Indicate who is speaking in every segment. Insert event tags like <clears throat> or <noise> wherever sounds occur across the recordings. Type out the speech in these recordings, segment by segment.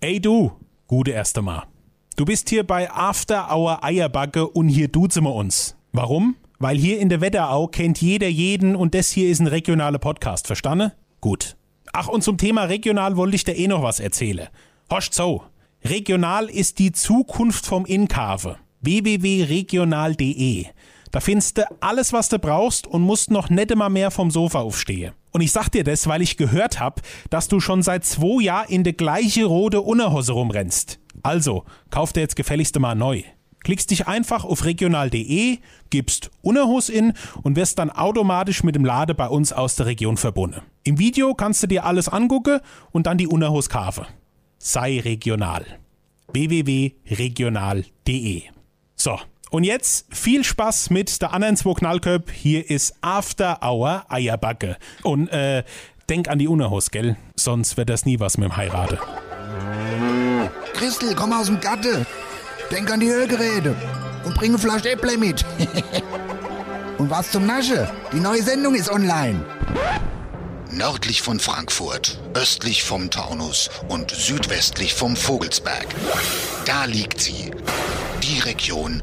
Speaker 1: Ey du, gute erste Mal. Du bist hier bei After Hour Eierbacke und hier duzen wir uns. Warum? Weil hier in der Wetterau kennt jeder jeden und das hier ist ein regionaler Podcast, verstanden? Gut. Ach, und zum Thema regional wollte ich dir eh noch was erzählen. Hosch so. Regional ist die Zukunft vom Inkave. www.regional.de da findest du alles, was du brauchst und musst noch nicht immer mehr vom Sofa aufstehen. Und ich sag dir das, weil ich gehört hab, dass du schon seit zwei Jahren in der gleiche rote Unterhose rumrennst. Also, kauf dir jetzt gefälligst mal neu. Klickst dich einfach auf regional.de, gibst Unterhose in und wirst dann automatisch mit dem Lade bei uns aus der Region verbunden. Im Video kannst du dir alles angucken und dann die Unterhose kaufen. Sei regional. www.regional.de so, und jetzt viel Spaß mit der anderen zwei Knallköp. Hier ist After Hour Eierbacke. Und äh, denk an die Unerhos, gell? Sonst wird das nie was mit dem Heirate.
Speaker 2: Christel, komm aus dem Gatte. Denk an die Ölgeräte. Und bringe Flasche Äpple mit. <laughs> und was zum Nasche? Die neue Sendung ist online.
Speaker 3: Nördlich von Frankfurt, östlich vom Taunus und südwestlich vom Vogelsberg. Da liegt sie. Die Region,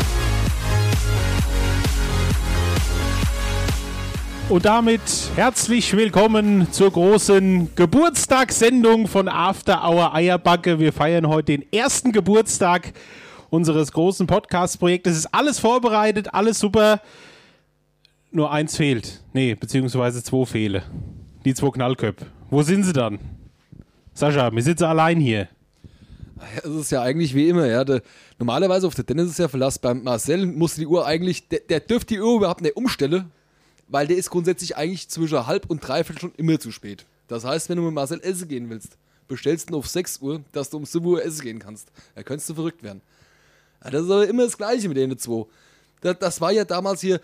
Speaker 1: Und damit herzlich willkommen zur großen Geburtstagssendung von After Hour Eierbacke. Wir feiern heute den ersten Geburtstag unseres großen Podcast-Projektes. Es ist alles vorbereitet, alles super. Nur eins fehlt. Nee, beziehungsweise zwei fehle. Die zwei Knallköpfe. Wo sind sie dann? Sascha, wir sitzen allein hier.
Speaker 4: Es ist ja eigentlich wie immer, ja. Der, normalerweise auf der Dennis ist ja Verlass. Beim Marcel muss die Uhr eigentlich, der, der dürfte die Uhr überhaupt nicht umstellen, weil der ist grundsätzlich eigentlich zwischen halb und dreiviertel Stunden immer zu spät. Das heißt, wenn du mit Marcel essen gehen willst, bestellst du ihn auf 6 Uhr, dass du um 7 Uhr essen gehen kannst. Da könntest du verrückt werden. Ja, das ist aber immer das Gleiche mit denen zwei. Das, das war ja damals hier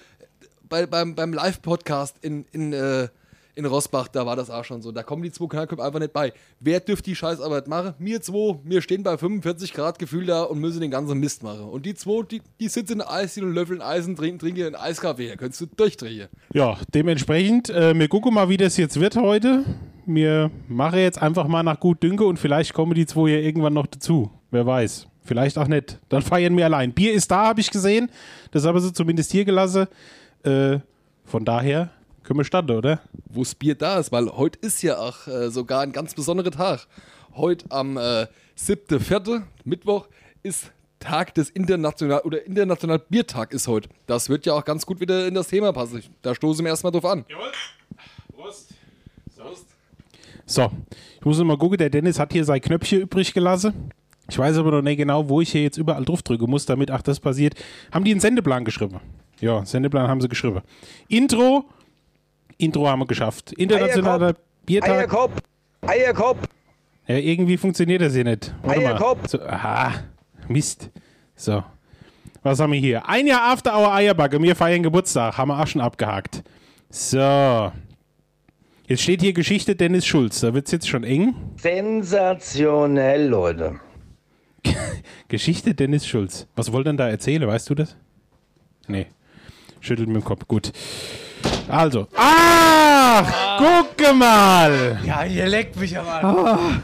Speaker 4: bei, beim, beim Live-Podcast in, in, äh, in Rosbach, da war das auch schon so. Da kommen die zwei Knallköpfe einfach nicht bei. Wer dürfte die Scheißarbeit machen? Wir zwei, wir stehen bei 45 Grad Gefühl da und müssen den ganzen Mist machen. Und die zwei, die, die sitzen in der Eisdiele und löffeln Eisen, trinken, trinken einen Eiskaffee. Da könntest du durchdrehen.
Speaker 1: Ja, dementsprechend, äh, wir gucken mal, wie das jetzt wird heute. Mir mache jetzt einfach mal nach gut Dünke und vielleicht kommen die zwei ja irgendwann noch dazu. Wer weiß. Vielleicht auch nicht. Dann feiern wir allein. Bier ist da, habe ich gesehen. Das haben sie zumindest hier gelassen. Äh, von daher können wir starten, oder?
Speaker 4: wo's Bier da ist, weil heute ist ja auch äh, sogar ein ganz besonderer Tag. Heute am äh, 7.4., Mittwoch, ist Tag des International oder International Biertag ist heute. Das wird ja auch ganz gut wieder in das Thema passen. Da stoßen wir erstmal drauf an.
Speaker 1: So, ich muss noch mal gucken, der Dennis hat hier sein Knöpfchen übrig gelassen. Ich weiß aber noch nicht genau, wo ich hier jetzt überall drauf drücken muss, damit ach das passiert. Haben die einen Sendeplan geschrieben? Ja, Sendeplan haben sie geschrieben. Intro, Intro haben wir geschafft. Internationaler Biertag.
Speaker 5: Eierkopf, Eierkopf,
Speaker 1: Ja, irgendwie funktioniert das hier nicht. Warte mal.
Speaker 5: Eierkopf.
Speaker 1: So, aha, Mist. So. Was haben wir hier? Ein Jahr After Hour Eierbacke. Wir feiern Geburtstag. Haben wir auch schon abgehakt. So. Jetzt steht hier Geschichte Dennis Schulz. Da wird es jetzt schon eng.
Speaker 5: sensationell, Leute.
Speaker 1: Geschichte Dennis Schulz. Was wollt denn da erzählen? Weißt du das? Nee. Schüttelt mit dem Kopf. Gut. Also. Ach, gucke mal.
Speaker 6: Ja, ihr leckt mich aber an.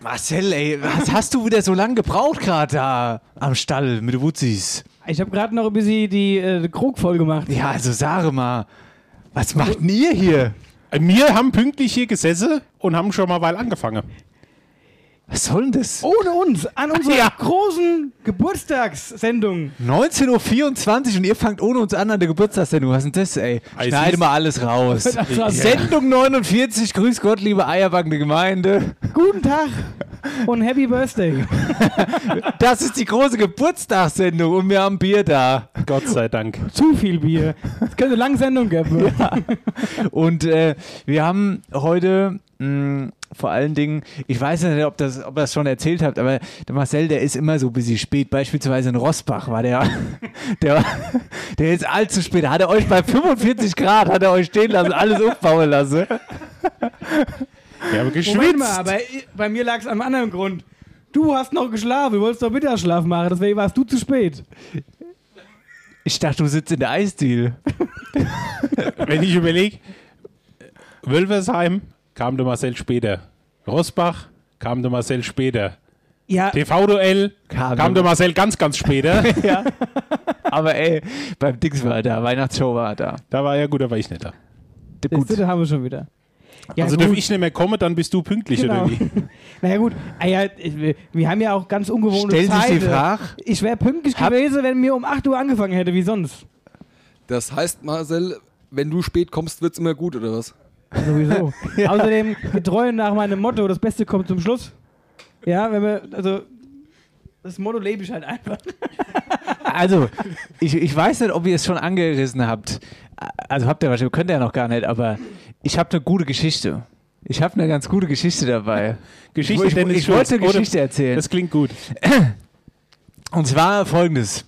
Speaker 6: Marcel, ey, Ah. was hast du wieder so lange gebraucht gerade da am Stall mit den Wutzis?
Speaker 7: Ich habe gerade noch ein bisschen die äh, Krug voll gemacht.
Speaker 6: Ja, also sage mal, was macht denn ihr hier?
Speaker 1: Wir haben pünktlich hier gesessen und haben schon mal weil angefangen.
Speaker 6: Was soll denn das?
Speaker 7: Ohne uns an unserer
Speaker 1: Ja.
Speaker 7: großen Geburtstagssendung.
Speaker 6: 19.24 Uhr und ihr fangt ohne uns an an der Geburtstagssendung. Was ist denn das, ey?
Speaker 1: Ah, es
Speaker 6: Schneide
Speaker 1: ist-
Speaker 6: mal alles raus. <laughs> Sendung 49, grüß Gott, liebe eierbackende Gemeinde.
Speaker 7: Guten Tag und Happy Birthday.
Speaker 6: Das ist die große Geburtstagssendung und wir haben Bier da.
Speaker 1: Gott sei Dank.
Speaker 7: <laughs> Zu viel Bier. Es
Speaker 6: <laughs>
Speaker 7: könnte lange Sendung geben.
Speaker 6: Und äh, wir haben heute mh, vor allen Dingen, ich weiß nicht, ob das, ob ihr das schon erzählt habt, aber der Marcel, der ist immer so bis sie spät. Beispielsweise in Rosbach war der, <laughs> der, war- der ist allzu spät. Da hat er euch bei 45 Grad, hat er euch stehen lassen, alles umbauen lassen.
Speaker 8: Wir haben
Speaker 7: Moment mal,
Speaker 8: geschwitzt.
Speaker 7: aber i- bei mir lag es an einem anderen Grund. Du hast noch geschlafen, du wolltest doch Mittagsschlaf machen, deswegen warst du zu spät.
Speaker 6: Ich dachte, du sitzt in der Eisdiele.
Speaker 8: Wenn ich überlege,
Speaker 1: Wölfersheim kam der Marcel später. Rosbach kam der Marcel später.
Speaker 7: Ja,
Speaker 1: TV-Duell kam,
Speaker 6: Kam
Speaker 1: der
Speaker 6: der
Speaker 1: Marcel ganz, ganz
Speaker 7: <laughs>
Speaker 1: später.
Speaker 6: Aber ey, beim Dings war er da, Weihnachtsshow war er da.
Speaker 1: da war ja gut, da war ich nicht da.
Speaker 6: Gut.
Speaker 7: das haben wir schon wieder. Ja,
Speaker 1: also dürfe ich nicht mehr kommen, dann bist du pünktlich
Speaker 7: Genau.
Speaker 1: oder wie?
Speaker 7: <laughs> Naja gut, ah, ja, ich- wir wir haben ja auch ganz ungewohnte
Speaker 6: Stellt sich
Speaker 7: Zeiten.
Speaker 6: die Frage,
Speaker 7: Ich wäre pünktlich
Speaker 6: Hab-
Speaker 7: gewesen, wenn mir um 8 Uhr angefangen hätte, wie sonst.
Speaker 4: Das heißt, Marcel, wenn du spät kommst, wird's immer gut, oder was?
Speaker 7: <laughs> Sowieso. Außerdem, getreu nach meinem Motto, das Beste kommt zum Schluss. Ja, wenn wir, also, das Motto lebe ich halt einfach.
Speaker 6: Also, ich, ich weiß nicht, ob ihr es schon angerissen habt. Also habt ihr wahrscheinlich, könnt ihr ja noch gar nicht, aber ich habe eine gute Geschichte. Ich habe eine ganz gute Geschichte dabei.
Speaker 1: Geschichte
Speaker 6: ich, ich,
Speaker 1: Dennis
Speaker 6: ich wollte
Speaker 1: Schulz,
Speaker 6: eine
Speaker 1: oder?
Speaker 6: Geschichte erzählen.
Speaker 1: Das klingt gut.
Speaker 6: Und zwar folgendes.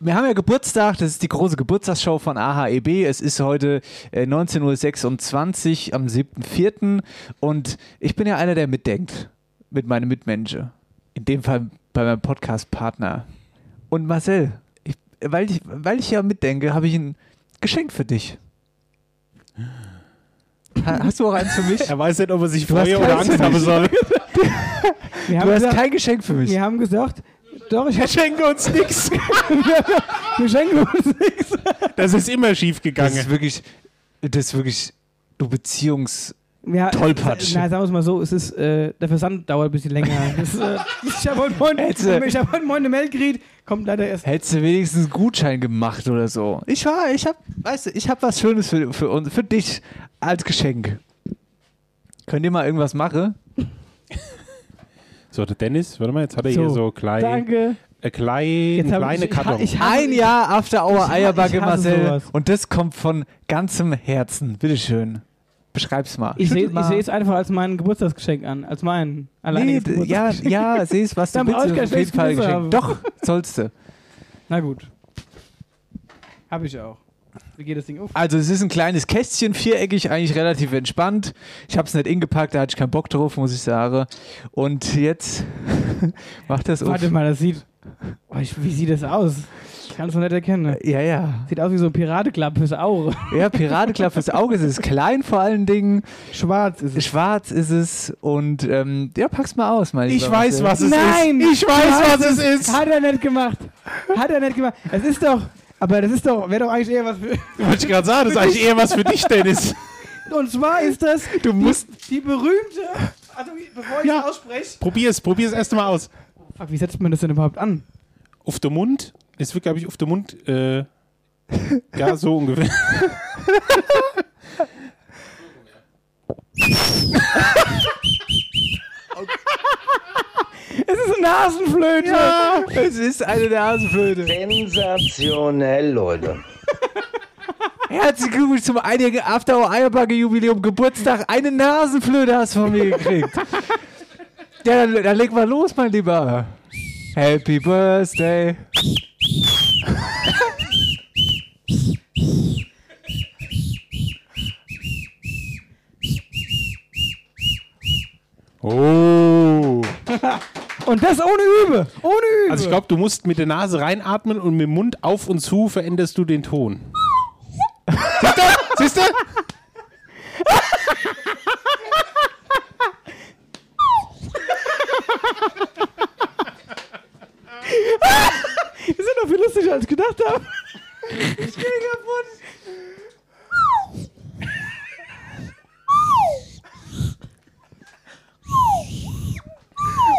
Speaker 6: Wir haben ja Geburtstag, das ist die große Geburtstagsshow von AHEB. Es ist heute äh, 19.26 Uhr am 7.4. Und ich bin ja einer, der mitdenkt mit meinen Mitmenschen. In dem Fall bei meinem Podcast-Partner. Und Marcel, ich, weil, ich, weil ich ja mitdenke, habe ich ein Geschenk für dich. Ha, hast du auch eins für mich?
Speaker 1: Er weiß nicht, ob er sich
Speaker 6: hast
Speaker 1: freue
Speaker 6: keine
Speaker 1: oder Angst haben soll.
Speaker 7: Wir haben,
Speaker 6: Du hast
Speaker 7: gesagt,
Speaker 6: kein Geschenk für mich.
Speaker 7: wir haben gesagt, doch, ich <laughs>
Speaker 1: Schenke uns nichts.
Speaker 7: Geschenke uns nichts.
Speaker 1: Das ist immer schief
Speaker 6: Das ist
Speaker 1: gegangen.
Speaker 6: wirklich, das ist wirklich, du Beziehungs...
Speaker 7: Ja,
Speaker 6: Tollpatsch.
Speaker 7: Na, sagen wir es mal so, es ist, äh, der Versand dauert ein bisschen <laughs> länger. Das, äh, ich habe heute Morgen
Speaker 6: Hätte-
Speaker 7: ich hab heute Morgen eine Mail gekriegt, kommt leider erst.
Speaker 6: Hättest du wenigstens einen Gutschein gemacht oder so. Ich war, ich hab, weißt du, ich hab was Schönes für, für uns, für dich als Geschenk. Könnt ihr mal irgendwas machen?
Speaker 1: So, der Dennis, warte mal, jetzt hat er
Speaker 7: So.
Speaker 1: hier so klein,
Speaker 7: Danke.
Speaker 1: äh, klein,
Speaker 7: Jetzt hab
Speaker 1: kleine
Speaker 7: ich- ich-
Speaker 1: Karton.
Speaker 7: ich- hasse-
Speaker 6: Ein Jahr After Hour
Speaker 7: ich
Speaker 6: Eierbacke,
Speaker 7: hasse
Speaker 6: Marcel.
Speaker 7: sowas.
Speaker 6: Und das kommt von ganzem Herzen. Bitteschön. Beschreib's mal.
Speaker 7: Ich sehe
Speaker 6: Schüttel mal.
Speaker 7: es einfach als mein Geburtstagsgeschenk an, als mein
Speaker 6: Nee,
Speaker 7: alleiniges
Speaker 6: d- ja,
Speaker 7: Geburtstagsgeschenk.
Speaker 6: ja, seh's,
Speaker 7: <laughs>
Speaker 6: was du
Speaker 7: Dann brauch
Speaker 6: willst.
Speaker 7: ich
Speaker 6: Auf
Speaker 7: kein
Speaker 6: jeden
Speaker 7: schlechtes
Speaker 6: Fall
Speaker 7: Gewissen
Speaker 6: Geschenk.
Speaker 7: haben.
Speaker 6: Doch, sollst du.
Speaker 7: Na gut. Hab ich auch. Wie geht das Ding auf?
Speaker 6: Also es ist ein kleines Kästchen, viereckig, eigentlich relativ entspannt. Ich habe es nicht ingepackt, da hatte ich keinen Bock drauf, muss ich sagen. Und jetzt <laughs> macht das auf.
Speaker 7: Warte mal, das sieht. Oh, ich, wie sieht das aus? Ich kann es noch nicht erkennen.
Speaker 6: Ja, ja.
Speaker 7: Sieht aus wie so ein Piratenclub fürs <laughs> Auge.
Speaker 6: Ja, Piratenklapp fürs Auge. Es ist klein vor allen Dingen.
Speaker 7: Schwarz ist es.
Speaker 6: Schwarz ist es. Und ähm, ja, pack's mal aus, mein
Speaker 1: Ich
Speaker 6: lieber
Speaker 1: weiß,
Speaker 6: Marcel.
Speaker 1: was es
Speaker 7: Nein!
Speaker 1: ist. Ich weiß, was es ist.
Speaker 7: Hat er nicht gemacht. Hat er nicht gemacht. Es ist doch. Aber das ist doch. Wäre doch eigentlich eher was für.
Speaker 1: Wollte ich gerade sagen, das ist eigentlich eher was für dich,
Speaker 7: <laughs>
Speaker 1: Dennis.
Speaker 7: Und zwar ist das
Speaker 6: Du musst.
Speaker 7: die berühmte. Also, bevor ich
Speaker 1: Ja.
Speaker 7: ausspreche.
Speaker 1: Probier's, probier's erst mal aus.
Speaker 7: Fuck, wie setzt man das denn überhaupt an?
Speaker 1: Auf den Mund, ist wirklich, glaube ich, auf den Mund, äh, ja, so ungefähr. <laughs>
Speaker 7: Es ist eine Nasenflöte!
Speaker 6: Ja, es ist eine Nasenflöte.
Speaker 5: Sensationell, Leute.
Speaker 6: Herzlichen Glückwunsch zum einigen After Hour Eierbacke Jubiläum Geburtstag. Eine Nasenflöte hast du von mir gekriegt. ja, dann, dann leg mal los, mein Lieber. Happy Birthday.
Speaker 1: Oh.
Speaker 7: Und das ohne Übe! Ohne Übe!
Speaker 1: Also ich glaube, du musst mit der Nase reinatmen und mit dem Mund auf und zu veränderst du den Ton. Siehst du? Siehst du?
Speaker 7: Die sind doch viel lustiger, als ich gedacht habe.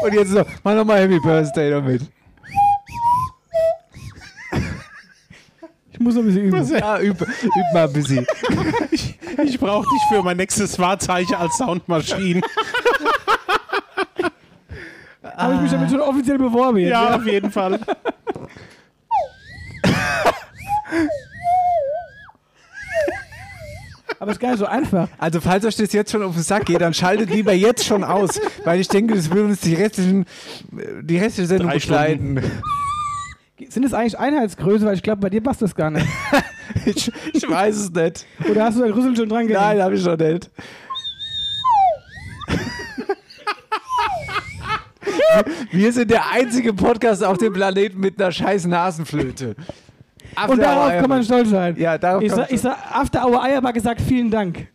Speaker 6: Und jetzt so, mach nochmal Happy Birthday damit.
Speaker 7: Ich muss noch ein bisschen üben.
Speaker 6: Ja, üb, üb mal ein bisschen.
Speaker 1: Ich brauche dich für mein nächstes Wahrzeichen als
Speaker 7: <laughs>
Speaker 1: Soundmaschine.
Speaker 7: Habe ich mich damit schon offiziell beworben jetzt.
Speaker 1: Ja, auf jeden Fall.
Speaker 7: Aber es ist gar nicht so einfach.
Speaker 6: Also falls euch das jetzt schon auf den Sack geht, dann schaltet lieber jetzt schon aus, weil ich denke, das würde uns die restlichen, die restliche Sendung
Speaker 1: Drei Stunden.
Speaker 6: begleiten. <laughs>
Speaker 7: Sind es eigentlich Einheitsgröße? Weil ich glaube, bei dir passt das <laughs> gar nicht.
Speaker 6: Ich, ich weiß es nicht.
Speaker 7: Oder hast du dein Rüssel schon dran gehängt?
Speaker 6: Nein, habe ich noch nicht. Wir sind der einzige Podcast auf dem Planeten mit einer scheiß Nasenflöte. After
Speaker 7: Und darauf
Speaker 6: our
Speaker 7: kann man
Speaker 6: Eierbacke.
Speaker 7: stolz sein.
Speaker 6: Ja, darauf
Speaker 7: ich
Speaker 6: kann man
Speaker 7: sag, ich sag, After Hour Eierbacke sagt vielen Dank.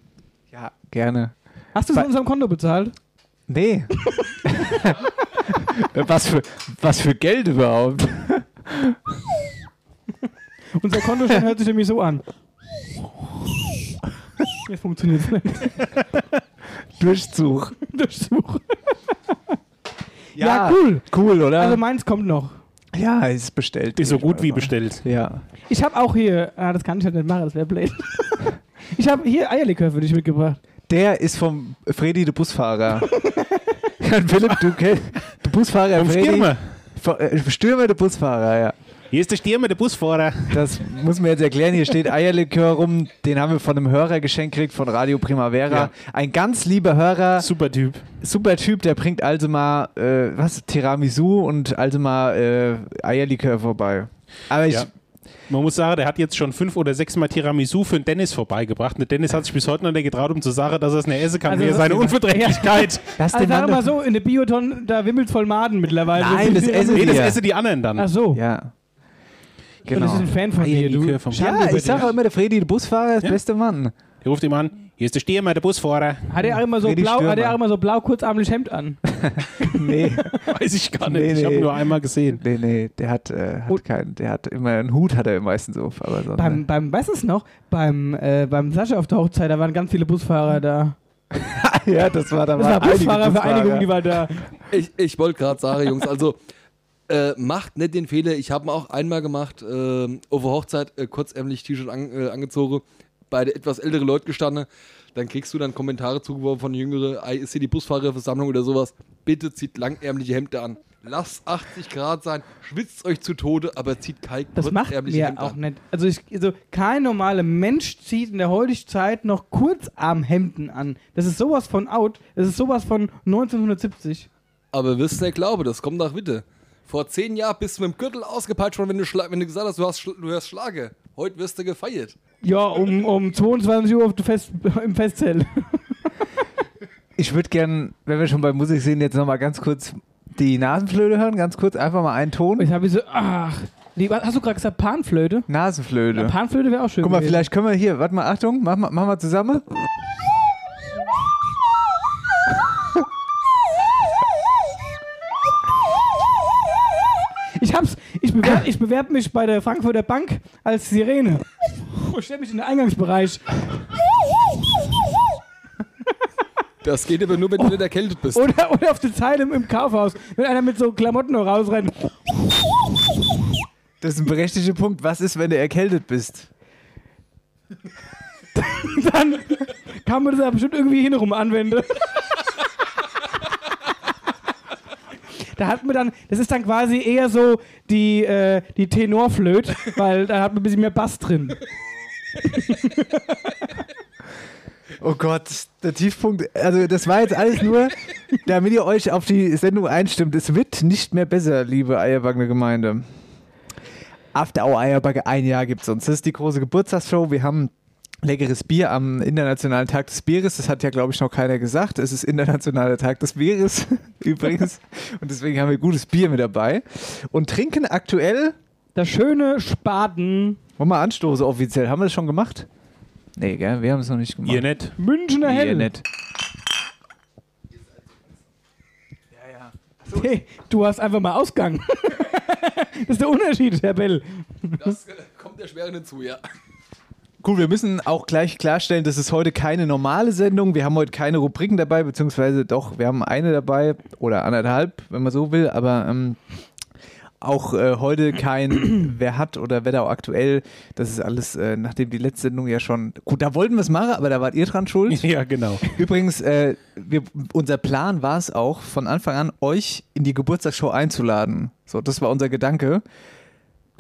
Speaker 6: Ja, gerne.
Speaker 7: Hast du es
Speaker 6: Bei-
Speaker 7: von unserem Konto bezahlt?
Speaker 6: Nee. was, für, was für Geld überhaupt?
Speaker 7: Unser Konto schon hört sich nämlich
Speaker 6: <laughs>
Speaker 7: so an. Jetzt funktioniert es nicht.
Speaker 6: Durchzug.
Speaker 7: Durchsuch. Ja, cool.
Speaker 6: Cool, oder?
Speaker 7: Also meins kommt noch.
Speaker 6: ja, ist bestellt.
Speaker 1: Ist so gut wie bestellt.
Speaker 6: Ja.
Speaker 7: Ich habe auch hier, ah, das kann ich halt nicht machen, das
Speaker 6: <laughs>
Speaker 7: wäre blöd. Ich habe hier Eierlikör für dich mitgebracht.
Speaker 6: Der ist vom Freddy,
Speaker 1: <laughs>
Speaker 6: der Busfahrer. Herrn Philipp, du kennst. Der Busfahrer
Speaker 1: Vom
Speaker 6: Freddy.
Speaker 1: Stürmer.
Speaker 6: Von, äh, Stürmer, der Busfahrer, ja.
Speaker 1: Hier ist der Stürmer, der Busfahrer.
Speaker 6: Das muss man jetzt erklären. Hier steht Eierlikör rum. Den haben wir von einem Hörer geschenkt gekriegt von Radio Primavera.
Speaker 1: Ja.
Speaker 6: Ein ganz lieber Hörer.
Speaker 1: Super Typ.
Speaker 6: super Typ, der bringt also mal äh, was Tiramisu und also mal äh, Eierlikör vorbei. Aber ich,
Speaker 1: Ja. Man muss sagen, der hat jetzt schon fünf oder sechs Mal Tiramisu für den Dennis vorbeigebracht. Und der Dennis hat sich bis heute noch nicht getraut, um zu sagen, dass er es nicht essen kann.
Speaker 7: Also
Speaker 1: Also,
Speaker 7: das-
Speaker 1: seine
Speaker 7: <laughs>
Speaker 1: Unverträglichkeit.
Speaker 6: lass
Speaker 7: Also
Speaker 6: den
Speaker 7: sag
Speaker 6: Mann
Speaker 7: mal
Speaker 6: doch,
Speaker 7: so, in der Bioton, da wimmelt's voll Maden mittlerweile.
Speaker 6: Nein,
Speaker 7: <laughs>
Speaker 6: das essen
Speaker 1: nee, das
Speaker 6: Ja.
Speaker 1: essen die anderen dann. Ah,
Speaker 7: Ach so.
Speaker 6: ja.
Speaker 7: Und
Speaker 6: Genau.
Speaker 7: das ist ein Fan von dir, du.
Speaker 1: Eierlikör vom-
Speaker 7: Schande
Speaker 6: Ja,
Speaker 7: über
Speaker 6: ich sage
Speaker 7: dich.
Speaker 6: auch immer, der Freddy, der Busfahrer, ist der beste Mann.
Speaker 1: Er ruft ihm an, hier ist der Stürmer, der
Speaker 7: <laughs>
Speaker 1: Busfahrer.
Speaker 7: Hat er auch immer so
Speaker 6: Freddy
Speaker 7: blau, hat er
Speaker 6: Stürmer.
Speaker 7: auch immer so blau kurzarmlich Hemd an.
Speaker 6: Nee,
Speaker 1: Weiß ich gar nicht.
Speaker 6: Nee,
Speaker 1: Ich habe
Speaker 6: nee.
Speaker 1: nur einmal gesehen.
Speaker 6: <laughs> nee, nee, der hat, äh,
Speaker 7: Und-
Speaker 6: hat keinen, der hat immer, einen Hut hat er meistens auf, aber so.
Speaker 7: Beim, beim, weißt du es noch? Beim, äh, beim Sascha auf der Hochzeit, da waren ganz viele Busfahrer da.
Speaker 6: <laughs> ja, das war da
Speaker 7: Das war Busfahrervereinigung, die war da.
Speaker 4: Ich, ich wollte gerade sagen, Jungs, also äh, macht nicht den Fehler. Ich habe ihn auch einmal gemacht, ähm, auf der Hochzeit, äh, kurzärmlich T-Shirt an, äh, angezogen, bei der etwas ältere Leute gestanden. Dann kriegst du dann Kommentare zugeworfen von Jüngere, "Ei, ist hier die Busfahrerversammlung oder sowas. Bitte zieht langärmliche Hemden an. Lasst 80 Grad sein, schwitzt euch zu Tode, aber zieht kein
Speaker 7: Das macht
Speaker 4: kurzärmliche
Speaker 7: mir
Speaker 4: Hemd
Speaker 7: auch
Speaker 4: an.
Speaker 7: nicht. Also, ich, also kein normaler Mensch zieht in der heutigen Zeit noch Kurzarmhemden an. Das ist sowas von out. Das ist sowas von 1970.
Speaker 4: Aber wirst nicht glauben, das kommt nach Witte. Vor zehn Jahren bist du mit dem Gürtel ausgepeitscht worden, wenn du, schla- wenn du gesagt hast, du, hast, Schla- du hörst Schlage. Heute wirst du gefeiert.
Speaker 7: Ja, um, um 22 Uhr auf dem Fest, im Festzelt.
Speaker 6: Ich würde gern, wenn wir schon bei Musik sind, jetzt nochmal ganz kurz die Nasenflöte hören, ganz kurz, einfach mal einen Ton.
Speaker 7: Jetzt habe ich so, ach. Die, hast du gerade gesagt Panflöte?
Speaker 6: Nasenflöte.
Speaker 7: Panflöte wäre auch schön.
Speaker 6: Guck mal,
Speaker 7: gewesen.
Speaker 6: vielleicht können wir hier, warte mal, Achtung, machen wir machen wir zusammen.
Speaker 7: Ich hab's. Ich bewerbe ich bewerb mich bei der Frankfurter Bank als Sirene. Ich stell mich in den Eingangsbereich.
Speaker 4: Das geht aber nur, wenn du nicht erkältet bist.
Speaker 7: Oder, oder auf der Zeile im, im Kaufhaus, wenn einer mit so Klamotten noch rausrennt.
Speaker 6: Das ist ein berechtigter Punkt. Was ist, wenn du erkältet bist?
Speaker 7: Dann kann man das ja bestimmt irgendwie hinrum anwenden. Da hat man dann, das ist dann quasi eher so die, äh, die Tenorflöte, weil da hat man ein bisschen mehr Bass drin.
Speaker 6: Oh Gott, der Tiefpunkt. Also, das war jetzt alles nur, damit ihr euch auf die Sendung einstimmt. Es wird nicht mehr besser, liebe Eierbackener Gemeinde. After Hour Eierbacke, ein Jahr gibt's uns. Das ist die große Geburtstagsshow. Wir haben leckeres Bier am Internationalen Tag des Bieres. Das hat ja, glaube ich, noch keiner gesagt. Es ist Internationaler Tag des Bieres, <laughs> übrigens. Und deswegen haben wir gutes Bier mit dabei. Und trinken aktuell
Speaker 7: Das schöne Spaten
Speaker 6: Wollen wir anstoßen offiziell? Haben wir das schon gemacht? Nee, gell? Wir haben es noch nicht gemacht.
Speaker 1: Ihr nicht.
Speaker 7: Münchner
Speaker 6: Ihr
Speaker 7: Hell.
Speaker 6: nicht.
Speaker 7: Hey, du hast einfach mal Ausgang. <laughs> das ist der Unterschied, Herr Bell.
Speaker 4: Das äh, kommt der Schwere hinzu, ja.
Speaker 6: Cool, wir müssen auch gleich klarstellen, das ist heute keine normale Sendung. Wir haben heute keine Rubriken dabei, beziehungsweise doch, wir haben eine dabei oder anderthalb, wenn man so will, aber ähm, auch äh, heute kein <clears throat> Wer hat oder Wetterau aktuell. Das ist alles, äh, nachdem die letzte Sendung ja schon. Gut, da wollten wir es machen, aber da wart ihr dran
Speaker 1: <laughs>
Speaker 6: schuld.
Speaker 1: Ja, genau.
Speaker 6: Übrigens, äh, wir, unser Plan war es auch, von Anfang an euch in die Geburtstagsshow einzuladen. So, das war unser Gedanke.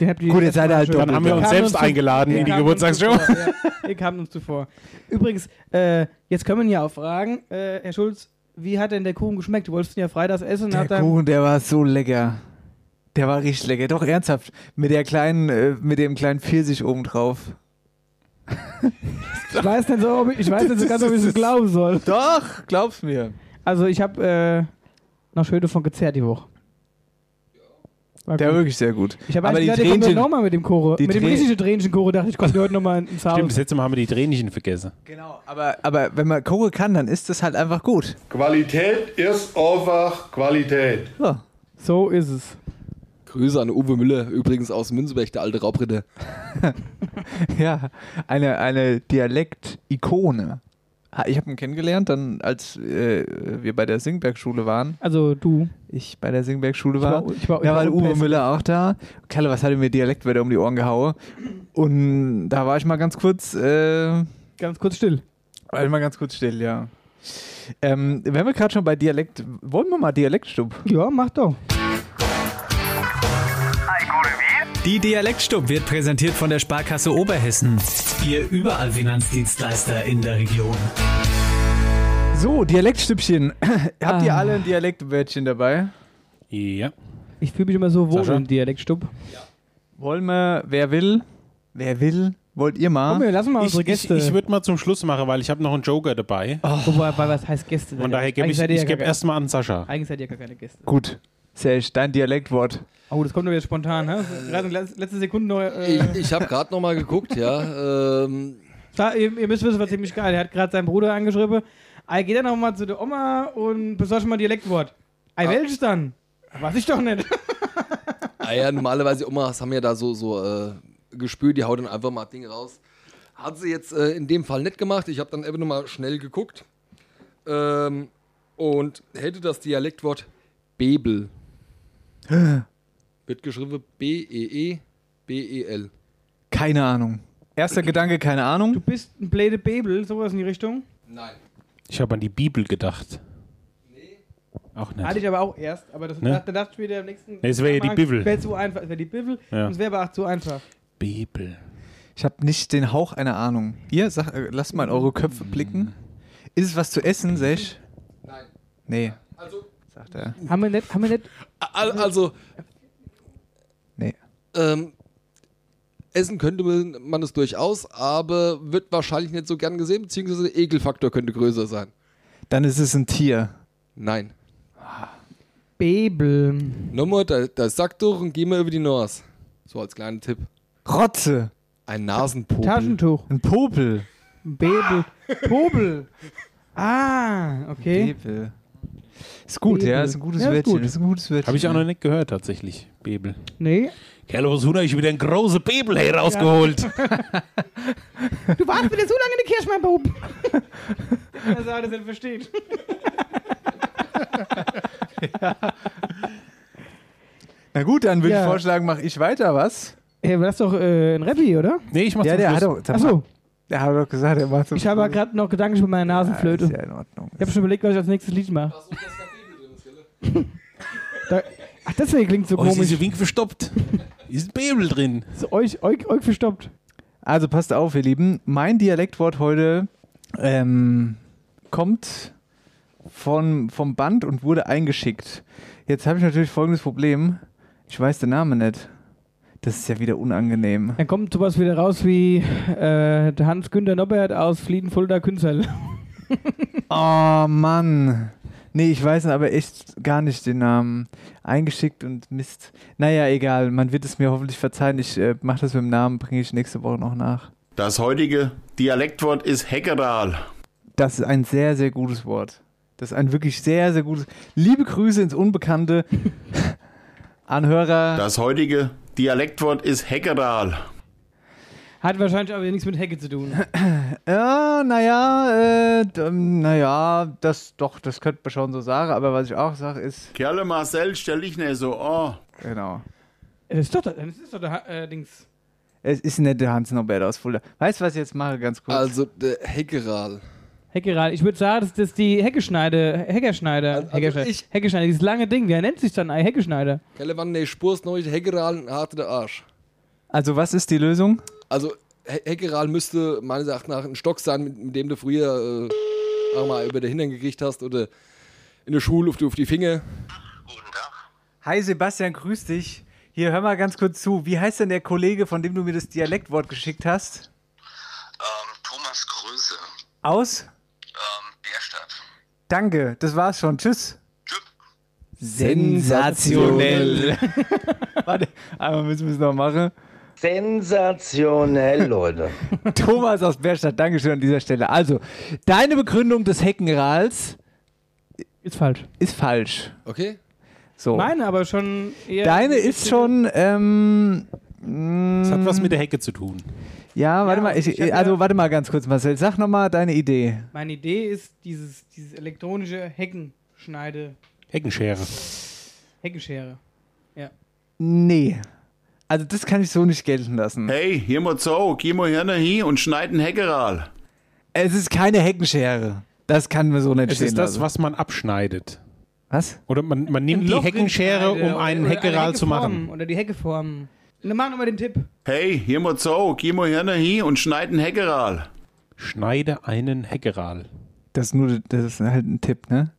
Speaker 7: Den habt ihr
Speaker 6: Gut,
Speaker 7: das
Speaker 6: jetzt seid ihr
Speaker 7: Mal
Speaker 6: halt
Speaker 7: schon-
Speaker 6: doppelt.
Speaker 8: Dann haben wir
Speaker 7: Ihr
Speaker 8: uns
Speaker 7: kamt
Speaker 8: selbst
Speaker 7: zu-
Speaker 8: eingeladen
Speaker 7: ihr
Speaker 8: in die
Speaker 7: kamt uns
Speaker 8: Geburtstagsshow.
Speaker 7: zuvor, Ja, ihr kamt uns zuvor. Übrigens, äh, jetzt können wir ihn ja auch fragen, äh, Herr Schulz, wie hat denn der Kuchen geschmeckt? Du wolltest ihn ja freitags essen.
Speaker 6: Der
Speaker 7: nach deinem-
Speaker 6: Kuchen, der war so lecker. Der war richtig lecker. Doch, ernsthaft. Mit der kleinen, äh, mit dem kleinen Pfirsich obendrauf.
Speaker 7: Ich weiß nicht so, ob ich, ich weiß nicht so ganz,
Speaker 6: <laughs>
Speaker 7: ob ich es glauben soll.
Speaker 6: Doch, glaub's mir.
Speaker 7: Also ich habe äh, noch schön davon gezerrt die Woche. War
Speaker 6: Der war
Speaker 7: gut.
Speaker 6: wirklich sehr gut.
Speaker 7: ich habe
Speaker 6: aber
Speaker 7: eigentlich
Speaker 6: die
Speaker 7: gedacht, der kommt
Speaker 6: Tränchen-
Speaker 7: nochmal mit dem Chore.
Speaker 6: die
Speaker 7: Mit dem
Speaker 6: Trä-
Speaker 7: richtigen Tränchen-Chore dachte ich, kommt heute nochmal ins Haus.
Speaker 1: Stimmt, das letzte Mal haben wir die Tränchen vergessen.
Speaker 6: Genau, aber, aber wenn man Koche kann, dann ist das halt einfach gut.
Speaker 9: Qualität ist einfach Qualität.
Speaker 6: So.
Speaker 7: So ist es.
Speaker 4: Grüße an Uwe Müller, übrigens aus Münzenberg, der alte Raubritter.
Speaker 6: Ja, eine, eine Dialekt-Ikone. Ha, Ich habe ihn kennengelernt, dann als äh, wir bei der Singberg-Schule waren.
Speaker 7: Also du.
Speaker 6: Ich bei der Singberg-Schule
Speaker 7: war-
Speaker 6: war.
Speaker 7: ich war- ich
Speaker 6: da
Speaker 7: war
Speaker 6: war der Uwe
Speaker 7: unpässlich.
Speaker 6: Müller auch da. Kalle, was hat er mir Dialektwörter um die Ohren gehauen? Und da war ich mal ganz kurz, äh, war
Speaker 7: Ganz kurz still.
Speaker 6: ich mal ganz kurz still, ja. Ähm, wenn wir gerade schon bei Dialekt, wollen wir mal Dialektstub?
Speaker 7: Ja, mach doch.
Speaker 10: Die Dialektstub wird präsentiert von der Sparkasse Oberhessen. Ihr überall Finanzdienstleister in der Region.
Speaker 6: So, Dialektstübchen. <clears throat> Habt ihr alle ein Dialektwörtchen dabei?
Speaker 1: Ja.
Speaker 7: Ich fühle mich immer so wohl
Speaker 1: Sascha?
Speaker 7: im Dialektstub.
Speaker 6: Wollen wir, wer will? Wer will? Wollt ihr mal?
Speaker 7: Komm, wir lassen mal
Speaker 1: Ah? Ich,
Speaker 7: unsere
Speaker 1: ich,
Speaker 7: Gäste. Oh,
Speaker 1: ich würde mal zum Schluss machen, weil ich habe noch einen Joker dabei.
Speaker 7: Wobei, bei was heißt Gäste?
Speaker 1: Von daher gebe
Speaker 7: Eigentlich
Speaker 1: ich,
Speaker 7: seid ihr
Speaker 1: ich
Speaker 7: ja
Speaker 1: geb
Speaker 7: gar-
Speaker 1: erstmal an Sascha.
Speaker 7: Eigentlich seid ihr gar keine Gäste.
Speaker 6: Gut. Serge, dein Dialektwort.
Speaker 7: Oh, das kommt doch wieder spontan. hä? Gerade in letz- letzte Sekunde noch.
Speaker 4: Ich,
Speaker 7: Äh,
Speaker 4: ich habe gerade nochmal geguckt, ja. Ähm,
Speaker 7: da, ihr, ihr müsst wissen, was ziemlich geil. Er hat gerade seinen Bruder angeschrieben. Ey, geh dann noch mal zu der Oma und besorg mal ein Dialektwort. Ey, welches dann? Weiß ich doch nicht.
Speaker 4: ah ja, normalerweise Omas haben ja da so, so äh, gespült, die haut dann einfach mal Dinge raus. Hat sie jetzt äh, in dem Fall nicht gemacht. Ich habe dann einfach nochmal schnell geguckt ähm, und hätte das Dialektwort Bebel. Wird geschrieben E B-E-E-B-E-L.
Speaker 6: Keine Ahnung. Erster Gedanke, keine
Speaker 7: Du
Speaker 6: Ahnung.
Speaker 7: bist ein blöde Bebel, sowas in die Richtung.
Speaker 4: Nein.
Speaker 1: Ich habe an die Bibel gedacht. Auch
Speaker 7: Hatte
Speaker 1: nicht.
Speaker 7: ich aber auch erst, aber das
Speaker 1: Ne?
Speaker 7: dachte, dachte ich wieder am nächsten.
Speaker 1: Nee, es wäre ja die Bibel.
Speaker 7: Wäre zu einfach. Es wäre die Bibel.
Speaker 1: Ja.
Speaker 7: Und es wäre aber auch zu einfach.
Speaker 1: Bibel.
Speaker 6: Ich habe nicht den Hauch einer Ahnung. Ihr, sag, äh, lasst mal in eure Köpfe blicken. Ist es was zu essen, Serge?
Speaker 4: Nein.
Speaker 6: Nee,
Speaker 4: Also,
Speaker 6: sagt er.
Speaker 7: Haben wir nicht, haben wir nicht
Speaker 4: al- also
Speaker 6: Nee.
Speaker 4: ähm, essen könnte man man es durchaus, aber wird wahrscheinlich nicht so gern gesehen, beziehungsweise der Ekelfaktor könnte größer sein.
Speaker 6: Dann ist es ein Tier.
Speaker 4: Nein.
Speaker 7: Bebel.
Speaker 4: Nochmal, da, da sack durch und geh mal über die Nase. So als kleinen Tipp.
Speaker 6: Rotze.
Speaker 4: Ein Nasenpopel.
Speaker 7: Taschentuch.
Speaker 6: Ein Popel.
Speaker 7: Bebel. Pobel. Ah, okay.
Speaker 6: Bebel. Ist gut,
Speaker 7: Bebel.
Speaker 6: ja. Ist ein gutes
Speaker 7: Ja, ist
Speaker 6: Wörtchen.
Speaker 7: gut.
Speaker 6: Ist ein gutes Wörtchen.
Speaker 1: Habe ich auch noch nicht gehört, tatsächlich. Bibel.
Speaker 7: Nee.
Speaker 1: Kerl, was Hunder, ich wieder eine große Bibel herausgeholt.
Speaker 7: Du warst wieder so lange in der Kirche, mein Bub. Dass er das nicht versteht.
Speaker 6: Na gut, dann würde
Speaker 7: Ja.
Speaker 6: ich vorschlagen, mache ich weiter, was?
Speaker 7: Hey, du hast doch äh, ein Rappi, oder?
Speaker 1: <laughs> Nee, ich mach's
Speaker 6: Ja,
Speaker 1: zum
Speaker 6: der
Speaker 1: Schluss.
Speaker 6: hat, doch,
Speaker 7: Achso,
Speaker 6: der hat doch gesagt, er macht so.
Speaker 7: ich habe gerade noch Gedanken mit meiner Nasenflöte.
Speaker 6: Ist ja in Ordnung.
Speaker 7: Ich habe schon überlegt, was ich als nächstes Lied mache. Da, ach, deswegen klingt so
Speaker 1: Oh, ist
Speaker 7: komisch.
Speaker 1: diese Wink verstoppt. Ist ein Bibel drin.
Speaker 7: Ist euch, euch, euch verstoppt.
Speaker 6: Also passt auf, ihr Lieben. Mein Dialektwort heute ähm, kommt von, vom Band und wurde eingeschickt. Jetzt habe ich natürlich folgendes Problem. Ich weiß den Namen nicht. Das ist ja wieder unangenehm.
Speaker 7: Dann kommt sowas wieder raus wie äh, der Hans-Günter Nobbert aus Fliedenfulda Künzel.
Speaker 6: <laughs> Oh Mann. Nee, ich weiß aber echt gar nicht den Namen. Eingeschickt und Mist. Naja, egal. Man wird es mir hoffentlich verzeihen. Ich äh, mache das mit dem Namen, bringe ich nächste Woche noch nach.
Speaker 9: Das heutige Dialektwort ist Heckeral.
Speaker 6: Das ist ein sehr, sehr gutes Wort. Das ist ein wirklich sehr, sehr gutes. Liebe Grüße ins Unbekannte. Anhörer.
Speaker 9: Das heutige Dialektwort ist Heckeral.
Speaker 7: Hat wahrscheinlich aber nichts mit Hecke zu tun.
Speaker 6: Ja, naja, äh, d- ähm, naja, das doch, das könnte man schon so sagen, aber was ich auch sage ist.
Speaker 9: Kerle Marcel, stell dich nicht so oh. an.
Speaker 6: Genau.
Speaker 7: Das Äh, ist doch, der- das ist doch der Ha- äh, Dings.
Speaker 6: Es ist nicht der Hans Norbert aus Fulda. Weißt du, was ich jetzt mache, ganz kurz?
Speaker 4: Also der Heckeral.
Speaker 7: Heckeral. Ich würde sagen, das das ist die Heckeschneide, Heckerschneider,
Speaker 4: Also- also
Speaker 7: Heckerschneider,
Speaker 4: ich-
Speaker 7: Heckerschneider, dieses lange Ding. Wie nennt sich dann ein Heckeschneider?
Speaker 4: Kelle wann ne Spurs neu Heckeral und harte der Arsch.
Speaker 6: Also was ist die Lösung?
Speaker 4: Also He- Heckeral müsste meines Erachtens nach ein Stock sein, mit, mit dem du früher äh, auch mal über den Hintern gekriegt hast oder in der Schule auf die, auf die Finger.
Speaker 6: Hi Sebastian, grüß dich. Hier, hör mal ganz kurz zu. Wie heißt denn der Kollege, von dem du mir das Dialektwort geschickt hast?
Speaker 11: Ähm, Thomas Größe,
Speaker 6: Aus?
Speaker 11: ähm, Bärstadt.
Speaker 6: Danke, das war's schon. Tschüss.
Speaker 11: Sensationell.
Speaker 6: <laughs> Warte, einmal müssen wir es noch machen.
Speaker 5: Sensationell, Leute.
Speaker 6: Thomas aus Bärstadt, Dankeschön an dieser Stelle. Also, deine Begründung des Heckenrahls
Speaker 7: ist falsch.
Speaker 6: Ist falsch.
Speaker 4: Okay.
Speaker 6: So.
Speaker 7: Meine aber schon eher.
Speaker 6: Deine ist schon. Ähm,
Speaker 1: Das
Speaker 6: das
Speaker 1: hat was mit der Hecke zu tun.
Speaker 6: Ja, warte mal. Ich,
Speaker 7: ich hab ja-
Speaker 6: also, warte mal ganz kurz, Marcel. Sag nochmal deine Idee.
Speaker 7: Meine Idee ist dieses, dieses elektronische Heckenschneide,
Speaker 1: Heckenschere.
Speaker 7: Heckenschere. Ja.
Speaker 6: Nee. Also, das kann ich so nicht gelten lassen.
Speaker 9: Hey, hier mal zu, geh mal hier hin und schneid einen Heckeral.
Speaker 6: Es ist keine Heckenschere. Das kann man so nicht
Speaker 1: Es
Speaker 6: stehen
Speaker 1: ist das,
Speaker 6: lassen.
Speaker 1: was man abschneidet.
Speaker 6: Was?
Speaker 1: Oder man, man
Speaker 7: Ein
Speaker 1: nimmt die
Speaker 7: Loch
Speaker 1: Heckenschere,
Speaker 7: reinschneide
Speaker 1: um
Speaker 7: oder-
Speaker 1: einen
Speaker 7: oder eine
Speaker 1: Heckeral
Speaker 7: Hecke
Speaker 1: zu machen.
Speaker 7: formen Oder die Hecke formen. Dann mach nochmal den Tipp.
Speaker 9: Hey, hier mal zu, geh mal hier hin und schneid einen Heckeral.
Speaker 1: Schneide einen Heckeral.
Speaker 6: Das ist nur, das ist halt ein Tipp, ne?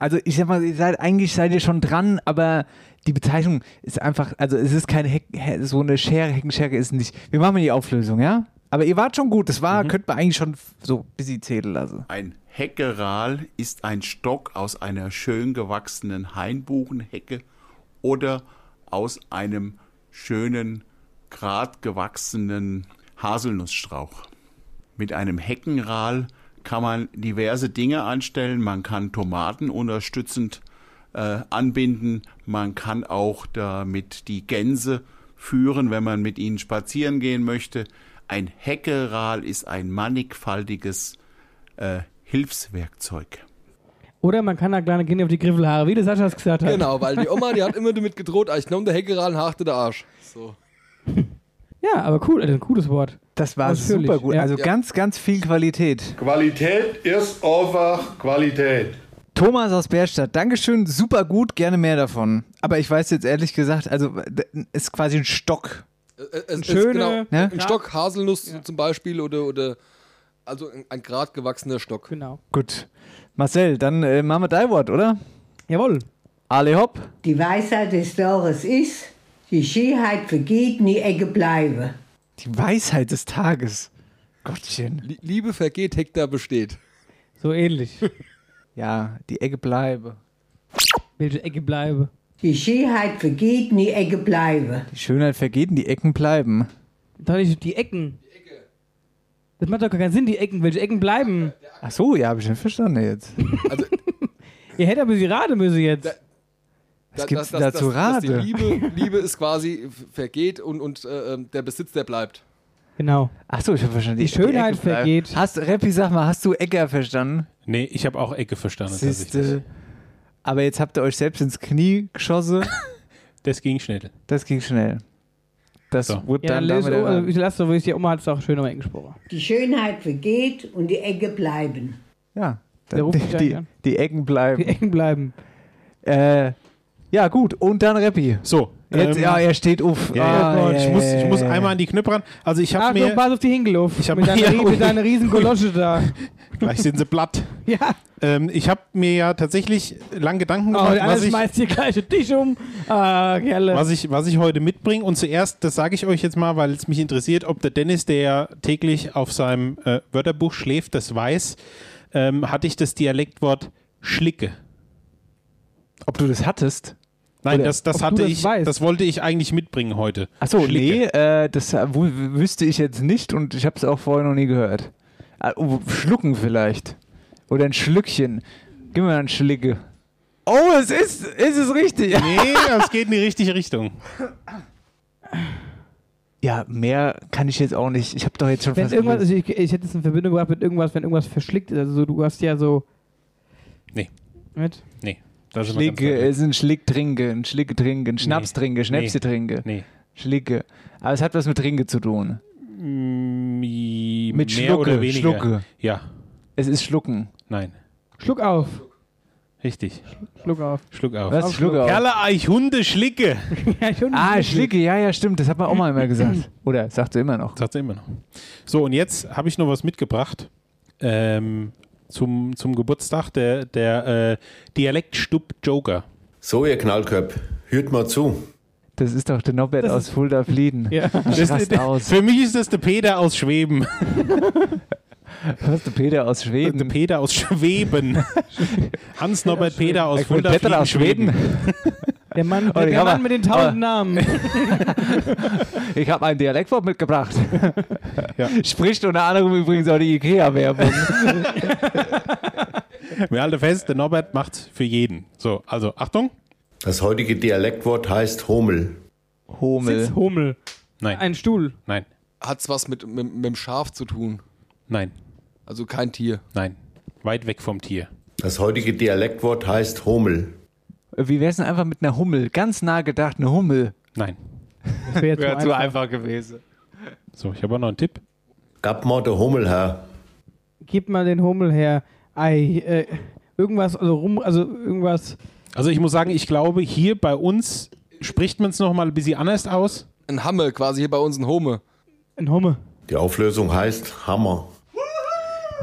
Speaker 6: Also ich sag mal, ihr seid eigentlich seid ihr schon dran, aber die Bezeichnung ist einfach, also es ist keine Heck, He- so eine Schere, Heckenschere ist nicht. Wir machen die Auflösung, ja? Aber ihr wart schon gut, das war, könnt man eigentlich schon f- so ein bisschen zählen lassen.
Speaker 9: Ein Heckeral ist ein Stock aus einer schön gewachsenen Hainbuchenhecke oder aus einem schönen, grad gewachsenen Haselnussstrauch. Mit einem Heckenral kann man diverse Dinge anstellen. Man kann Tomaten unterstützend äh, anbinden. Man kann auch damit die Gänse führen, wenn man mit ihnen spazieren gehen möchte. Ein Heckeral ist ein mannigfaltiges äh, Hilfswerkzeug.
Speaker 7: Oder man kann da kleine Kinder auf die Griffelhaare, wie der Sascha es gesagt hat.
Speaker 4: Genau, weil die Oma, die hat immer damit gedroht, als ich genommen der Heckeral hachte der Arsch. So.
Speaker 7: Ja, aber cool, also ein cooles Wort.
Speaker 6: Das war
Speaker 7: Natürlich,
Speaker 6: super gut,
Speaker 7: ja.
Speaker 6: also
Speaker 7: Ja.
Speaker 6: ganz, ganz viel Qualität.
Speaker 12: Qualität ist einfach Qualität.
Speaker 6: Thomas aus Bärstadt, Dankeschön, super gut, gerne mehr davon. Aber ich weiß jetzt ehrlich gesagt, also d- ist quasi ein Stock.
Speaker 4: Es, es,
Speaker 6: Schöne-
Speaker 4: genau,
Speaker 6: Ne?
Speaker 4: Ein Stock Haselnuss zum Beispiel oder, oder also ein, ein grad gewachsener Stock.
Speaker 7: Genau.
Speaker 6: Gut. Marcel, dann äh, machen wir dein Wort, oder?
Speaker 7: Jawohl.
Speaker 6: Alle hopp.
Speaker 13: Die Weisheit des Tages ist, die Schönheit vergeht, nie Ecke bleibe.
Speaker 6: Die Weisheit des Tages. Gottchen.
Speaker 4: Liebe vergeht, Hektar besteht.
Speaker 7: So ähnlich. <laughs>
Speaker 6: ja, die Ecke bleibe.
Speaker 7: Welche Ecke bleibe?
Speaker 13: Die Schönheit vergeht, nie Ecke bleibe.
Speaker 6: Die Schönheit vergeht und die Ecken bleiben.
Speaker 7: Doch nicht die Ecken. Das macht doch gar keinen Sinn, die Ecken. Welche Ecken bleiben?
Speaker 6: Ach so, ja, habe ich nicht verstanden jetzt.
Speaker 7: Ihr hättet aber sie raten müssen jetzt.
Speaker 6: Was
Speaker 4: Da- dass-
Speaker 6: gibt's denn da
Speaker 4: dass-
Speaker 6: zu
Speaker 4: dass die <laughs>
Speaker 6: Rate?
Speaker 4: Liebe, Liebe ist quasi f- vergeht und, und äh, ähm, der Besitz, der bleibt.
Speaker 7: Genau.
Speaker 6: Ach so, ich habe verstanden.
Speaker 7: Die Schönheit
Speaker 6: Ecke bleiben.
Speaker 7: vergeht.
Speaker 6: Hast, Reppi, sag mal, hast du Ecker verstanden?
Speaker 1: Nee, ich habe auch Ecke verstanden. tatsächlich.
Speaker 6: Siehste. Aber jetzt habt ihr euch selbst ins Knie geschossen.
Speaker 1: Das ging schnell.
Speaker 6: Das ging schnell. Das wurde
Speaker 7: Ja, dann
Speaker 6: dann,
Speaker 7: löse,
Speaker 6: damit
Speaker 7: oh, ich lasse, wo ich die Oma hat es auch schön um Ecken gesprochen.
Speaker 13: Die Schönheit vergeht und die Ecke bleiben.
Speaker 6: Ja,
Speaker 7: Der ruft
Speaker 6: die,
Speaker 7: mich
Speaker 6: die,
Speaker 7: an.
Speaker 6: die Ecken bleiben. Die
Speaker 7: Ecken bleiben.
Speaker 6: Äh, ja, gut. Und dann Reppi.
Speaker 1: So.
Speaker 6: Jetzt,
Speaker 1: ähm,
Speaker 6: ja, er steht auf.
Speaker 1: Ja,
Speaker 6: Ah,
Speaker 1: ja, oh Gott,
Speaker 6: ja,
Speaker 1: ich muss,
Speaker 6: ja,
Speaker 1: ich muss
Speaker 6: ja,
Speaker 1: einmal
Speaker 6: ja.
Speaker 1: an die Knöpfe ran. Also ich
Speaker 7: Ach,
Speaker 1: habe
Speaker 7: nur
Speaker 1: mir...
Speaker 7: pass auf die Hingeluft.
Speaker 1: Ich hab-
Speaker 7: mit, deiner,
Speaker 1: Ja,
Speaker 7: ri-
Speaker 1: ui.
Speaker 7: mit deiner riesen Golosche da.
Speaker 1: Gleich sind sie platt.
Speaker 7: Ja.
Speaker 1: Ähm, ich habe mir ja tatsächlich lang Gedanken
Speaker 7: Oh,
Speaker 1: gemacht,
Speaker 7: der
Speaker 1: was,
Speaker 7: andere
Speaker 1: ich,
Speaker 7: schmeißt hier gleich den Tisch um. Ah, Kerle.
Speaker 1: was, ich, was ich heute mitbringe. Und zuerst, das sage ich euch jetzt mal, weil es mich interessiert, ob der Dennis, der ja täglich auf seinem äh, Wörterbuch schläft, das weiß, ähm, hatte ich das Dialektwort Schlicke.
Speaker 6: Ob du das hattest?
Speaker 1: Nein,
Speaker 6: Oder
Speaker 1: das, das
Speaker 6: ob
Speaker 1: hatte
Speaker 6: du das
Speaker 1: ich,
Speaker 6: weißt?
Speaker 1: das wollte ich eigentlich mitbringen heute.
Speaker 6: Achso,
Speaker 1: Schlicke.
Speaker 6: nee, äh, das äh, wü- wüsste ich jetzt nicht und ich habe es auch vorher noch nie gehört. Ah, oh, Schlucken vielleicht. Oder ein Schlückchen. Gib mir mal ein Schlicke. Oh, es ist, ist es richtig.
Speaker 1: Nee, es geht in die richtige Richtung.
Speaker 6: Ja, mehr kann ich jetzt auch nicht. Ich habe doch jetzt schon
Speaker 7: Wenn
Speaker 6: fast
Speaker 7: irgendwas,
Speaker 6: alles.
Speaker 7: also ich, ich hätte es in Verbindung gebracht mit irgendwas, wenn irgendwas verschlickt ist. Also so, du hast ja so.
Speaker 1: Nee.
Speaker 7: Mit?
Speaker 1: Nee. Da sind wir ganz
Speaker 6: Schlicke,
Speaker 1: weit weg.
Speaker 6: es ist ein Schlick trinke, ein Schlicke trinke, ein Schnaps trinke, Schnäpse trinke.
Speaker 1: Nee.
Speaker 6: Schlicke. Aber es hat was mit Trinke zu tun.
Speaker 1: Mm,
Speaker 6: Mit
Speaker 1: mehr
Speaker 6: Schlucke,
Speaker 1: oder weniger.
Speaker 6: Schlucke.
Speaker 1: Ja.
Speaker 6: Es ist Schlucken.
Speaker 1: Nein.
Speaker 7: Schluck auf.
Speaker 8: Richtig.
Speaker 7: Schluck auf.
Speaker 8: Schluck auf.
Speaker 6: Was? Schluck auf.
Speaker 8: Perle Eichhunde Schlicke.
Speaker 6: ah, Schlicke, ja, ja, stimmt. Das hat man auch mal immer gesagt. Oder sagt sie immer noch.
Speaker 1: Sagt sie immer noch. So, und jetzt habe ich noch was mitgebracht ähm, zum, zum Geburtstag, der, der äh, Dialektstub Joker.
Speaker 14: So, ihr Knallköp, hört mal zu.
Speaker 6: Das ist doch der Norbert aus Fulda Flieden.
Speaker 1: Ja.
Speaker 6: Ich rast aus.
Speaker 1: Für mich ist das der Peter aus Schweben.
Speaker 6: Was, der Peter aus Schweden?
Speaker 1: Der Peter aus Schweben. Hans Norbert Peter aus
Speaker 6: Ich bin
Speaker 1: Fulda
Speaker 6: Peter
Speaker 1: Flieden,
Speaker 6: aus Schweden.
Speaker 7: Der Mann,
Speaker 6: Oh,
Speaker 7: der,
Speaker 6: die
Speaker 7: der
Speaker 6: haben
Speaker 7: Mann
Speaker 6: wir.
Speaker 7: mit den tausend
Speaker 6: Oh.
Speaker 7: Namen.
Speaker 6: Ich habe ein Dialektwort mitgebracht. <laughs> Spricht unter anderem übrigens auch die IKEA-Werbung.
Speaker 1: Wir halten fest, der Norbert macht für jeden. So, also Achtung.
Speaker 14: Das heutige Dialektwort heißt Homel.
Speaker 6: Homel.
Speaker 7: Hummel.
Speaker 1: Nein.
Speaker 7: Ein Stuhl.
Speaker 1: Nein.
Speaker 4: Hat's was mit, mit, mit dem Schaf zu tun?
Speaker 1: Nein.
Speaker 4: Also kein Tier.
Speaker 1: Nein. Weit weg vom Tier.
Speaker 14: Das heutige Dialektwort heißt Homel.
Speaker 6: Wie wär's denn einfach mit einer Hummel? Ganz nah gedacht, eine Hummel.
Speaker 1: Nein.
Speaker 7: Das wäre
Speaker 6: Wär
Speaker 7: jetzt
Speaker 6: zu
Speaker 7: zu einfach.
Speaker 6: gewesen.
Speaker 1: So, ich habe auch noch einen Tipp.
Speaker 14: Gab mal der Hummel her.
Speaker 7: Gib mal den Hummel her. Ei, äh, irgendwas, also rum, also irgendwas.
Speaker 1: Also ich muss sagen, ich glaube, hier bei uns spricht man es nochmal ein bisschen anders aus.
Speaker 4: Ein Hamme, quasi hier bei uns ein Home.
Speaker 7: Ein Humme.
Speaker 14: Die Auflösung heißt Hammer.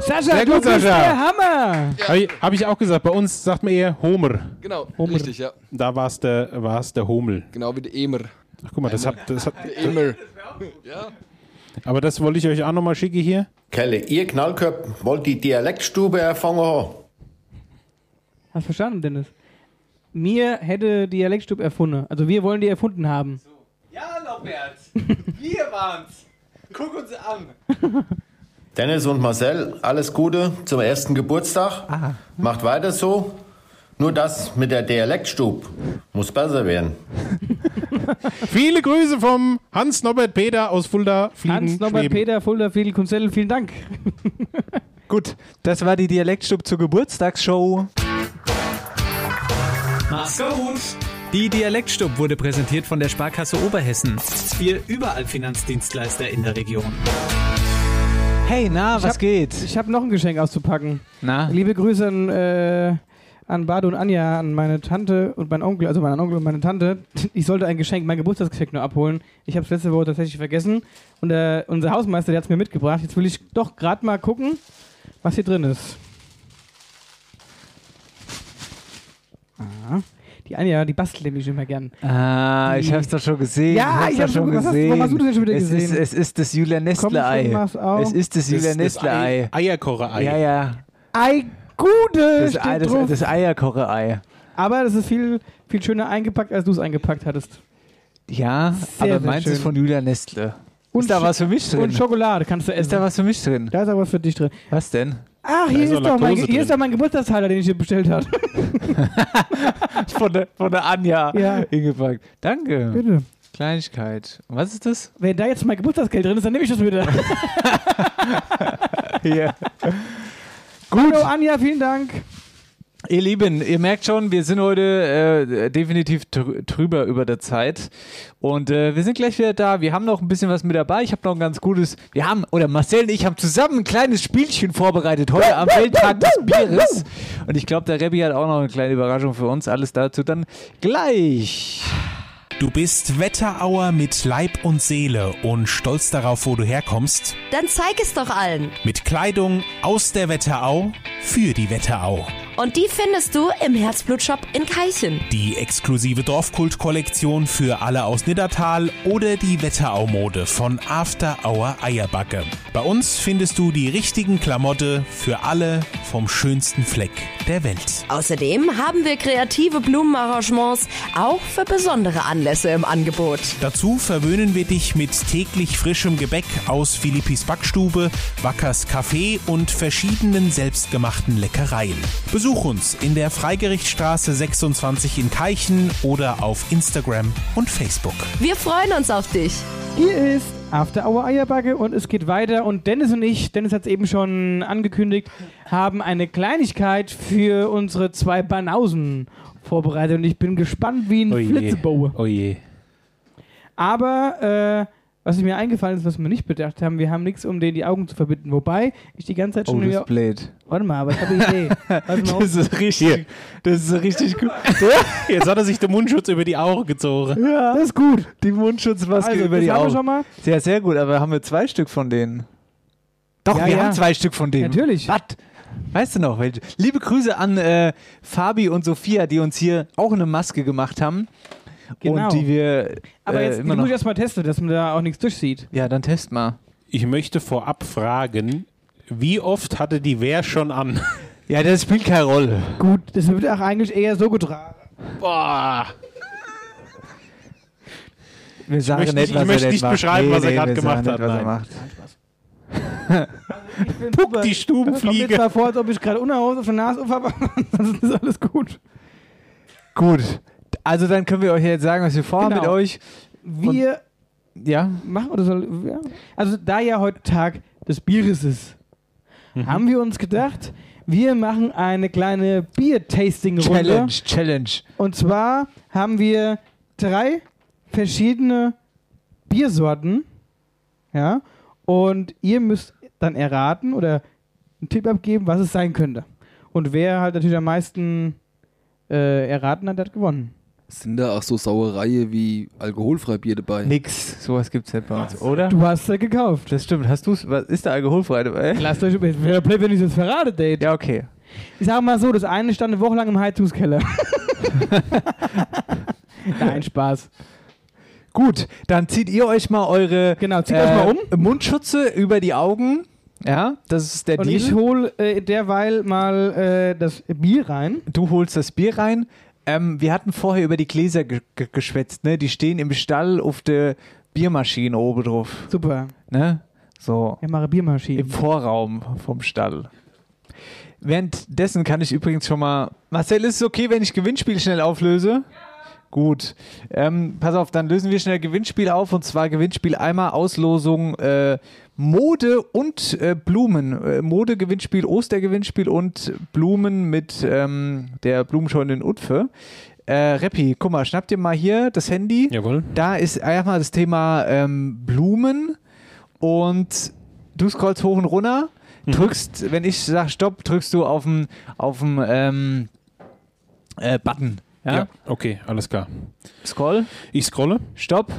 Speaker 7: Sascha,
Speaker 1: Sehr
Speaker 7: du
Speaker 1: gut,
Speaker 7: bist
Speaker 1: Sascha.
Speaker 7: der Hammer.
Speaker 1: Habe ich, hab ich auch gesagt, bei uns sagt man eher Homer.
Speaker 4: Genau, richtig, ja.
Speaker 1: Da war es der, war's der Homel.
Speaker 4: Genau wie der Emer.
Speaker 1: Ach, guck mal, das hat, das hat,
Speaker 4: Der Emer. ja.
Speaker 1: aber das wollte ich euch auch nochmal schicken hier.
Speaker 14: Kelle, ihr Knallköppen wollt die Dialektstube erfangen haben.
Speaker 7: Hast verstanden, Dennis? Mir hätte Dialektstub erfunden. Also wir wollen die erfunden haben.
Speaker 11: Ja, Norbert. Wir waren's. Guck uns an.
Speaker 14: Dennis und Marcel, alles Gute zum ersten Geburtstag. Macht weiter so. Nur das mit der Dialektstube muss besser werden.
Speaker 1: Viele Grüße vom Hans-Norbert Peter aus Fulda, Fliegen,
Speaker 7: Hans, Norbert,
Speaker 1: Schweben.
Speaker 7: Peter, Fulda, Friedel, Kunzel, vielen Dank.
Speaker 6: Gut, das war die Dialektstub zur Geburtstagsshow.
Speaker 10: Mach's gut. Die Dialektstub wurde präsentiert von der Sparkasse Oberhessen. Ihr überall Finanzdienstleister in der Region.
Speaker 6: Hey, na, was geht?
Speaker 7: Ich Ah, habe noch ein Geschenk auszupacken.
Speaker 6: Na?
Speaker 7: Liebe Grüße an, äh, an Bardo und Anja, an meine Tante und meinen Onkel, also meinen Onkel und meine Tante. Ich sollte ein Geschenk, mein Geburtstagsgeschenk nur abholen. Ich habe es letzte Woche tatsächlich vergessen. Und äh, unser Hausmeister, der hat es mir mitgebracht. Jetzt will ich doch gerade mal gucken, was hier drin ist. Ah, die Anja, die bastelt nämlich immer gern.
Speaker 6: Ah, ich
Speaker 7: Die-
Speaker 6: hab's doch schon gesehen.
Speaker 7: Ja, ich hab's schon- was hast- warum hast du das denn schon wieder
Speaker 6: es Ist,
Speaker 7: gesehen?
Speaker 6: es ist das Julia
Speaker 7: schon,
Speaker 6: Nestle-Ei.
Speaker 7: mach's auf.
Speaker 6: Es ist das
Speaker 1: Das-
Speaker 6: Julia
Speaker 1: das Ei-
Speaker 6: Nestle-Ei.
Speaker 1: Eierkocherei.
Speaker 6: Ja, ja.
Speaker 7: Ei,
Speaker 6: Das,
Speaker 7: gute!
Speaker 6: Ei,
Speaker 7: steht
Speaker 6: das,
Speaker 7: drauf.
Speaker 6: das Eierkocherei.
Speaker 7: Aber das ist viel, viel schöner eingepackt, als du es eingepackt hattest.
Speaker 6: Ja,
Speaker 7: Sehr,
Speaker 6: aber
Speaker 7: sehr
Speaker 6: meins ist
Speaker 7: schön.
Speaker 6: von Julia Nestle.
Speaker 7: Und
Speaker 6: ist da
Speaker 7: Sch-
Speaker 6: was für mich
Speaker 7: Und
Speaker 6: drin?
Speaker 7: Schokolade kannst du essen.
Speaker 6: Ist da was für mich drin?
Speaker 7: Da ist aber was für dich drin.
Speaker 6: Was denn?
Speaker 7: Ach,
Speaker 1: Da
Speaker 7: hier
Speaker 1: ist
Speaker 7: ist,
Speaker 1: noch
Speaker 7: doch mein,
Speaker 1: Laktose
Speaker 7: hier ist
Speaker 1: drin.
Speaker 7: doch mein Geburtstagsteiler, den ich hier bestellt
Speaker 6: <laughs>
Speaker 7: habe.
Speaker 6: Von der, von der Anja
Speaker 7: Ja.
Speaker 6: hingepackt. Danke.
Speaker 7: Bitte.
Speaker 6: Kleinigkeit. Und was ist das?
Speaker 7: Wenn da jetzt mein Geburtstagsgeld drin ist, dann nehme ich das
Speaker 6: <laughs>
Speaker 7: wieder.
Speaker 6: Hier.
Speaker 7: Gut. Hallo Anja, vielen Dank.
Speaker 6: <laughs> Ihr Lieben, ihr merkt schon, wir sind heute äh, definitiv drü- drüber über der Zeit. Und äh, wir sind gleich wieder da. Wir haben noch ein bisschen was mit dabei. Ich habe noch ein ganz gutes. Wir haben, oder Marcel und ich haben zusammen ein kleines Spielchen vorbereitet heute am Welttag des Bieres. Und ich glaube, der Rebbi hat auch noch eine kleine Überraschung für uns. Alles dazu dann gleich.
Speaker 1: Du bist Wetterauer mit Leib und Seele und stolz darauf, wo du herkommst.
Speaker 15: Dann zeig es doch allen.
Speaker 1: Mit Kleidung aus der Wetterau für die Wetterau.
Speaker 15: Und die findest du im Herzblutshop in Keichen.
Speaker 1: Die exklusive Dorfkult-Kollektion für alle aus Niddertal oder die Wetterau-Mode von After Hour Eierbacke. Bei uns findest du die richtigen Klamotte für alle vom schönsten Fleck der Welt.
Speaker 15: Außerdem haben wir kreative Blumenarrangements auch für besondere Anlässe im Angebot.
Speaker 1: Dazu verwöhnen wir dich mit täglich frischem Gebäck aus Philippis Backstube, Wackers Café und verschiedenen selbstgemachten Leckereien. Besuch uns in der Freigerichtstraße 26 in Keichen oder auf Instagram und Facebook.
Speaker 15: Wir freuen uns auf dich.
Speaker 7: Hier ist After Hour Eierbacke und es geht weiter. Und Dennis und ich, Dennis hat es eben schon angekündigt, haben eine Kleinigkeit für unsere zwei Banausen
Speaker 6: Oh
Speaker 7: vorbereitet. Und ich bin gespannt wie ein Flitzeboe.
Speaker 1: Oje.
Speaker 7: Aber äh, Was mir eingefallen ist, was wir nicht bedacht haben, wir haben nichts, um denen die Augen zu verbinden. Wobei ich die ganze Zeit schon.
Speaker 6: Oh, das
Speaker 7: wieder- Oh.
Speaker 6: ist blöd.
Speaker 7: Warte mal, aber ich habe eine
Speaker 6: <laughs>
Speaker 7: Idee. Warte mal,
Speaker 6: Das ist richtig. Das ist richtig gut.
Speaker 1: Jetzt hat er sich den Mundschutz über die Augen gezogen.
Speaker 6: Ja. Das ist gut. Die Mundschutzmaske
Speaker 7: Also,
Speaker 6: über
Speaker 7: das
Speaker 6: die
Speaker 7: Also, haben
Speaker 6: Augen.
Speaker 7: wir schon mal.
Speaker 6: Sehr, sehr gut. Aber haben wir zwei Stück von denen? Doch,
Speaker 7: Ja,
Speaker 6: wir
Speaker 7: ja.
Speaker 6: haben zwei Stück von denen.
Speaker 7: Natürlich.
Speaker 6: Was? Weißt du noch? welche? Liebe Grüße an äh, Fabi und Sophia, die uns hier auch eine Maske gemacht haben.
Speaker 7: Genau.
Speaker 6: Und die wir
Speaker 7: aber
Speaker 6: äh,
Speaker 7: jetzt die
Speaker 6: immer
Speaker 7: muss
Speaker 6: noch...
Speaker 7: ich erstmal testen, dass man da auch nichts durchsieht.
Speaker 6: Ja, dann test mal.
Speaker 1: Ich möchte vorab fragen, wie oft hatte die Wer schon an?
Speaker 6: Ja, das spielt keine Rolle.
Speaker 7: Gut, das wird auch eigentlich eher so getragen.
Speaker 1: Boah.
Speaker 6: Wir sagen
Speaker 1: möchte
Speaker 6: nicht,
Speaker 1: nicht-
Speaker 6: was
Speaker 1: ich möchte
Speaker 6: er
Speaker 1: nicht
Speaker 6: macht.
Speaker 1: beschreiben,
Speaker 6: nee,
Speaker 1: was er
Speaker 6: nee,
Speaker 1: gerade
Speaker 6: wir sagen
Speaker 1: gemacht hat,
Speaker 6: Nicht, was
Speaker 1: nein.
Speaker 6: er macht.
Speaker 1: Puck die Stubenfliege.
Speaker 7: Kommt mir zwar vor, als ob ich gerade Unterhose auf der Nase auf habe, <laughs> aber ansonsten ist alles gut.
Speaker 6: Gut. Also dann können wir euch jetzt sagen, was wir vorhaben
Speaker 7: Genau.
Speaker 6: mit euch.
Speaker 7: Wir
Speaker 6: Ja?
Speaker 7: machen oder soll. Ja. Also, da ja heute Tag des Bieres ist,
Speaker 6: Mhm.
Speaker 7: haben wir uns gedacht, wir machen eine kleine Bier-Tasting-Runde.
Speaker 6: Challenge, Challenge.
Speaker 7: Und zwar haben wir drei verschiedene Biersorten. Ja. Und ihr müsst dann erraten oder einen Tipp abgeben, was es sein könnte. Und wer halt natürlich am meisten äh, erraten hat, der hat gewonnen.
Speaker 4: Sind da auch so Sauerei wie alkoholfrei Bier dabei?
Speaker 6: Nix. Sowas gibt's nicht bei uns, oder?
Speaker 7: Du hast es ja gekauft.
Speaker 6: Das stimmt. Hast du's? Was ist da alkoholfrei dabei?
Speaker 7: Lasst euch über. Wer bleibt, wenn ich das verrate, Date?
Speaker 6: Ja, okay.
Speaker 7: Ich sag mal so: Das eine stand eine Woche lang im Heizungskeller. Nein, Spaß.
Speaker 6: Gut, dann zieht ihr euch mal eure
Speaker 7: genau, zieht euch mal
Speaker 6: um. Mundschutze über die Augen. Ja, das ist der
Speaker 7: Und
Speaker 6: Deal.
Speaker 7: ich hole äh, derweil mal äh, das Bier rein.
Speaker 6: du holst das Bier rein. Ähm, wir hatten vorher über die Gläser ge ge geschwätzt, ne? Die stehen im Stall auf der Biermaschine oben drauf.
Speaker 7: Super.
Speaker 6: Ne? So.
Speaker 7: Ich mache Biermaschine.
Speaker 6: Im Vorraum vom Stall. Währenddessen kann ich übrigens schon mal. Marcel, ist es okay, wenn ich Gewinnspiel schnell auflöse? Gut. Ähm, pass auf, dann lösen wir schnell Gewinnspiel auf. Und zwar Gewinnspiel einmal Auslosung äh, Mode und äh, Blumen. Äh, Mode, Gewinnspiel, Ostergewinnspiel und Blumen mit ähm, der Blumenschau in den Utfe. Äh, Reppi, guck mal, schnapp dir mal hier das Handy.
Speaker 1: Jawohl.
Speaker 6: Da ist erstmal das Thema ähm, Blumen. Und du scrollst hoch und runter,
Speaker 1: Mhm.
Speaker 6: drückst, wenn ich sage Stopp, drückst du auf den auf'm, ähm, äh, Button. Ja?
Speaker 1: Ja, okay, alles klar.
Speaker 6: Scroll.
Speaker 1: Ich scrolle.
Speaker 6: Stopp.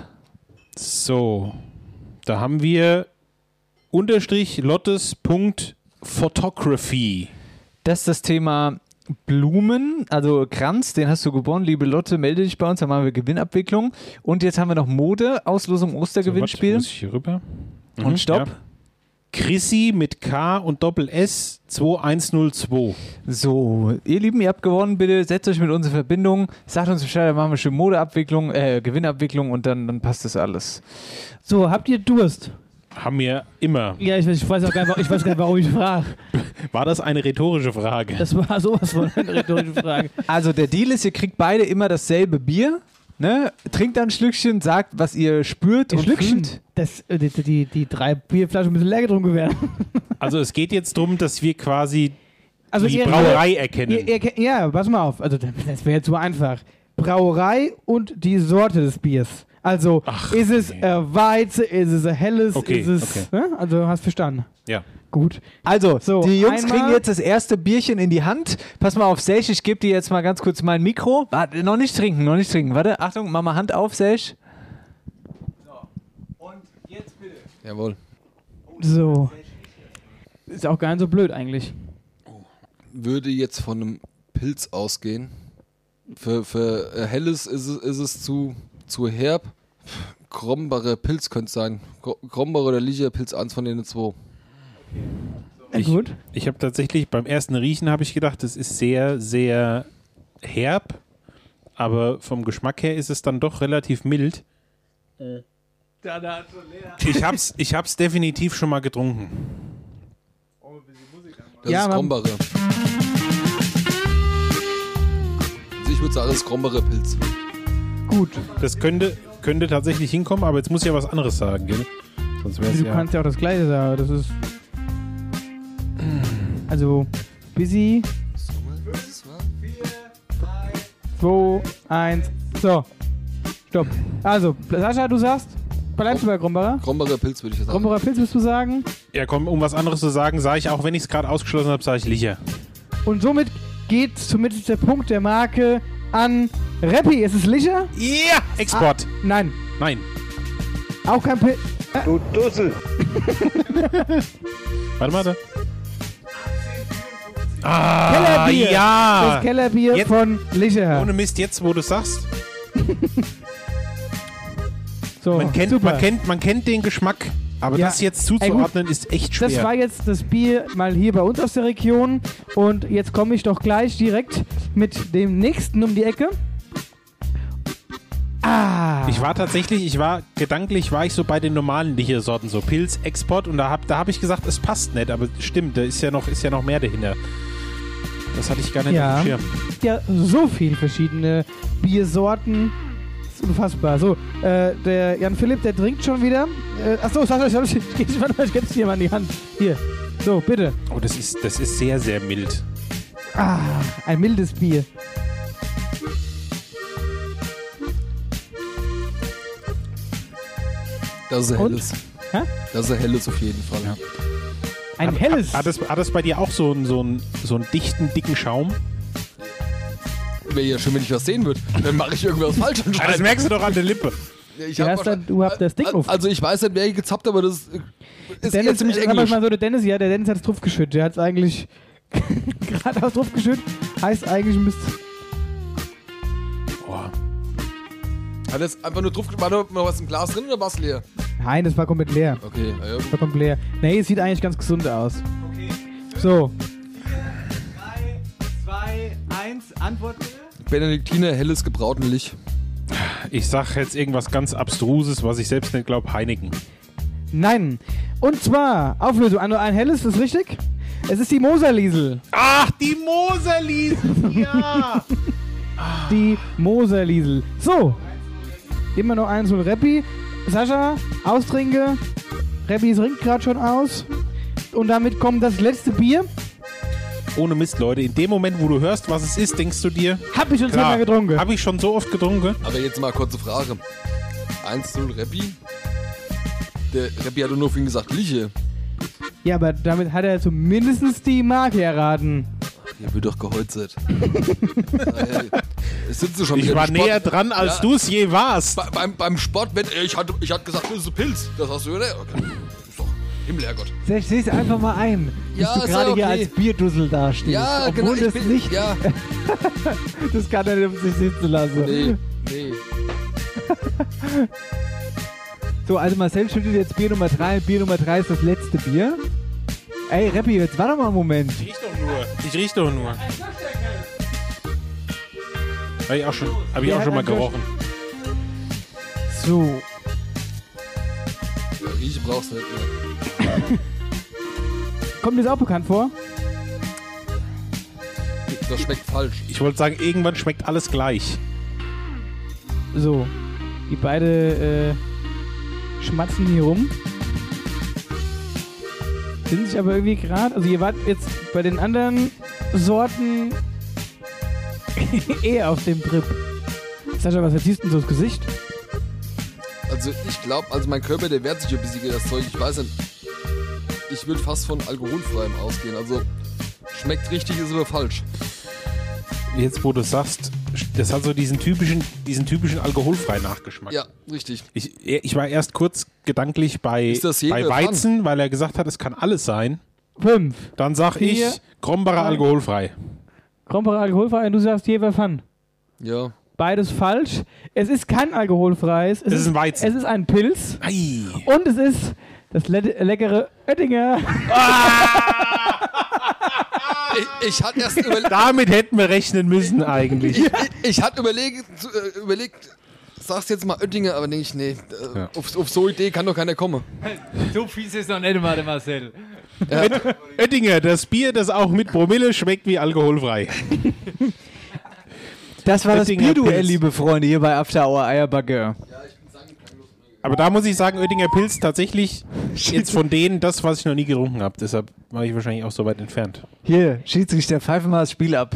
Speaker 1: So, da haben wir unterstrich Lottes Punkt Photography.
Speaker 6: Das ist das Thema Blumen, also Kranz, den hast du gewonnen. Liebe Lotte, melde dich bei uns, dann machen wir Gewinnabwicklung. Und jetzt haben wir noch Mode, Auslosung
Speaker 1: So, warte,
Speaker 6: Ostergewinnspiel.
Speaker 1: muss ich hier rüber? Mhm,
Speaker 6: und Stopp.
Speaker 1: ja. Chrissy mit K und Doppel S 2102.
Speaker 6: So, ihr Lieben, ihr habt gewonnen. Bitte setzt euch mit uns in Verbindung. Sagt uns Bescheid, dann machen wir schön Modeabwicklung, äh, Gewinnabwicklung und dann, dann passt das alles.
Speaker 7: So, habt ihr Durst?
Speaker 1: Haben wir immer.
Speaker 7: Ja, ich weiß, ich weiß auch gar nicht, wa- ich weiß gar nicht warum ich frage.
Speaker 1: War das eine rhetorische Frage?
Speaker 7: Das war sowas von eine rhetorische Frage.
Speaker 6: Also der Deal ist, ihr kriegt beide immer dasselbe Bier. Ne? Trinkt dann ein Schlückchen, sagt, was ihr spürt
Speaker 7: Ein
Speaker 6: und
Speaker 7: Schlückchen?
Speaker 6: fühlt.
Speaker 7: Das, äh, die, die, die drei Bierflaschen müssen leer getrunken werden.
Speaker 1: Also es geht jetzt darum, dass wir quasi
Speaker 7: <laughs> Also
Speaker 1: die
Speaker 7: ihr-
Speaker 1: Brauerei
Speaker 7: Ihr,
Speaker 1: erkennen.
Speaker 7: ihr, kennt- ja, pass mal auf. Also das wäre jetzt so einfach. Brauerei und die Sorte des Biers. Also ist es äh, Weizen, ist es ein helles,
Speaker 1: Okay,
Speaker 7: ist es... Ne? Also hast verstanden.
Speaker 1: ja.
Speaker 7: Gut.
Speaker 6: Also,
Speaker 7: So,
Speaker 6: die Jungs
Speaker 7: einmal-
Speaker 6: kriegen jetzt das erste Bierchen in die Hand. Pass mal auf, Sesh, ich gebe dir jetzt mal ganz kurz mein Mikro. Warte, noch nicht trinken, noch nicht trinken. Warte, Achtung, mach mal Hand auf, Sesh.
Speaker 4: Jawohl.
Speaker 7: So. Ist auch gar nicht so blöd eigentlich.
Speaker 4: Würde jetzt von einem Pilz ausgehen. Für, für äh, Helles ist es, ist es zu, zu herb. Krombacher Pilz könnte es sein. Kro- Krombacher oder Licher Pilz, eins von denen zwei.
Speaker 1: Ich, Gut. Ich habe tatsächlich beim ersten Riechen habe ich gedacht, es ist sehr, sehr herb, aber vom Geschmack her ist es dann doch relativ mild.
Speaker 7: Äh.
Speaker 1: Ich hab's, ich hab's definitiv schon mal getrunken.
Speaker 4: Das
Speaker 1: Ja,
Speaker 4: ist
Speaker 1: aber-
Speaker 4: Krombacher. Also Also ich würde sagen, es ist Krombacher Pilz.
Speaker 7: Gut.
Speaker 1: Das könnte, könnte tatsächlich hinkommen, aber jetzt muss ich ja was anderes sagen, gell? Sonst wär's
Speaker 7: Du
Speaker 1: ja.
Speaker 7: kannst ja auch das Gleiche sagen. Das ist. Also, busy. 2, 1, so. Stopp. Also, Sascha, du sagst bleibst du bei Grombacher?
Speaker 4: Grombacher Pilz würde ich sagen.
Speaker 7: Grombacher Pilz willst du sagen?
Speaker 1: Ja, komm, um was anderes zu sagen, sage ich, auch wenn ich es gerade ausgeschlossen habe, sage ich Licher.
Speaker 7: Und somit geht zumindest der Punkt der Marke an Reppi. Ist es Licher?
Speaker 1: Ja! Export.
Speaker 7: Ah, nein.
Speaker 1: Nein.
Speaker 7: Auch kein Pilz.
Speaker 5: Du Dussel.
Speaker 1: Warte mal. da. Ah,
Speaker 7: Kellerbier.
Speaker 1: ja.
Speaker 7: Das Kellerbier
Speaker 1: Jetzt-
Speaker 7: von Licher.
Speaker 1: Ohne Mist, jetzt wo du sagst.
Speaker 7: So,
Speaker 1: man, kennt,
Speaker 7: Oh, super.
Speaker 1: man, kennt, man kennt den Geschmack, aber
Speaker 7: Ja.
Speaker 1: das jetzt
Speaker 7: Ey, gut.
Speaker 1: zuzuordnen ist echt schwer.
Speaker 7: Das war jetzt das Bier mal hier bei uns aus der Region. Und jetzt komme ich doch gleich direkt mit dem nächsten um die Ecke. Ah.
Speaker 1: Ich war tatsächlich, ich war, gedanklich war ich so bei den normalen Lichersorten, so Pilz, Export und da habe da hab ich gesagt, es passt nicht, aber stimmt, da ist ja noch, ist ja noch mehr dahinter. Das hatte ich gar nicht auf
Speaker 7: Ja.
Speaker 1: dem Schirm.
Speaker 7: ja so viel verschiedene Biersorten. Das ist unfassbar. So, äh, der Jan Philipp, der trinkt schon wieder. Äh, achso, Sascha, ich, ich, ich, ich, warte mal, <laughs> ich geb's dir mal in die Hand. Hier. So, bitte.
Speaker 1: Oh, das ist, das ist sehr, sehr mild.
Speaker 7: Ah, ein mildes Bier.
Speaker 4: Das ist ein
Speaker 7: Und?
Speaker 4: helles.
Speaker 7: Hä?
Speaker 4: Das ist ein helles auf jeden Fall.
Speaker 7: Ein helles.
Speaker 1: Hat das, hat das bei dir auch so einen, so, einen, so einen dichten, dicken Schaum?
Speaker 4: Wäre ja schön, wenn ich was sehen würde. Dann mache ich irgendwas falsch.
Speaker 1: Ah, das merkst du doch an der Lippe.
Speaker 4: Ich
Speaker 7: Du
Speaker 4: hab
Speaker 7: hast dann- du habt das Ding auf.
Speaker 4: Also ich weiß nicht, wer hier gezappt, hat, aber das ist eher
Speaker 7: Dennis,
Speaker 4: ziemlich
Speaker 7: sag mal
Speaker 4: englisch.
Speaker 7: mal so, der Dennis, ja, der Dennis hat es drauf geschüttet. Der hat es eigentlich <laughs> geradeaus drauf geschüttet. Heißt eigentlich, müsst.
Speaker 4: Hat das einfach nur drauf war da noch was im Glas drin oder war es leer?
Speaker 7: Nein, das war komplett leer.
Speaker 4: Okay, na ja, gut.
Speaker 7: Das war komplett leer. Nee, es sieht eigentlich ganz gesund aus. So,
Speaker 11: 2, 1, Antwort bitte.
Speaker 4: Benediktiner, helles gebrauten Licht.
Speaker 1: Ich sag jetzt irgendwas ganz Abstruses, was ich selbst nicht glaube, Heineken.
Speaker 7: nein. Und zwar, Auflösung, ein, ein helles, ist richtig? Es ist die Moserliesel.
Speaker 1: Ach, die Moserliesel, ja.
Speaker 7: Die Moserliesel. So, immer noch eins und Reppi. Sascha, austrinke. Reppi trinkt gerade schon aus. Und damit kommt das letzte Bier.
Speaker 1: <laughs> Ohne Mist, Leute. In dem Moment, wo du hörst, was es ist, denkst du dir...
Speaker 7: Hab ich schon zehnmal getrunken.
Speaker 1: Hab ich schon so oft getrunken.
Speaker 4: Aber jetzt mal kurze Frage. 1-0 Reppi. Der Reppi hat doch nur vorhin gesagt, Liche.
Speaker 7: Ja, aber damit hat er zumindest die Marke erraten.
Speaker 4: Der wird doch <laughs> gehäuzert. Äh, es sitzt du schon
Speaker 1: Ich
Speaker 4: wieder
Speaker 1: war
Speaker 4: im Sport.
Speaker 1: näher dran, als du es je warst.
Speaker 4: Bei, beim, beim Sportwett, äh, ich hatte, ich hatte gesagt, das ist ein Pilz. Das hast du ja nicht. Okay. Ist doch Himmelherrgott.
Speaker 16: Ich sehe es einfach mal ein,
Speaker 4: Ja,
Speaker 16: dass
Speaker 4: ist
Speaker 16: du
Speaker 4: ja
Speaker 16: gerade hier
Speaker 4: okay.
Speaker 16: als Bierdussel dastehst.
Speaker 4: Ja,
Speaker 16: obwohl
Speaker 4: genau, ich
Speaker 16: das
Speaker 4: bin-
Speaker 16: nicht,
Speaker 4: ja.
Speaker 16: das kann er nicht auf sich sitzen lassen.
Speaker 4: Nee, nee.
Speaker 16: So, also Marcel schüttet jetzt Bier Nummer 3. Bier Nummer 3 ist das letzte Bier. Ey, Reppi, jetzt warte mal einen Moment.
Speaker 1: Ich riech doch nur. Ich riech doch nur. Hab ich auch schon, hab ich
Speaker 7: Der
Speaker 1: auch
Speaker 7: hat
Speaker 1: schon mal
Speaker 7: einen Kirsch-
Speaker 1: gerochen.
Speaker 7: So,
Speaker 4: Ja, Rieche brauchst du nicht mehr.
Speaker 7: kommt dir das auch bekannt vor?
Speaker 4: Das schmeckt falsch.
Speaker 1: Ich wollte sagen, irgendwann schmeckt alles gleich.
Speaker 7: So, die beide äh, schmatzen hier rum. Sind sich aber irgendwie gerade, also ihr wart jetzt bei den anderen Sorten <laughs> eher auf dem Trip. Sascha, was verziehst du denn so ins Gesicht?
Speaker 4: Also ich glaube, also mein Körper, der wehrt sich ein bisschen gegen das Zeug. Ich weiß nicht. Ich würde fast von alkoholfreiem ausgehen. Also schmeckt richtig, ist aber falsch.
Speaker 1: Jetzt, wo du sagst, das hat so diesen typischen, diesen typischen alkoholfreien Nachgeschmack.
Speaker 4: Ja, richtig.
Speaker 1: Ich, ich war erst kurz gedanklich bei,
Speaker 4: Ist das
Speaker 1: bei
Speaker 4: jeder
Speaker 1: Weizen, weil er gesagt hat, es kann alles sein.
Speaker 7: Fünf.
Speaker 1: Dann sag
Speaker 7: Vier,
Speaker 1: ich Krombacher
Speaker 7: drei.
Speaker 1: alkoholfrei.
Speaker 7: Krombacher alkoholfrei und du sagst Jever Fun.
Speaker 4: Ja.
Speaker 7: Beides falsch. Es ist kein alkoholfreies.
Speaker 1: Es ist ein Weizen.
Speaker 7: Es ist ein Pilz.
Speaker 1: Ei.
Speaker 7: Und es ist das le leckere Oettinger.
Speaker 4: Ich, ich hatte erst
Speaker 1: <laughs>
Speaker 4: überlegt.
Speaker 1: Damit hätten wir rechnen müssen eigentlich.
Speaker 4: Ich, ich hatte überlegt, zu- äh, überlegt, sagst jetzt mal Oettinger, aber denke ich, nee, äh,
Speaker 1: Ja.
Speaker 4: auf, auf so Idee kann doch keiner kommen.
Speaker 16: So fies ist noch nicht mal der Marcel.
Speaker 1: Oet- Oettinger, das Bier, das auch mit Promille schmeckt wie alkoholfrei.
Speaker 16: Das war das
Speaker 1: Oettinger
Speaker 16: Bierduell,
Speaker 1: Pilz.
Speaker 16: liebe Freunde, hier bei After Hour Eierbacke.
Speaker 1: Aber da muss ich sagen, Oettinger Pilz tatsächlich jetzt von denen das, was ich noch nie getrunken habe. Deshalb war ich wahrscheinlich auch so weit entfernt.
Speaker 16: Hier, Schiedsrichter, pfeifen mal das Spiel ab.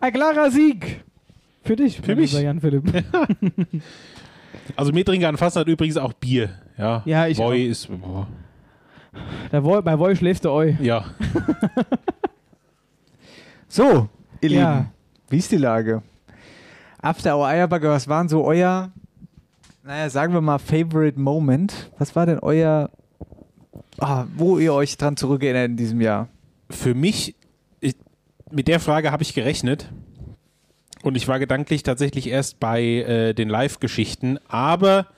Speaker 7: Ein klarer Sieg Für dich,
Speaker 1: Für mich?
Speaker 7: lieber Jan
Speaker 1: <laughs>
Speaker 7: Philipp.
Speaker 1: Also Metrinker an Fassnacht übrigens auch Bier. Ja,
Speaker 7: Ja, ich
Speaker 1: Boy ist. Boah.
Speaker 7: Da Voi- bei Voi schläfst du eu.
Speaker 1: Ja.
Speaker 6: So, ihr
Speaker 7: Ja.
Speaker 6: Lieben, wie ist die Lage? After Hour Eierbacke, was waren so euer, naja, sagen wir mal, Favorite Moment? Was war denn euer, ah, wo ihr euch dran zurückerinnert in diesem Jahr?
Speaker 1: Für mich, ich, mit der Frage habe ich gerechnet. Und ich war gedanklich tatsächlich erst bei äh, den Live-Geschichten. Aber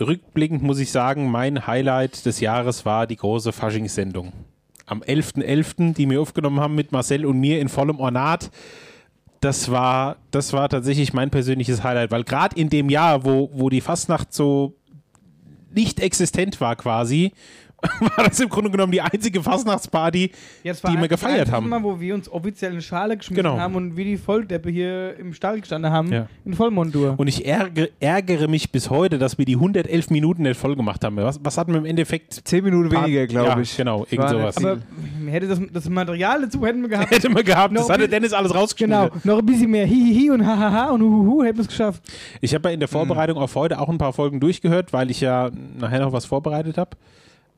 Speaker 1: rückblickend muss ich sagen, mein Highlight des Jahres war die große Faschingssendung. Am 11.11., die wir aufgenommen haben mit Marcel und mir in vollem Ornat. Das war, das war tatsächlich mein persönliches Highlight, weil gerade in dem Jahr, wo, wo die Fastnacht so nicht existent war quasi, <laughs> war das im Grunde genommen die einzige Fastnachtsparty, die wir gefeiert haben.
Speaker 7: Mal, wo wir uns offiziell eine Schale geschmissen
Speaker 1: Genau.
Speaker 7: haben und wie die Volldeppe hier im Stall gestanden haben.
Speaker 1: Ja.
Speaker 7: In Vollmontur.
Speaker 1: Und ich ärgere, ärgere mich bis heute, dass wir die 111 Minuten nicht voll gemacht haben. Was, was hatten wir im Endeffekt? <laughs>
Speaker 6: 10 Minuten weniger, glaube ich.
Speaker 1: Ja, genau, irgend
Speaker 6: War
Speaker 1: sowas.
Speaker 7: Aber hätte das, das Material dazu hätten wir
Speaker 1: <laughs>
Speaker 7: gehabt.
Speaker 1: Hätte man gehabt,
Speaker 7: Noch
Speaker 1: das
Speaker 7: ein
Speaker 1: hatte
Speaker 7: bi-
Speaker 1: Dennis alles
Speaker 7: Genau,
Speaker 1: rausgeschnitten.
Speaker 7: noch ein bisschen mehr Hihihi und Hahaha und Huhuhu hätten wir es geschafft.
Speaker 1: Ich habe ja in der Vorbereitung
Speaker 7: Mhm.
Speaker 1: auf heute auch ein paar Folgen durchgehört, weil ich ja nachher noch was vorbereitet habe.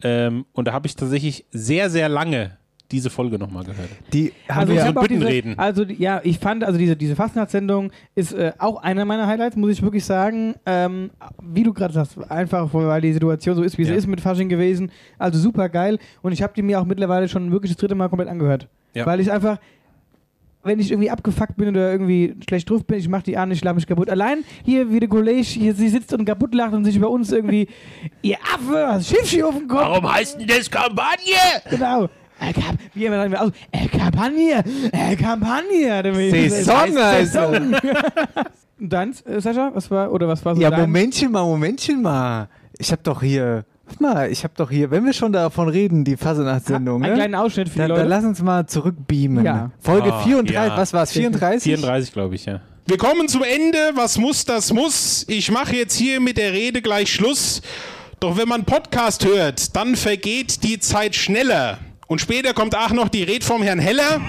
Speaker 1: Ähm, und da habe ich tatsächlich sehr, sehr lange diese Folge nochmal gehört.
Speaker 6: Die
Speaker 1: haben
Speaker 7: ich
Speaker 1: wir
Speaker 7: hab auch diese,
Speaker 1: reden.
Speaker 7: Also die- ja, ich fand also diese diese Fastnachtssendung ist äh, auch einer meiner Highlights, muss ich wirklich sagen. Ähm, wie du gerade sagst, einfach weil die Situation so ist, wie sie
Speaker 1: Ja.
Speaker 7: ist mit Fasching gewesen. Also super geil und ich habe die mir auch mittlerweile schon wirklich das dritte Mal komplett angehört,
Speaker 1: Ja.
Speaker 7: weil ich einfach wenn ich irgendwie abgefuckt bin oder irgendwie schlecht drauf bin, ich mach die an, ich lache mich kaputt. Allein hier, wie der Kollege hier sie sitzt und kaputt lacht und sich über uns irgendwie, <laughs> ihr Affe, hast Schiffschi auf dem Kopf.
Speaker 1: Warum heißt denn das Kampagne?
Speaker 7: Genau. Äh, Kamp- Wie immer sagen wir aus? Äh, Kampagne! Äh, Kampagne!
Speaker 6: Saison heißt
Speaker 7: Saison.
Speaker 6: das.
Speaker 7: Deins, äh, Sascha? Was war, oder was war so
Speaker 6: ja,
Speaker 7: dein?
Speaker 6: Momentchen mal, Momentchen mal. Ich habe doch hier, warte mal, ich habe doch hier, wenn wir schon davon reden, die Fasernacht-Sendung, ne?
Speaker 7: Einen kleinen Ausschnitt für
Speaker 6: dann,
Speaker 7: die Leute.
Speaker 6: dann lass uns mal zurückbeamen.
Speaker 1: Ja.
Speaker 6: Folge
Speaker 1: Ah,
Speaker 6: 34,
Speaker 1: ja.
Speaker 6: was war's? 34?
Speaker 1: 34, glaube ich, ja. Wir kommen zum Ende. Was muss, das muss. Ich mache jetzt hier mit der Rede gleich Schluss. Doch wenn man Podcast hört, dann vergeht die Zeit schneller. Und später kommt auch noch die Rede vom Herrn Heller.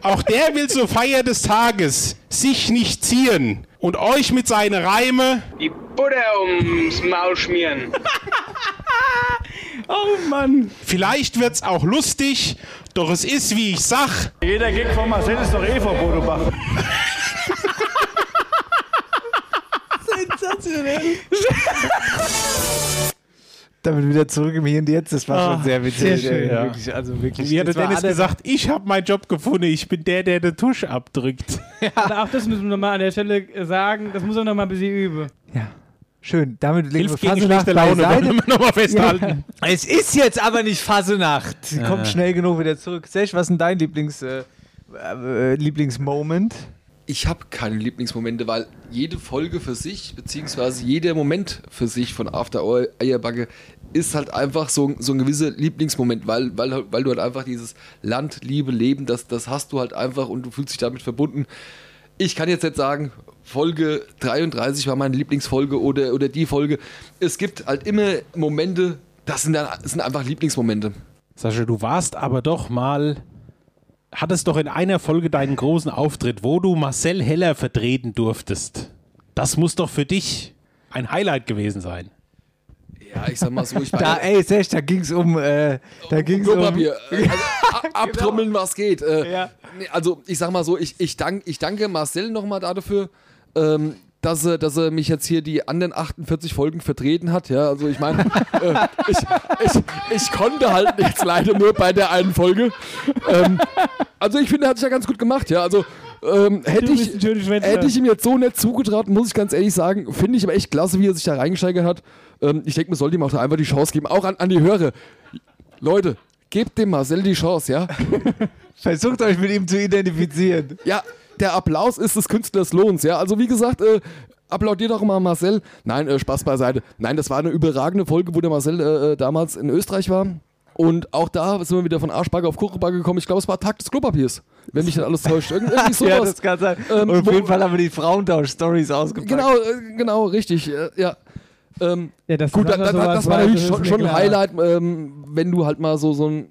Speaker 1: Auch der will zur Feier des Tages sich nicht ziehen und euch mit seinen Reime
Speaker 11: Die Butter ums Maul schmieren.
Speaker 1: Oh Mann. Vielleicht wird's auch lustig, doch es ist, wie ich sag. Jeder Gig von Marcel ist doch eh vor Bodobach.
Speaker 11: Sensationell.
Speaker 6: Damit wieder zurück im Hier und Jetzt, das war schon
Speaker 1: Ah,
Speaker 6: sehr witzig.
Speaker 1: sehr schön.
Speaker 6: ey,
Speaker 1: Ja.
Speaker 6: wirklich, also wirklich.
Speaker 1: Wie hatte
Speaker 6: das war
Speaker 1: Dennis
Speaker 6: alle-
Speaker 1: gesagt, ich habe meinen Job gefunden, ich bin der, der den Tusch abdrückt.
Speaker 7: Auch das müssen wir nochmal an der Stelle äh, sagen. Das muss er nochmal ein bisschen üben.
Speaker 6: Schön, damit legen wir
Speaker 1: Hilft gegen
Speaker 6: Fasenacht
Speaker 1: schlechte Laune, ne?
Speaker 6: beiseite.
Speaker 1: wollen wir noch mal festhalten.
Speaker 6: Ja. Es ist jetzt aber nicht Fasenacht. Sie
Speaker 1: Ja.
Speaker 6: kommt schnell genug wieder zurück. Sesh, was ist denn dein Lieblings, äh, äh, Lieblingsmoment?
Speaker 4: Ich habe keine Lieblingsmomente, weil jede Folge für sich, beziehungsweise jeder Moment für sich von After Hour Eierbacke, ist halt einfach so, so ein gewisser Lieblingsmoment, weil, weil, weil du halt einfach dieses Land, Liebe, Leben, das, das hast du halt einfach und du fühlst dich damit verbunden. Ich kann jetzt nicht sagen, Folge 33 war meine Lieblingsfolge oder, oder die Folge. Es gibt halt immer Momente, das sind, dann, das sind einfach Lieblingsmomente.
Speaker 1: Sascha, du warst aber doch mal, hattest doch in einer Folge deinen großen Auftritt, wo du Marcel Heller vertreten durftest. Das muss doch für dich ein Highlight gewesen sein.
Speaker 4: Ja, ich sag mal so,
Speaker 1: Ah,
Speaker 4: ich war
Speaker 6: Da, ey, Sesh, da ging es um, äh, da ging's um,
Speaker 4: Klopapier. Äh, Also, a- abtrommeln, was geht. Äh, nee, Also, ich sag mal so, ich, ich, dank, ich danke Marcel nochmal dafür, ähm, dass, er, dass er mich jetzt hier die anderen 48 Folgen vertreten hat. Ja, also ich meine, äh, ich, ich, ich konnte halt nichts leider nur bei der einen Folge. Ähm, also ich finde, er hat sich ja ganz gut gemacht, ja. Also ähm, hätte,
Speaker 7: Du
Speaker 4: ich,
Speaker 7: bist ein schöner Schwätzer.
Speaker 4: hätte ich ihm jetzt so nicht zugetraut, muss ich ganz ehrlich sagen, finde ich aber echt klasse, wie er sich da reingesteigert hat. Ähm, ich denke, man sollte ihm auch da einfach die Chance geben, auch an, an die Hörer. Leute, gebt dem Marcel die Chance, ja?
Speaker 6: Versucht euch mit ihm zu
Speaker 4: <laughs>
Speaker 6: identifizieren.
Speaker 4: Ja, der Applaus ist des Künstlers Lohns, ja? Also wie gesagt, äh, applaudiert doch mal Marcel. Nein, äh, Spaß beiseite. Nein, das war eine überragende Folge, wo der Marcel äh, äh, damals in Österreich war. Und auch da sind wir wieder von Arschbacke auf Kuchenbacke gekommen. Ich glaube, es war Tag des Klopapiers, wenn mich nicht alles täuscht. Irgend- Irgendwie sowas.
Speaker 6: <laughs> ja, das kann sein.
Speaker 4: Ähm,
Speaker 6: Und auf
Speaker 4: wo-
Speaker 6: jeden Fall haben wir die Frauentausch-Stories ausgepackt.
Speaker 4: Genau, äh, genau, richtig. äh, Ja. Ähm,
Speaker 7: ja, das
Speaker 4: gut,
Speaker 7: ist
Speaker 4: da,
Speaker 7: anders,
Speaker 4: da,
Speaker 7: aber
Speaker 4: das
Speaker 7: es
Speaker 4: war
Speaker 7: war-
Speaker 4: natürlich
Speaker 7: das
Speaker 4: schon,
Speaker 7: ist
Speaker 4: schon
Speaker 7: mir
Speaker 4: ein
Speaker 7: klar.
Speaker 4: Highlight, ähm, wenn du halt mal so, so ein,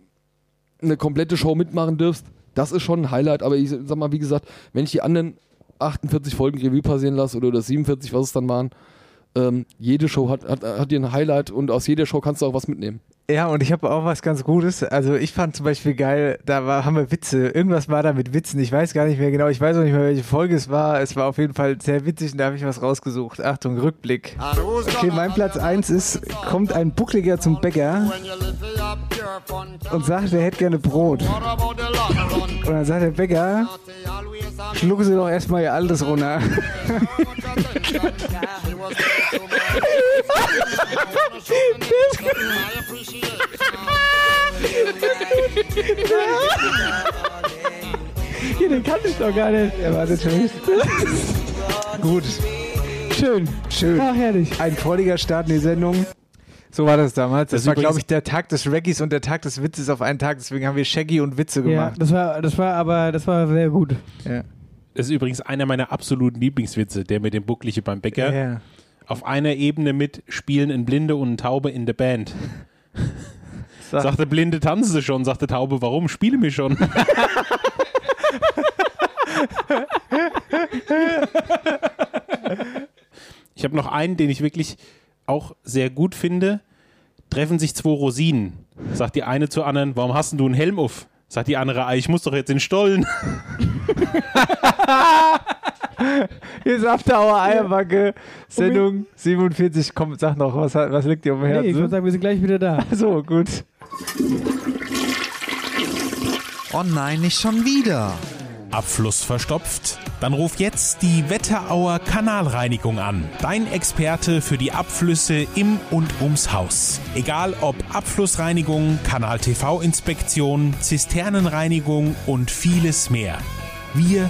Speaker 4: eine komplette Show mitmachen dürfst. Das ist schon ein Highlight, aber ich sag mal, wie gesagt, wenn ich die anderen 48 Folgen Revue passieren lasse oder, oder 47, was es dann waren, ähm, jede Show hat, hat, hat ihren Highlight und aus jeder Show kannst du auch was mitnehmen.
Speaker 6: Ja, und ich habe auch was ganz Gutes. Also ich fand zum Beispiel geil, da war, haben wir Witze. Irgendwas war da mit Witzen. Ich weiß gar nicht mehr genau. Ich weiß auch nicht mehr, welche Folge es war. Es war auf jeden Fall sehr witzig und da habe ich was rausgesucht. Achtung, Rückblick. Okay, mein Platz 1 ist, kommt ein Buckliger zum Bäcker und sagt, er hätte gerne Brot. Und dann sagt der Bäcker, schlucken Sie doch erstmal Ihr altes runter. <laughs>
Speaker 7: Hier, den kannte ich doch gar nicht.
Speaker 6: Er wartet schon.
Speaker 7: <laughs>
Speaker 6: Gut. Schön. Schön.
Speaker 7: Ach, herrlich.
Speaker 6: Ein freudiger Start in die Sendung. So war das damals. Das,
Speaker 16: Das
Speaker 6: war,
Speaker 16: übrigens-
Speaker 6: glaube ich, der Tag des Reggies und der Tag des Witzes auf einen Tag. Deswegen haben wir Shaggy und Witze
Speaker 7: Ja,
Speaker 6: gemacht.
Speaker 7: das war, das war aber, das war sehr gut.
Speaker 1: Das ist übrigens einer meiner absoluten Lieblingswitze, der mit dem Buckliche beim Bäcker.
Speaker 6: Ja.
Speaker 1: Auf einer Ebene mit spielen ein Blinde und ein Taube in der Band. Sagte Blinde, tanzen sie schon. Sagte Taube, warum? Spiele mich schon. Ich habe noch einen, den ich wirklich auch sehr gut finde. Treffen sich zwei Rosinen. Sagt die eine zur anderen, warum hast denn du einen Helm auf? Sagt die andere, "Ah, ich muss doch jetzt in den Stollen.
Speaker 6: Hier ist After Hour Eierbacke. Sendung 47. Komm, sag noch, was, hat- was liegt dir um
Speaker 7: Nee, ich würde
Speaker 6: Herzen?
Speaker 7: sagen, wir sind gleich wieder da.
Speaker 6: so, gut.
Speaker 1: Oh nein, nicht schon wieder. Abfluss verstopft? Dann ruf jetzt die Wetterauer Kanalreinigung an. Dein Experte für die Abflüsse im und ums Haus. Egal ob Abflussreinigung, Kanal-TV-Inspektion, Zisternenreinigung und vieles mehr. Wir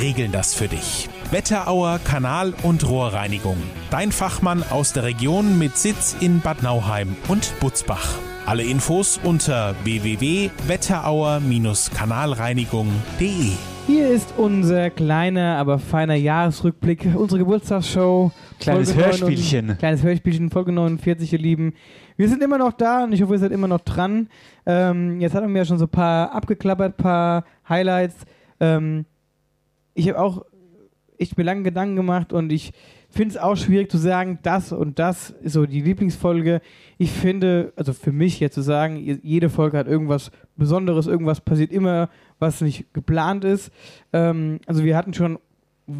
Speaker 1: regeln das für dich. Wetterauer Kanal- und Rohrreinigung. Dein Fachmann aus der Region mit Sitz in Bad Nauheim und Butzbach. Alle Infos unter www.wetterauer-kanalreinigung.de.
Speaker 7: Hier ist unser kleiner, aber feiner Jahresrückblick, unsere Geburtstagsshow.
Speaker 6: Kleines
Speaker 7: Folge 49
Speaker 6: Hörspielchen.
Speaker 7: kleines Hörspielchen, Folge 49, ihr Lieben. Wir sind immer noch da und ich hoffe, ihr seid immer noch dran. Ähm, jetzt hatten wir ja schon so ein paar abgeklappert, paar Highlights. Ähm, ich habe auch ich hab mir lange Gedanken gemacht und ich finde es auch schwierig zu sagen, das und das ist so die Lieblingsfolge. Ich finde, also für mich jetzt zu sagen, je- jede Folge hat irgendwas Besonderes, irgendwas passiert immer, was nicht geplant ist. Ähm, also wir hatten schon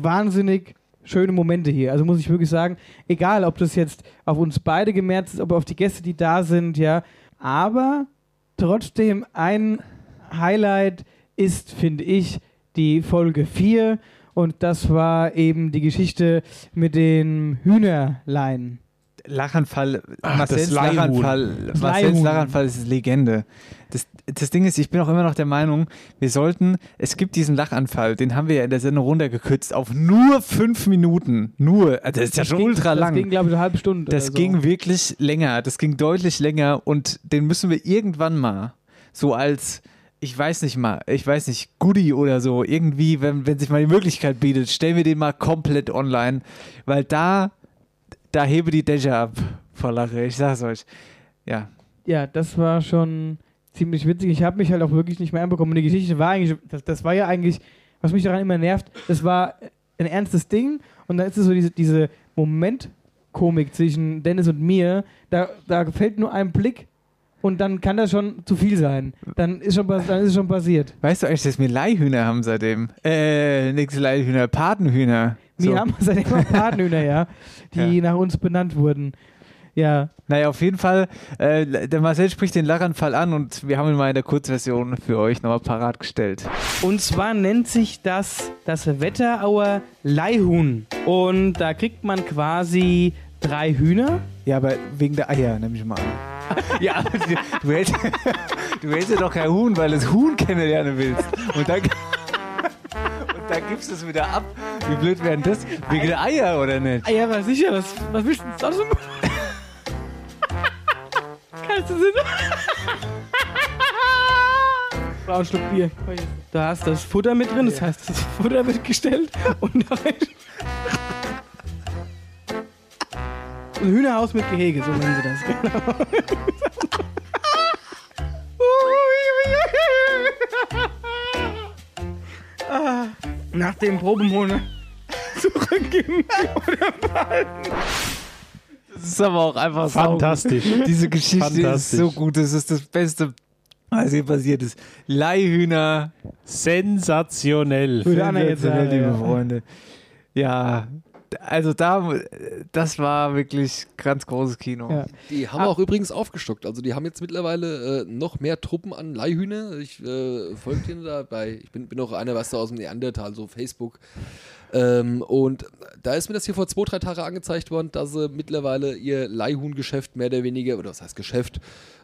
Speaker 7: wahnsinnig schöne Momente hier. Also muss ich wirklich sagen, egal ob das jetzt auf uns beide gemerzt ist, ob auf die Gäste, die da sind, ja. Aber trotzdem ein Highlight ist, finde ich, die Folge 4 und das war eben die Geschichte mit den Hühnerlein.
Speaker 6: Lachanfall,
Speaker 7: Ach,
Speaker 6: Marcells
Speaker 7: das Leihhuhn.
Speaker 6: Lachanfall,
Speaker 7: Das
Speaker 6: Marcells
Speaker 7: Leihhuhn.
Speaker 6: Lachanfall ist Legende. Das, das Ding ist, ich bin auch immer noch der Meinung, wir sollten, es gibt diesen Lachanfall, den haben wir ja in der Sendung runtergekürzt auf nur fünf Minuten. Nur, also das ist ja schon
Speaker 7: ging-
Speaker 6: ultra lang.
Speaker 7: Das ging, glaube ich, eine halbe Stunde.
Speaker 6: Das
Speaker 7: oder so.
Speaker 6: ging wirklich länger, das ging deutlich länger und den müssen wir irgendwann mal so als, ich weiß nicht mal, ich weiß nicht, Goodie oder so, irgendwie, wenn, wenn sich mal die Möglichkeit bietet, stellen wir den mal komplett online, weil da, da hebe die Dächer ab vor Lache, ich sag's euch. Ja,
Speaker 7: Ja, das war schon ziemlich witzig. Ich habe mich halt auch wirklich nicht mehr einbekommen. Und die Geschichte war eigentlich, das, das war ja eigentlich, was mich daran immer nervt, das war ein ernstes Ding und dann ist es so diese, diese Momentkomik zwischen Dennis und mir, da, da fällt nur ein Blick und dann kann das schon zu viel sein. Dann ist schon, pass- dann ist es schon passiert.
Speaker 6: weißt du eigentlich, dass wir Leihhühner haben seitdem? Äh, nix Leihhühner, Patenhühner.
Speaker 7: Wir
Speaker 6: So.
Speaker 7: haben <laughs> seitdem auch Patenhühner, ja, die nach uns benannt wurden. Ja,
Speaker 6: Naja, auf jeden Fall, äh, der Marcel spricht den Lachanfall an und wir haben ihn mal in der Kurzversion für euch nochmal parat gestellt.
Speaker 7: Und zwar nennt sich das das Wetterauer Leihhuhn. Und da kriegt man quasi drei Hühner.
Speaker 6: Ja, aber wegen der Eier, nehme ich mal an. <laughs> ja, aber du, du, hältst, <laughs> du hältst ja doch kein Huhn, weil du das Huhn kennenlernen willst. Und dann, <laughs> und dann gibst du es wieder ab. Wie blöd wären das? Wegen der Eier, oder nicht?
Speaker 7: Ah ja, war sicher, was, was willst du denn sonst machen? <laughs> Kannst du Sinn? War ein Schluck Bier. Da hast du das Futter mit drin, das heißt, das Futter wird <laughs> gestellt und da rein- Ein Hühnerhaus mit Gehege, so nennen sie das. Genau. <laughs> Ah. Nach dem Probenhohne
Speaker 16: zurückgeben oder behalten.
Speaker 6: Das ist aber auch einfach sau- <laughs>
Speaker 16: Fantastisch.
Speaker 6: Diese Geschichte
Speaker 16: Fantastisch.
Speaker 6: ist so gut. Das ist das Beste, was hier passiert ist. Leihhühner.
Speaker 1: Sensationell.
Speaker 16: Würde Anna jetzt sagen,
Speaker 7: äh,
Speaker 6: liebe
Speaker 16: ja.
Speaker 6: Freunde. Ja, also da, das war wirklich ganz großes Kino.
Speaker 4: Die haben auch übrigens aufgestockt. Also die haben jetzt mittlerweile äh, noch mehr Truppen an Leihhühner. Ich äh, folge denen da bei, ich bin, bin auch einer, was da aus dem Neandertal, so Facebook. Ähm, und da ist mir das hier vor zwei, drei Tagen angezeigt worden, dass sie mittlerweile ihr Leihhuhngeschäft mehr oder weniger, oder was heißt Geschäft,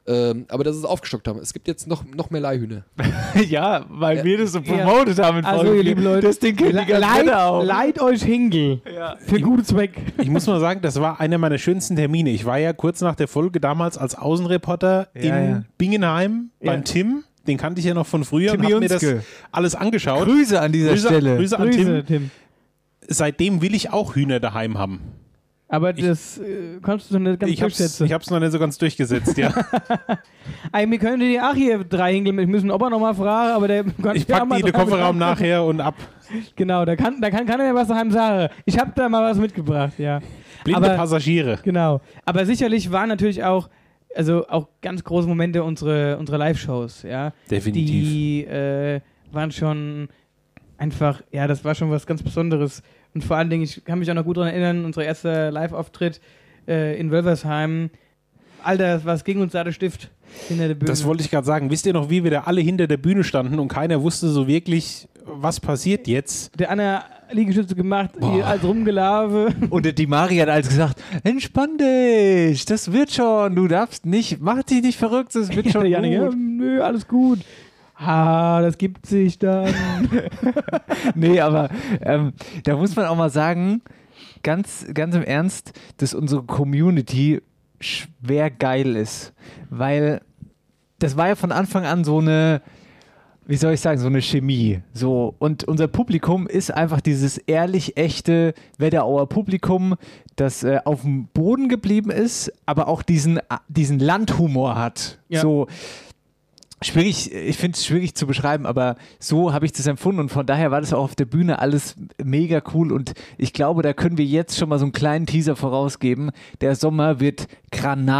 Speaker 4: ähm, aber dass sie es aufgestockt haben. Es gibt jetzt noch, noch mehr Leihhühner.
Speaker 6: <laughs> ja, weil wir das so promotet haben. in
Speaker 7: Also,
Speaker 6: Folge
Speaker 7: ihr
Speaker 6: vier.
Speaker 7: lieben Leute,
Speaker 6: das Ding kennt die ganze
Speaker 7: leid,
Speaker 6: Welt auch.
Speaker 7: leid euch Hingel. Für gute Zweck.
Speaker 1: Ich muss mal sagen, das war einer meiner schönsten Termine. Ich war ja kurz nach der Folge damals als Außenreporter
Speaker 6: Ja,
Speaker 1: in
Speaker 6: ja.
Speaker 1: Bingenheim
Speaker 6: Ja.
Speaker 1: beim Tim. Den kannte ich ja noch von früher und
Speaker 6: Timmy
Speaker 1: hab mir das
Speaker 6: Junske.
Speaker 1: alles angeschaut.
Speaker 6: Grüße an dieser
Speaker 1: Grüße,
Speaker 6: Stelle.
Speaker 1: Grüße an
Speaker 6: Grüße,
Speaker 1: Tim. Seitdem will ich auch Hühner daheim haben.
Speaker 7: Aber das äh, kannst du so nicht ganz
Speaker 1: Ich hab's,
Speaker 7: durchsetzen.
Speaker 1: ich hab's noch nicht so ganz durchgesetzt,
Speaker 6: <laughs>
Speaker 1: ja.
Speaker 7: Ey, wir können dir auch hier drei Hingel Ich müssen Opa nochmal fragen, aber der kann
Speaker 1: Ich pack die in den Kofferraum nachher und ab.
Speaker 7: Genau, da kann, da kann keiner mehr was daheim sagen. Ich habe da mal was mitgebracht, ja.
Speaker 1: Blinde
Speaker 7: Aber-
Speaker 1: Passagiere.
Speaker 7: Genau. Aber sicherlich waren natürlich auch, also auch ganz große Momente unsere, unsere Live-Shows, ja.
Speaker 1: Definitiv.
Speaker 7: Die äh, waren schon einfach, ja, das war schon was ganz Besonderes. Und vor allen Dingen, ich kann mich auch noch gut daran erinnern, unser erster Live-Auftritt äh, in Wölversheim. Alter, was ging uns da der Stift hinter der Bühne?
Speaker 1: Das wollte ich gerade sagen. Wisst ihr noch, wie wir da alle hinter der Bühne standen und keiner wusste so wirklich, was passiert jetzt?
Speaker 7: der Anna Liegestütze gemacht, die als rumgelaufen.
Speaker 6: Und die Mari hat alles gesagt, entspann dich, das wird schon, du darfst nicht, mach dich nicht verrückt, das
Speaker 7: <laughs>
Speaker 6: wird schon
Speaker 7: Janik, ja,
Speaker 6: gut.
Speaker 7: nö, alles gut. Ha, das gibt sich dann.
Speaker 6: <laughs> Nee, aber ähm, da muss man auch mal sagen, ganz, ganz im Ernst, dass unsere Community schwer geil ist, weil das war ja von Anfang an so eine, wie soll ich sagen, so eine Chemie. So, und unser Publikum ist einfach dieses ehrlich echte Wetterauer Publikum, das äh, auf dem Boden geblieben ist, aber auch diesen, äh, diesen Landhumor hat.
Speaker 16: Ja.
Speaker 6: So schwierig, ich finde es schwierig zu beschreiben, aber so habe ich das empfunden und von daher war das auch auf der Bühne alles mega cool und ich glaube, da können wir jetzt schon mal so einen kleinen Teaser vorausgeben. Der Sommer wird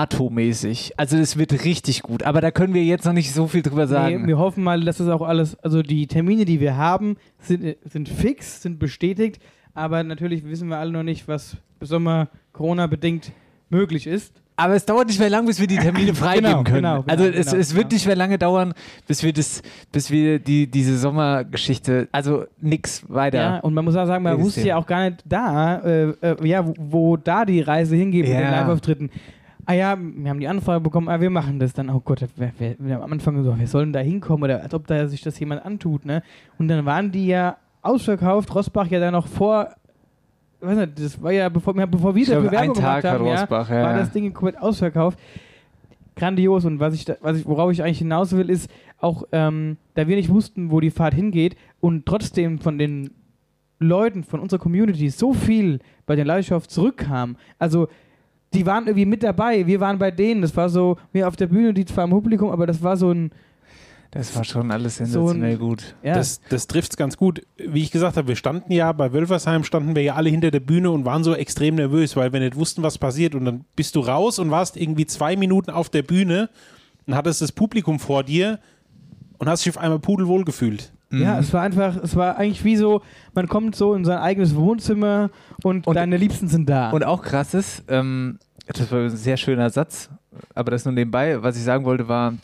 Speaker 6: Granato-mäßig. Also das wird richtig gut, aber da können wir jetzt noch nicht so viel drüber sagen.
Speaker 7: Nee, wir hoffen mal, dass das auch alles, also die Termine, die wir haben, sind, sind fix, sind bestätigt, aber natürlich wissen wir alle noch nicht, was bis Sommer Corona bedingt möglich ist.
Speaker 6: Aber es dauert nicht mehr lang, bis wir
Speaker 7: <laughs>
Speaker 6: die Termine freigeben
Speaker 7: Genau,
Speaker 6: können.
Speaker 7: genau, genau,
Speaker 6: also es,
Speaker 7: genau,
Speaker 6: es wird nicht mehr lange dauern, bis wir das, bis wir die, diese Sommergeschichte, also nix weiter.
Speaker 7: Ja, und man muss auch sagen, man
Speaker 6: Jedes
Speaker 7: wusste
Speaker 6: Thema.
Speaker 7: ja auch gar nicht da, äh, äh, ja, wo, wo da die Reise hingeht mit
Speaker 6: Ja.
Speaker 7: den Live-Auftritten. Ah ja, wir haben die Anfrage bekommen, ah, wir machen das dann. Oh Gott, wer, wer, wer am Anfang so, wir sollen da hinkommen oder als ob da sich das jemand antut, ne? Und dann waren die ja ausverkauft, Rosbach ja da noch vor, ich weiß nicht, das war ja bevor, wir haben- bevor wir
Speaker 6: Ich
Speaker 7: da
Speaker 6: glaube,
Speaker 7: Bewerbung
Speaker 6: einen Tag
Speaker 7: gemacht haben,
Speaker 6: hat
Speaker 7: ja,
Speaker 6: Rosbach, ja,
Speaker 7: war
Speaker 6: ja.
Speaker 7: das Ding komplett ausverkauft. Grandios und was ich, da, was ich, worauf ich eigentlich hinaus will, ist auch, ähm, da wir nicht wussten, wo die Fahrt hingeht und trotzdem von den Leuten von unserer Community so viel bei den Leidenschaft zurückkam. Also die waren irgendwie mit dabei, wir waren bei denen. Das war so, wir auf der Bühne, die zwar im Publikum, aber das war so ein.
Speaker 6: das war schon alles
Speaker 7: ein-
Speaker 6: sensationell gut.
Speaker 7: Ja.
Speaker 1: Das, das trifft es ganz gut. Wie ich gesagt habe, wir standen ja bei Wölfersheim, standen wir ja alle hinter der Bühne und waren so extrem nervös, weil wir nicht wussten, was passiert. Und dann bist du raus und warst irgendwie zwei Minuten auf der Bühne und hattest das Publikum vor dir und hast dich auf einmal pudelwohl gefühlt.
Speaker 7: Ja, es war einfach, es war eigentlich wie so, man kommt so in sein eigenes Wohnzimmer und, deine Liebsten sind da.
Speaker 6: Und auch krass ist, ähm, das war ein sehr schöner Satz, aber das nur nebenbei. Was ich sagen wollte, war,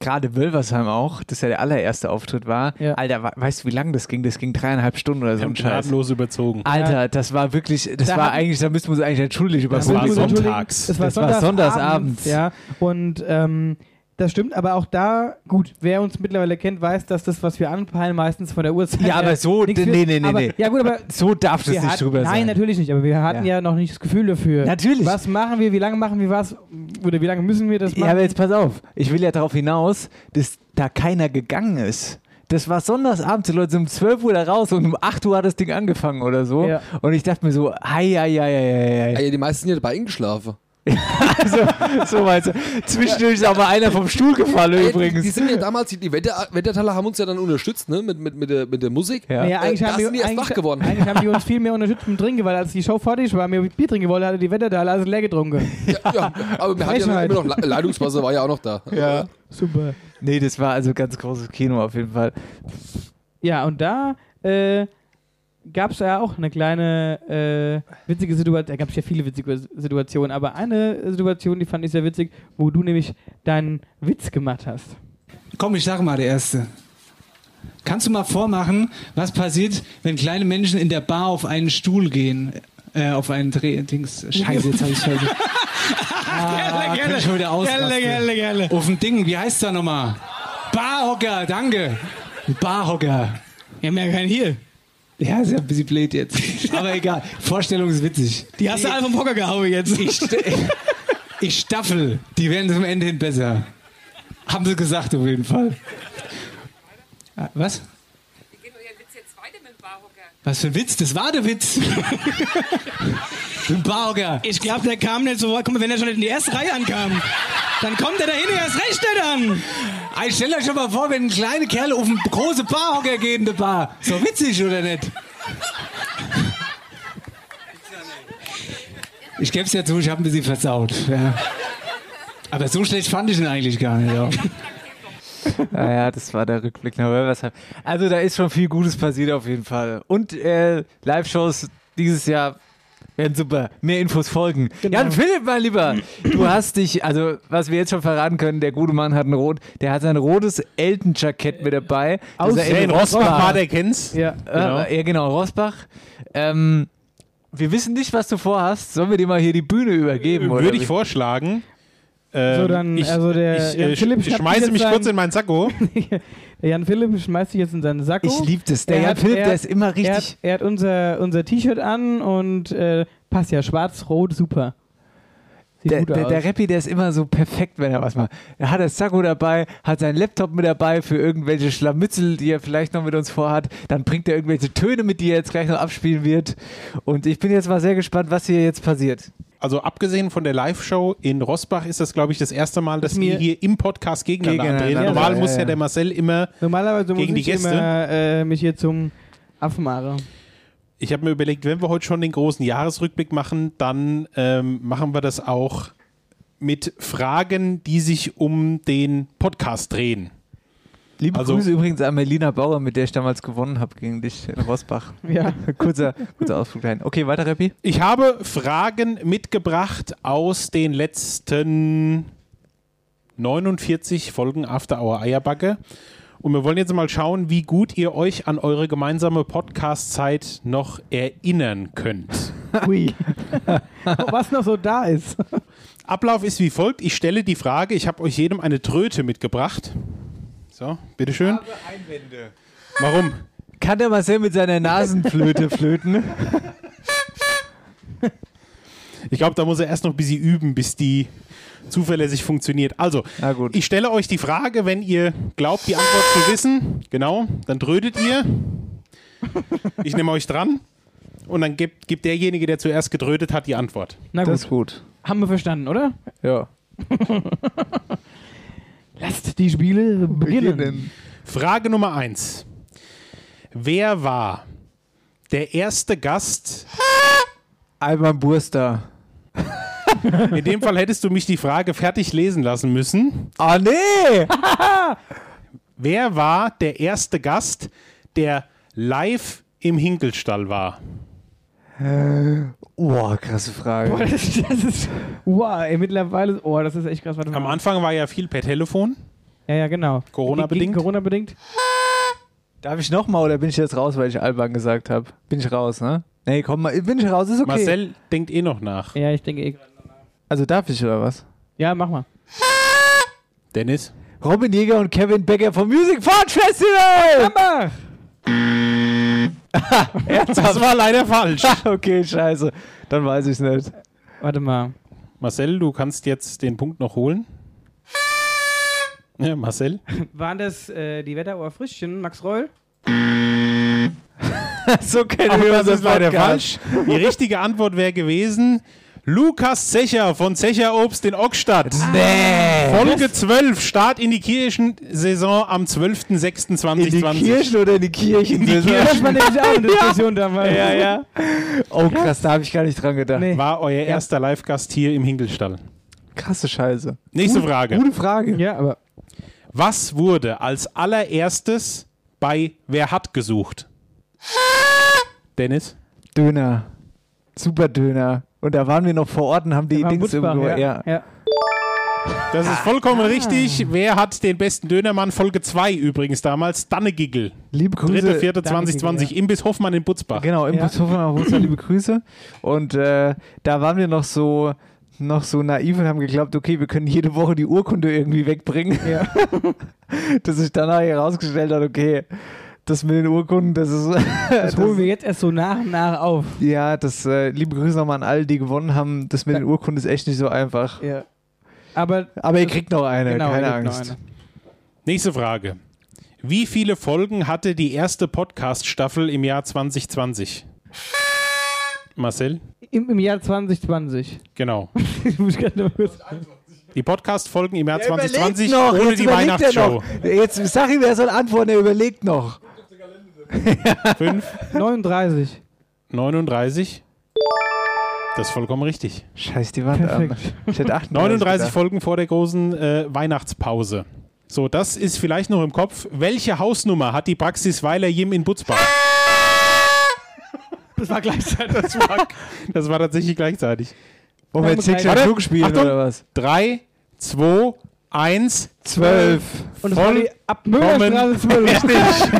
Speaker 6: gerade Wölversheim auch, das ja der allererste Auftritt war. Alter, we- weißt du, wie lang das ging? Das ging dreieinhalb Stunden oder so ein Scheiß.
Speaker 1: gnadenlos überzogen.
Speaker 7: Ah,
Speaker 6: Alter, das war wirklich, das
Speaker 7: Da
Speaker 6: war
Speaker 7: hatten-
Speaker 6: eigentlich, da müssen wir uns eigentlich entschuldigen. über
Speaker 7: Das war
Speaker 6: Publikum.
Speaker 7: sonntags.
Speaker 6: Das war sonntagsabends.
Speaker 7: Ja, und ähm, das stimmt, aber auch da, gut, wer uns mittlerweile kennt, weiß, dass das, was wir anpeilen, meistens von der Uhrzeit.
Speaker 6: Ja, aber
Speaker 7: her
Speaker 6: so,
Speaker 7: nichts
Speaker 6: nee,
Speaker 7: wird.
Speaker 6: nee, nee,
Speaker 7: aber,
Speaker 6: nee.
Speaker 7: Ja,
Speaker 6: <laughs>
Speaker 7: gut, aber.
Speaker 6: So darf das
Speaker 7: wir
Speaker 6: nicht
Speaker 7: hatten-
Speaker 6: drüber
Speaker 7: nein,
Speaker 6: sein.
Speaker 7: natürlich nicht, aber wir hatten ja. noch nicht das Gefühl dafür.
Speaker 6: Natürlich.
Speaker 7: Was machen wir, wie lange machen wir was oder wie lange müssen wir das machen?
Speaker 6: Ja, aber jetzt pass auf. Ich will ja darauf hinaus, dass da keiner gegangen ist. Das war sonntagsabends, die Leute sind um 12 Uhr da raus und um 8 Uhr hat das Ding angefangen oder so. Und ich dachte mir so, hei, hei, hei, hei, hei.
Speaker 4: Ja, die meisten sind ja dabei eingeschlafen.
Speaker 6: also, <laughs> so meinst du. Zwischendurch ist auch mal einer vom Stuhl gefallen
Speaker 4: Ey,
Speaker 6: übrigens.
Speaker 4: Die, die sind ja damals, die, die Wetter, Wettertaler haben uns ja dann unterstützt, ne? Mit, mit, mit, der, mit der Musik.
Speaker 7: Naja, eigentlich,
Speaker 4: äh, da
Speaker 7: haben
Speaker 4: sind die
Speaker 7: wir,
Speaker 4: erst wach
Speaker 7: eigentlich,
Speaker 4: geworden.
Speaker 7: eigentlich haben die uns viel mehr unterstützt mit dem Trinken, weil als die Show fertig war, mir Bier trinken wollte, hatte die Wetter da alles
Speaker 6: <laughs>
Speaker 7: leer getrunken.
Speaker 4: Ja, aber wir hatten ja noch
Speaker 7: Frechheit.
Speaker 4: immer noch Le- Leitungswasser, war ja auch noch da.
Speaker 6: Ja.
Speaker 7: Super.
Speaker 6: Nee, das war also ganz großes Kino auf jeden Fall.
Speaker 7: Ja, und da äh, gab es ja auch eine kleine äh, witzige Situation. Da gab es ja viele witzige Situationen, aber eine Situation, die fand ich sehr witzig, wo du nämlich deinen Witz gemacht hast.
Speaker 17: Komm, ich sag mal, der Erste. Kannst du mal vormachen, was passiert, wenn kleine Menschen in der Bar auf einen Stuhl gehen? Äh, auf einen Dreh. Dings. Scheiße, jetzt hab ich's
Speaker 18: <laughs>
Speaker 17: vergessen. Ah,
Speaker 18: Gerne,
Speaker 17: kann ich schon wieder
Speaker 18: gerne.
Speaker 17: ausrasten.
Speaker 18: Gerne, gerne, gerne.
Speaker 17: Auf dem Ding, wie heißt der nochmal? Barhocker, danke. Ein Barhocker. Wir haben ja keinen hier. Ja, ist ja ein bisschen blöd jetzt. Aber egal, Vorstellung ist witzig.
Speaker 18: Die hast du einfach vom Hocker gehauen jetzt.
Speaker 17: Ich,
Speaker 18: <laughs>
Speaker 17: ich staffel, die werden zum Ende hin besser. Haben sie gesagt auf jeden Fall. Ah, Was? Was für ein Witz? Das war der
Speaker 18: <laughs>
Speaker 17: Witz. Bauger.
Speaker 18: Ich glaube, der kam nicht so weit. Guck mal, wenn er schon in die erste Reihe ankam, dann kommt er dahin erst recht nicht an.
Speaker 17: Ich stell euch schon mal vor, wenn kleine Kerle auf eine große Barhocker gehen, eine Bar. So witzig, oder nicht? Ich geb's ja zu, ich hab ein bisschen versaut. Ja. Aber so schlecht fand ich ihn eigentlich gar nicht. Ja.
Speaker 6: <laughs> Naja, Ah das war der Rückblick. nach Wölversheim. Also da ist schon viel Gutes passiert auf jeden Fall. Und äh, Live-Shows dieses Jahr werden super. Mehr Infos folgen.
Speaker 17: Genau.
Speaker 6: Jan Philipp, mein Lieber, du hast dich, also was wir jetzt schon verraten können, der gute Mann hat ein rot, der hat sein rotes Elton-Jackett mit dabei. Das ist
Speaker 1: Hey, in Rossbach Also, war der Kenz.
Speaker 7: Ja,
Speaker 1: genau.
Speaker 6: äh, ja, genau, Rossbach. Ähm, wir wissen nicht, was du vorhast. Sollen wir dir mal hier die Bühne
Speaker 7: Äh,
Speaker 6: übergeben? oder
Speaker 1: Würde ich
Speaker 6: wie?
Speaker 1: vorschlagen. Ähm,
Speaker 7: dann,
Speaker 1: ich,
Speaker 7: also der
Speaker 1: ich,
Speaker 7: Jan
Speaker 1: äh,
Speaker 7: Philipp
Speaker 1: ich
Speaker 7: schnappt
Speaker 1: schmeiße
Speaker 7: jetzt
Speaker 1: mich kurz
Speaker 7: sein-
Speaker 1: in meinen Sacko.
Speaker 7: Der <laughs> Jan Philipp schmeißt sich jetzt in seinen Sack.
Speaker 6: Ich lieb das. Der Jan Philipp, der ist immer
Speaker 7: Oh. Er hat, er hat unser, unser T-Shirt an und äh, passt ja schwarz-rot, super. Sieht
Speaker 6: Der,
Speaker 7: gut
Speaker 6: der,
Speaker 7: aus.
Speaker 6: der Rappi, der ist immer so perfekt, wenn er was macht. Er hat das Sakko dabei, hat seinen Laptop mit dabei für irgendwelche Schlamützel, die er vielleicht noch mit uns vorhat. Dann bringt er irgendwelche Töne mit, die er jetzt gleich noch abspielen wird. Und ich bin jetzt mal sehr gespannt, was hier jetzt passiert.
Speaker 1: Also abgesehen von der Live-Show in Rossbach ist das, glaube ich, das erste Mal, dass
Speaker 7: Dass
Speaker 1: wir
Speaker 7: wir-
Speaker 1: hier im Podcast gegeneinander,
Speaker 6: Gegeneinander,
Speaker 1: antreten. Normal
Speaker 6: ja,
Speaker 1: muss
Speaker 6: ja.
Speaker 1: ja der Marcel immer
Speaker 7: Normalerweise
Speaker 1: gegen
Speaker 7: muss
Speaker 1: die
Speaker 7: ich
Speaker 1: Gäste.
Speaker 7: immer äh, mich hier zum Affen
Speaker 6: <laughs>
Speaker 7: machen.
Speaker 1: Ich habe mir überlegt, wenn wir heute schon den großen Jahresrückblick machen, dann ähm, machen wir das auch mit Fragen, die sich um den Podcast drehen.
Speaker 6: Liebe
Speaker 1: Also-
Speaker 6: Grüße übrigens an Melina Bauer, mit der ich damals gewonnen habe gegen dich in Rosbach.
Speaker 7: Ja.
Speaker 6: <laughs> kurzer, kurzer Ausflug dahin. Okay, weiter, Rappi.
Speaker 1: Ich habe Fragen mitgebracht aus den letzten 49 Folgen After Hour Eierbacke. Und wir wollen jetzt mal schauen, wie gut ihr euch an eure gemeinsame Podcast-Zeit noch erinnern könnt.
Speaker 7: Ui. <laughs> Was noch so da ist.
Speaker 1: Ablauf ist wie folgt. Ich stelle die Frage, ich habe euch jedem eine Tröte mitgebracht. So, bitteschön.
Speaker 6: Einwände.
Speaker 1: Warum?
Speaker 6: Kann der Marcel mit seiner <laughs> Nasenflöte flöten?
Speaker 1: Ich glaube, da muss er erst noch ein bisschen üben, bis die zuverlässig funktioniert. Also, ich stelle euch die Frage, wenn ihr glaubt, die Antwort zu wissen, genau, dann trödet ihr. Ich nehme euch dran und dann gibt, gibt derjenige, der zuerst getrödet hat, die Antwort.
Speaker 7: Na gut.
Speaker 1: Das
Speaker 6: ist gut.
Speaker 7: Haben wir verstanden, oder?
Speaker 6: Ja.
Speaker 7: Lasst die Spiele beginnen.
Speaker 1: Frage Nummer 1. Wer war der erste Gast?
Speaker 6: Alban Burster.
Speaker 1: In dem Fall hättest du mich die Frage fertig lesen lassen müssen.
Speaker 6: Ah, nee!
Speaker 1: Wer war der erste Gast, der live im Hinkelstall war?
Speaker 6: <laughs> Boah, krasse Frage.
Speaker 7: Boah, <laughs> das, das ist. Wow, ey, mittlerweile. Oh, das ist echt krass. Warte mal.
Speaker 1: Am Anfang war ja viel per Telefon.
Speaker 7: Ja, ja, genau.
Speaker 1: Corona-bedingt.
Speaker 7: Gegen Corona-bedingt.
Speaker 6: Darf ich nochmal oder bin ich jetzt raus, weil ich Alban gesagt habe? Bin ich raus, ne? Nee, komm mal, bin ich raus, ist okay.
Speaker 1: Marcel denkt eh noch nach.
Speaker 7: Ja, ich denke eh.
Speaker 6: Also darf ich oder was?
Speaker 7: Ja, mach mal.
Speaker 1: Dennis?
Speaker 6: Robin Jäger und Kevin Becker vom Music Forge Festival! <laughs>
Speaker 7: Hammer!
Speaker 1: das war leider falsch.
Speaker 6: <laughs> okay, scheiße. Dann weiß ich nicht.
Speaker 7: Warte mal.
Speaker 1: Marcel, du kannst jetzt den Punkt noch holen. Ja, <laughs> Marcel?
Speaker 7: Waren das äh, die Wetterauer Frischchen, Max Reul?
Speaker 6: so
Speaker 1: Aber das ist leider falsch. Die richtige Antwort wäre gewesen: Lukas Zecher von Zecher Obst in Ockstadt.
Speaker 6: Nee.
Speaker 1: Folge 12, Start in die Kirchensaison am 12.06.2020.
Speaker 6: In die Kirchen oder in die Kirchen?
Speaker 1: In die Kirchen.
Speaker 7: Das war nämlich auch <laughs> eine Diskussion
Speaker 1: ja.
Speaker 7: damals.
Speaker 1: Ja,
Speaker 6: <laughs>
Speaker 1: ja.
Speaker 6: Oh krass, da habe ich gar nicht dran gedacht.
Speaker 1: War euer erster Live-Gast hier im Hinkelstall.
Speaker 6: Krasse Scheiße.
Speaker 1: Nächste
Speaker 6: Gute-
Speaker 1: Frage.
Speaker 6: Gute Frage.
Speaker 7: Ja, aber.
Speaker 1: Was wurde als allererstes bei Wer hat gesucht? Dennis?
Speaker 6: Döner. Super Döner. Und da waren wir noch vor Ort und haben die Dings
Speaker 7: Butzbach,
Speaker 6: irgendwo.
Speaker 7: ja.
Speaker 6: Ja.
Speaker 1: Das ist
Speaker 6: Ah.
Speaker 1: vollkommen richtig. Wer hat den besten Dönermann? Folge 2 übrigens damals. Dannegigel.
Speaker 6: Liebe Grüße.
Speaker 1: 3.4.2020. Imbiss Hoffmann in Butzbach.
Speaker 6: Genau, im ja. liebe Grüße. Und äh, da waren wir noch so noch so naiv und haben geglaubt, okay, wir können jede Woche die Urkunde irgendwie wegbringen. <laughs> Dass sich danach herausgestellt hat, okay, das mit den Urkunden, das ist.
Speaker 7: Das holen wir jetzt erst so nach und nach auf.
Speaker 6: ja, das äh, liebe Grüße nochmal an alle, die gewonnen haben. Das mit den Urkunden ist echt nicht so einfach.
Speaker 7: Ja. Aber,
Speaker 6: Aber ihr kriegt noch eine,
Speaker 7: Genau,
Speaker 6: keine
Speaker 7: ihr kriegt noch
Speaker 6: Angst.
Speaker 7: eine.
Speaker 1: Nächste Frage. Wie viele Folgen hatte die erste Podcast-Staffel im Jahr 2020? Marcel?
Speaker 7: Im, im Jahr 2020.
Speaker 1: Genau.
Speaker 7: <laughs> Ich muss gerade mal kurz.
Speaker 1: Die Podcast-Folgen im Jahr 2020
Speaker 6: noch,
Speaker 1: ohne
Speaker 6: jetzt
Speaker 1: die
Speaker 6: überlegt er
Speaker 1: Weihnachtsshow.
Speaker 6: noch. Jetzt sag ihm, er soll antworten, er überlegt noch.
Speaker 1: 5,
Speaker 7: 39.
Speaker 1: 39. Das ist vollkommen richtig.
Speaker 6: Scheiß die Wand
Speaker 7: Perfekt.
Speaker 6: an. Ich hätte
Speaker 7: <laughs>
Speaker 6: 38
Speaker 1: 39
Speaker 6: gedacht.
Speaker 1: Folgen vor der großen äh, Weihnachtspause. So, das ist vielleicht noch im Kopf. Welche Hausnummer hat die Praxis Weiler Jim in Butzbach?
Speaker 7: Das war
Speaker 1: <laughs>
Speaker 7: gleichzeitig.
Speaker 1: Das <laughs> war, das war tatsächlich gleichzeitig.
Speaker 6: Wollen wir jetzt
Speaker 7: Warte,
Speaker 6: Tic Tac Toe spielen
Speaker 1: Achtung.
Speaker 6: oder was?
Speaker 1: 3, 2, 1,
Speaker 6: Zwölf.
Speaker 7: Und das war die Abmüllerstraße 12.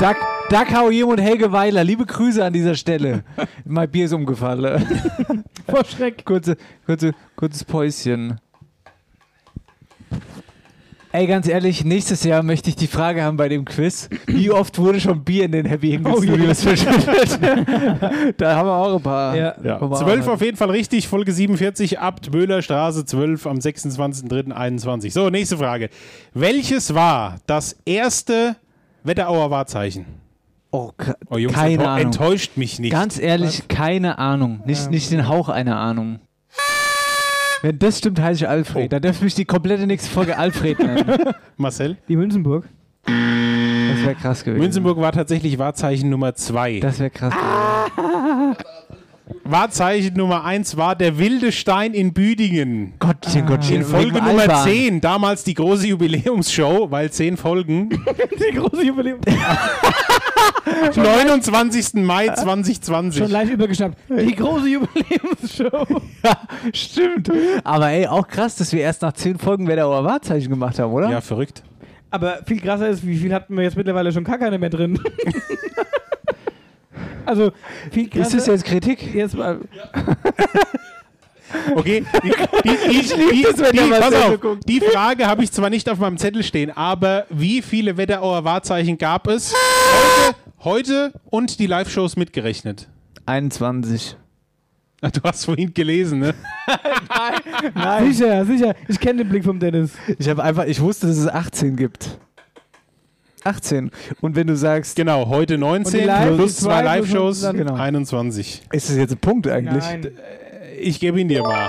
Speaker 6: Dag, Dagau, Jim und Helge Weiler, liebe Grüße an dieser
Speaker 7: <laughs>
Speaker 6: Stelle. mein Bier ist umgefallen.
Speaker 7: <laughs> Vor Schreck.
Speaker 6: Kurze, kurze, kurzes Päuschen. Ey, ganz ehrlich, nächstes Jahr möchte ich die Frage haben bei dem Quiz, wie oft wurde schon Bier in den Happy Hinkel
Speaker 7: Oh je.
Speaker 6: Studios
Speaker 7: <laughs>
Speaker 6: verschüttet? da haben wir auch ein paar.
Speaker 7: Ja.
Speaker 1: Ja.
Speaker 6: Komm mal
Speaker 1: 12
Speaker 6: an.
Speaker 1: auf jeden Fall richtig, Folge 47, Abt Böhler Straße 12 am 26.03.21. So, nächste Frage. Welches war das erste Wetterauer Wahrzeichen?
Speaker 6: Oh, ke-
Speaker 1: Oh Jungs,
Speaker 6: keine
Speaker 1: enttäu-
Speaker 6: Ahnung.
Speaker 1: enttäuscht mich nicht.
Speaker 6: Ganz ehrlich, keine Ahnung. Nicht, nicht den Hauch einer Ahnung. Wenn das stimmt, heiße ich
Speaker 1: Oh.
Speaker 6: Alfred. Da dürfte mich die komplette nächste Folge Alfred nennen.
Speaker 1: Marcel?
Speaker 7: Die Münzenburg.
Speaker 6: Das wäre krass gewesen.
Speaker 1: Münzenburg war tatsächlich Wahrzeichen Nummer 2.
Speaker 6: Das wäre krass
Speaker 1: Wahrzeichen Nummer 1 war der wilde Stein in Büdingen.
Speaker 7: Ah.
Speaker 6: Gottchen, Gottchen.
Speaker 1: In Folge
Speaker 6: Äh, Wegen
Speaker 1: Nummer
Speaker 6: Alba.
Speaker 1: 10, damals die große Jubiläumsshow, weil 10 Folgen.
Speaker 7: <laughs>
Speaker 6: <laughs>
Speaker 7: Die große Jubiläum.
Speaker 1: 29. Mai
Speaker 6: Äh,
Speaker 1: 2020.
Speaker 7: Schon leicht übergeschnappt. Die große Jubiläumsshow.
Speaker 6: <laughs> <laughs> Stimmt. Aber ey, auch krass, dass wir erst nach zehn Folgen Wetterauer Wahrzeichen gemacht haben, oder?
Speaker 1: Ja, verrückt.
Speaker 7: Aber viel krasser ist, wie viel hatten wir jetzt mittlerweile schon gar keine mehr
Speaker 6: <laughs>
Speaker 7: drin. also, viel krasser.
Speaker 6: Ist das jetzt Kritik?
Speaker 7: jetzt mal,
Speaker 1: Okay, die, die,
Speaker 6: <laughs>
Speaker 1: die, die,
Speaker 6: das, wenn
Speaker 1: die,
Speaker 6: der Marcel
Speaker 1: pass
Speaker 6: so
Speaker 1: auf, die Frage habe ich zwar nicht auf meinem Zettel stehen, aber wie viele Wetterauer Wahrzeichen gab es
Speaker 6: Ah!
Speaker 1: heute, heute und die Live-Shows mitgerechnet?
Speaker 6: 21.
Speaker 1: Ah, Du hast vorhin gelesen, ne?
Speaker 7: sicher, sicher. Ich kenne den Blick vom Dennis.
Speaker 6: Ich habe einfach, ich wusste, dass es 18 gibt. 18. Und wenn du sagst,
Speaker 1: Genau, heute 19
Speaker 7: Live-
Speaker 1: plus
Speaker 7: die
Speaker 1: zwei
Speaker 7: zwei
Speaker 1: Live-Shows,
Speaker 7: plus-
Speaker 6: genau.
Speaker 1: 21.
Speaker 6: ist das jetzt ein Punkt eigentlich?
Speaker 7: Nein.
Speaker 1: Ich gebe ihn dir mal.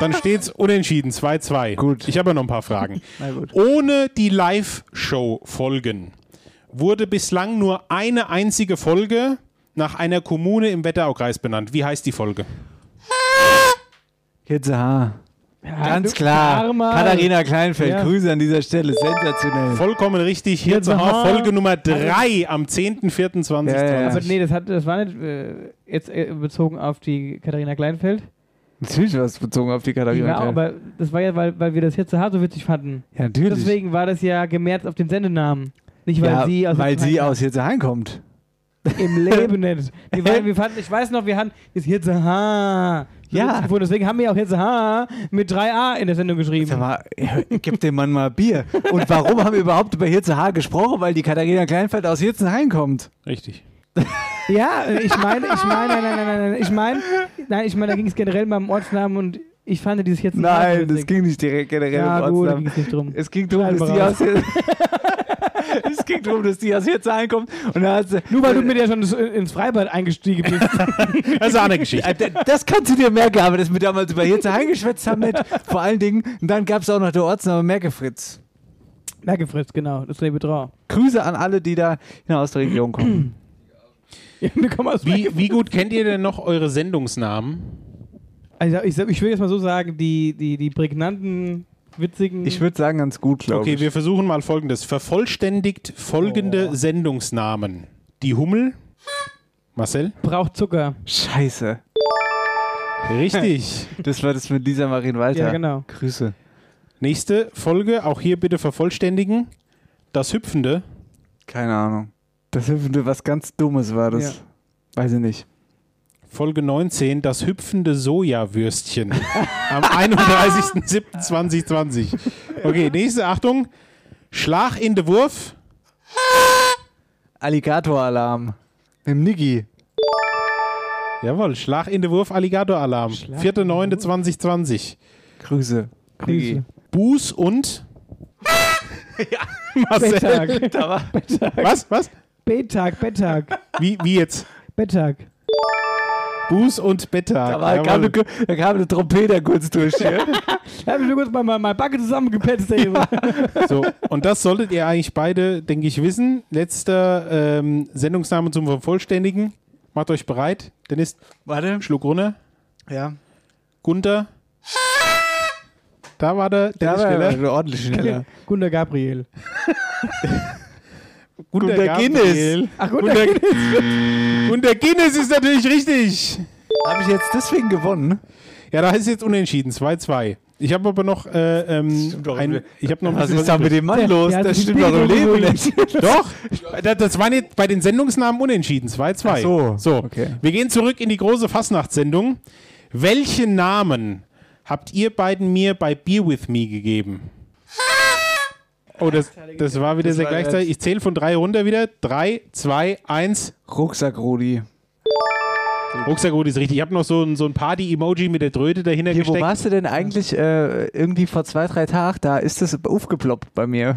Speaker 1: Dann
Speaker 6: <laughs>
Speaker 1: steht's unentschieden, 2-2.
Speaker 6: Gut.
Speaker 1: Ich habe ja noch ein paar Fragen.
Speaker 6: <laughs> Na gut.
Speaker 1: Ohne die Live-Show-Folgen wurde bislang nur eine einzige Folge nach einer Kommune im Wetteraukreis benannt. Wie heißt die Folge?
Speaker 6: Hitze H. Ganz
Speaker 7: du
Speaker 6: klar.
Speaker 7: Armer.
Speaker 6: Katharina Kleinfeld,
Speaker 7: Ja.
Speaker 6: Grüße an dieser Stelle. Sensationell.
Speaker 1: Vollkommen richtig. Hier zu
Speaker 6: Aha.
Speaker 1: Hause Folge Nummer 3 am 10.04.2020.
Speaker 6: Ja, Also- ja, ja.
Speaker 7: Aber nee, das, hat, das war nicht äh, jetzt äh, bezogen auf die Katharina Kleinfeld.
Speaker 6: Natürlich war es bezogen auf die
Speaker 7: Die
Speaker 6: Katharina
Speaker 7: war auch,
Speaker 6: Kleinfeld.
Speaker 7: aber das war ja, weil, weil wir das jetzt so hart so witzig fanden.
Speaker 6: Ja, natürlich.
Speaker 7: Deswegen war das ja gemerzt auf den Sendenamen. Nicht, weil
Speaker 6: ja,
Speaker 7: sie aus
Speaker 6: weil
Speaker 7: Hitzeheim
Speaker 6: sie
Speaker 7: kam.
Speaker 6: aus Hitzehain kommt.
Speaker 7: Im Leben nicht. Wir waren, wir fanden, ich weiß noch, wir hatten das Hitze H. So
Speaker 6: Ja.
Speaker 7: witzig gefunden. Deswegen haben wir auch Hitze H mit 3a in der Sendung
Speaker 6: Sag
Speaker 7: geschrieben.
Speaker 6: mal, gib dem Mann mal Bier. Und warum haben wir überhaupt über Hitzehain gesprochen? Weil die Katharina Kleinfeld aus Hitzehain kommt.
Speaker 1: Richtig.
Speaker 7: Ja, äh, ich meine, ich meine, nein, nein, nein, nein, nein, ich meine, nein, ich meine, da ging es generell mal um Ortsnamen und ich fand dieses Hitze H.
Speaker 6: Nein, das ging nicht direkt generell
Speaker 7: Ja,
Speaker 6: um
Speaker 7: gut, da
Speaker 6: Ortsnamen.
Speaker 7: ging es nicht drum.
Speaker 6: Es ging darum,
Speaker 7: Schneiden
Speaker 6: dass
Speaker 7: wir
Speaker 6: die
Speaker 7: raus.
Speaker 6: aus Hitzehain... <laughs> es ging darum, dass die aus jetzt reinkommt. Und dann hat sie,
Speaker 7: Nur weil du mit ja schon das- ins Freibad eingestiegen bist.
Speaker 6: <laughs>
Speaker 1: Also
Speaker 6: Das ist eine <laughs> Geschichte. Äh, Das kannst du dir merken, aber das wir damals über hier zu eingeschwätzt haben, nicht. vor allen Dingen. Und dann gab es auch noch der Ortsname Merkefritz.
Speaker 7: Merkefritz, genau, das <laughs> Lebetrau.
Speaker 6: Grüße an alle, die da ja, aus der Region kommen.
Speaker 1: Wie, wie gut kennt ihr denn noch eure Sendungsnamen?
Speaker 7: Also ich, sag- ich will jetzt mal so sagen, die, die, die prägnanten, witzigen.
Speaker 6: Ich würde sagen, ganz gut, glaube
Speaker 1: Okay,
Speaker 6: ich.
Speaker 1: wir versuchen mal folgendes. Vervollständigt folgende Sendungsnamen. Die Hummel. Marcel?
Speaker 7: Braucht Zucker.
Speaker 6: Scheiße.
Speaker 1: Richtig.
Speaker 6: Das war das mit Lisa Marien Walter.
Speaker 1: Ja, genau.
Speaker 6: Grüße.
Speaker 1: Nächste Folge, auch hier bitte vervollständigen. Das Hüpfende.
Speaker 6: Keine Ahnung. Das Hüpfende, was ganz Dummes war das.
Speaker 1: Ja.
Speaker 6: Weiß ich nicht.
Speaker 1: Folge 19, das hüpfende Sojawürstchen. Am 31.07.2020. Okay, nächste Achtung. Schlag in de Wurf.
Speaker 6: Alligator-Alarm. Mit dem Niggi.
Speaker 1: Jawohl, Schlag in de Wurf, Alligator-Alarm. 4.9.2020.
Speaker 6: Grüße. Grüße.
Speaker 1: Buß und. ja,
Speaker 6: <laughs>
Speaker 1: Marcel.
Speaker 7: Betttag.
Speaker 1: Was, was?
Speaker 7: Betttag, Betttag.
Speaker 1: Wie, wie jetzt?
Speaker 7: Betttag.
Speaker 1: Buß und Bettag.
Speaker 6: Da, war, kam eine,
Speaker 1: Jawohl.
Speaker 6: da kam eine Trompeter kurz durch hier.
Speaker 7: Da hab ich nur kurz mal meine Backe zusammengepetzt. ey.
Speaker 1: So, und das solltet ihr eigentlich beide, denke ich, wissen. Letzter ähm, Sendungsname zum Vervollständigen. Macht euch bereit. Dennis,
Speaker 6: <laughs> Warte.
Speaker 1: Schluck runter.
Speaker 6: ja.
Speaker 1: Gunter. Da war der
Speaker 6: Da
Speaker 1: Dennis
Speaker 6: war er
Speaker 1: schneller.
Speaker 6: ordentlich schneller.
Speaker 7: Gunter Gabriel.
Speaker 1: Gunter
Speaker 6: Gunter
Speaker 1: Gabriel.
Speaker 6: Guinness.
Speaker 7: Ach,
Speaker 1: Gunter, Gunter Guinness. ist natürlich richtig.
Speaker 6: Habe ich jetzt deswegen gewonnen?
Speaker 1: Ja, da ist jetzt unentschieden. 2-2. Ich habe aber noch äh, ähm, ein, ich habe noch ein
Speaker 6: Was
Speaker 1: bisschen
Speaker 6: ist da mit dem Mann los?
Speaker 1: Ja,
Speaker 6: Das
Speaker 1: ist
Speaker 6: stimmt doch im
Speaker 1: Bild-
Speaker 6: Leben nicht.
Speaker 1: Doch, das, das waren jetzt bei den Sendungsnamen unentschieden. 2-2.
Speaker 6: Ach so,
Speaker 1: okay. Wir gehen zurück in die große Fastnachtssendung. Welche Namen habt ihr beiden mir bei Beer With Me
Speaker 6: <laughs>
Speaker 1: gegeben? Oh, das, das war wieder
Speaker 6: Das
Speaker 1: sehr
Speaker 6: war jetzt-
Speaker 1: gleichzeitig. Ich zähle von drei runter wieder. Drei, zwei, eins.
Speaker 6: Rucksack Rudi.
Speaker 1: Rucksack Rudi ist richtig. Ich habe noch so ein, so ein Party-Emoji mit der Dröte dahinter
Speaker 6: Hier, wo
Speaker 1: gesteckt.
Speaker 6: warst du denn eigentlich äh, irgendwie vor zwei, drei Tagen? Da ist das aufgeploppt bei mir.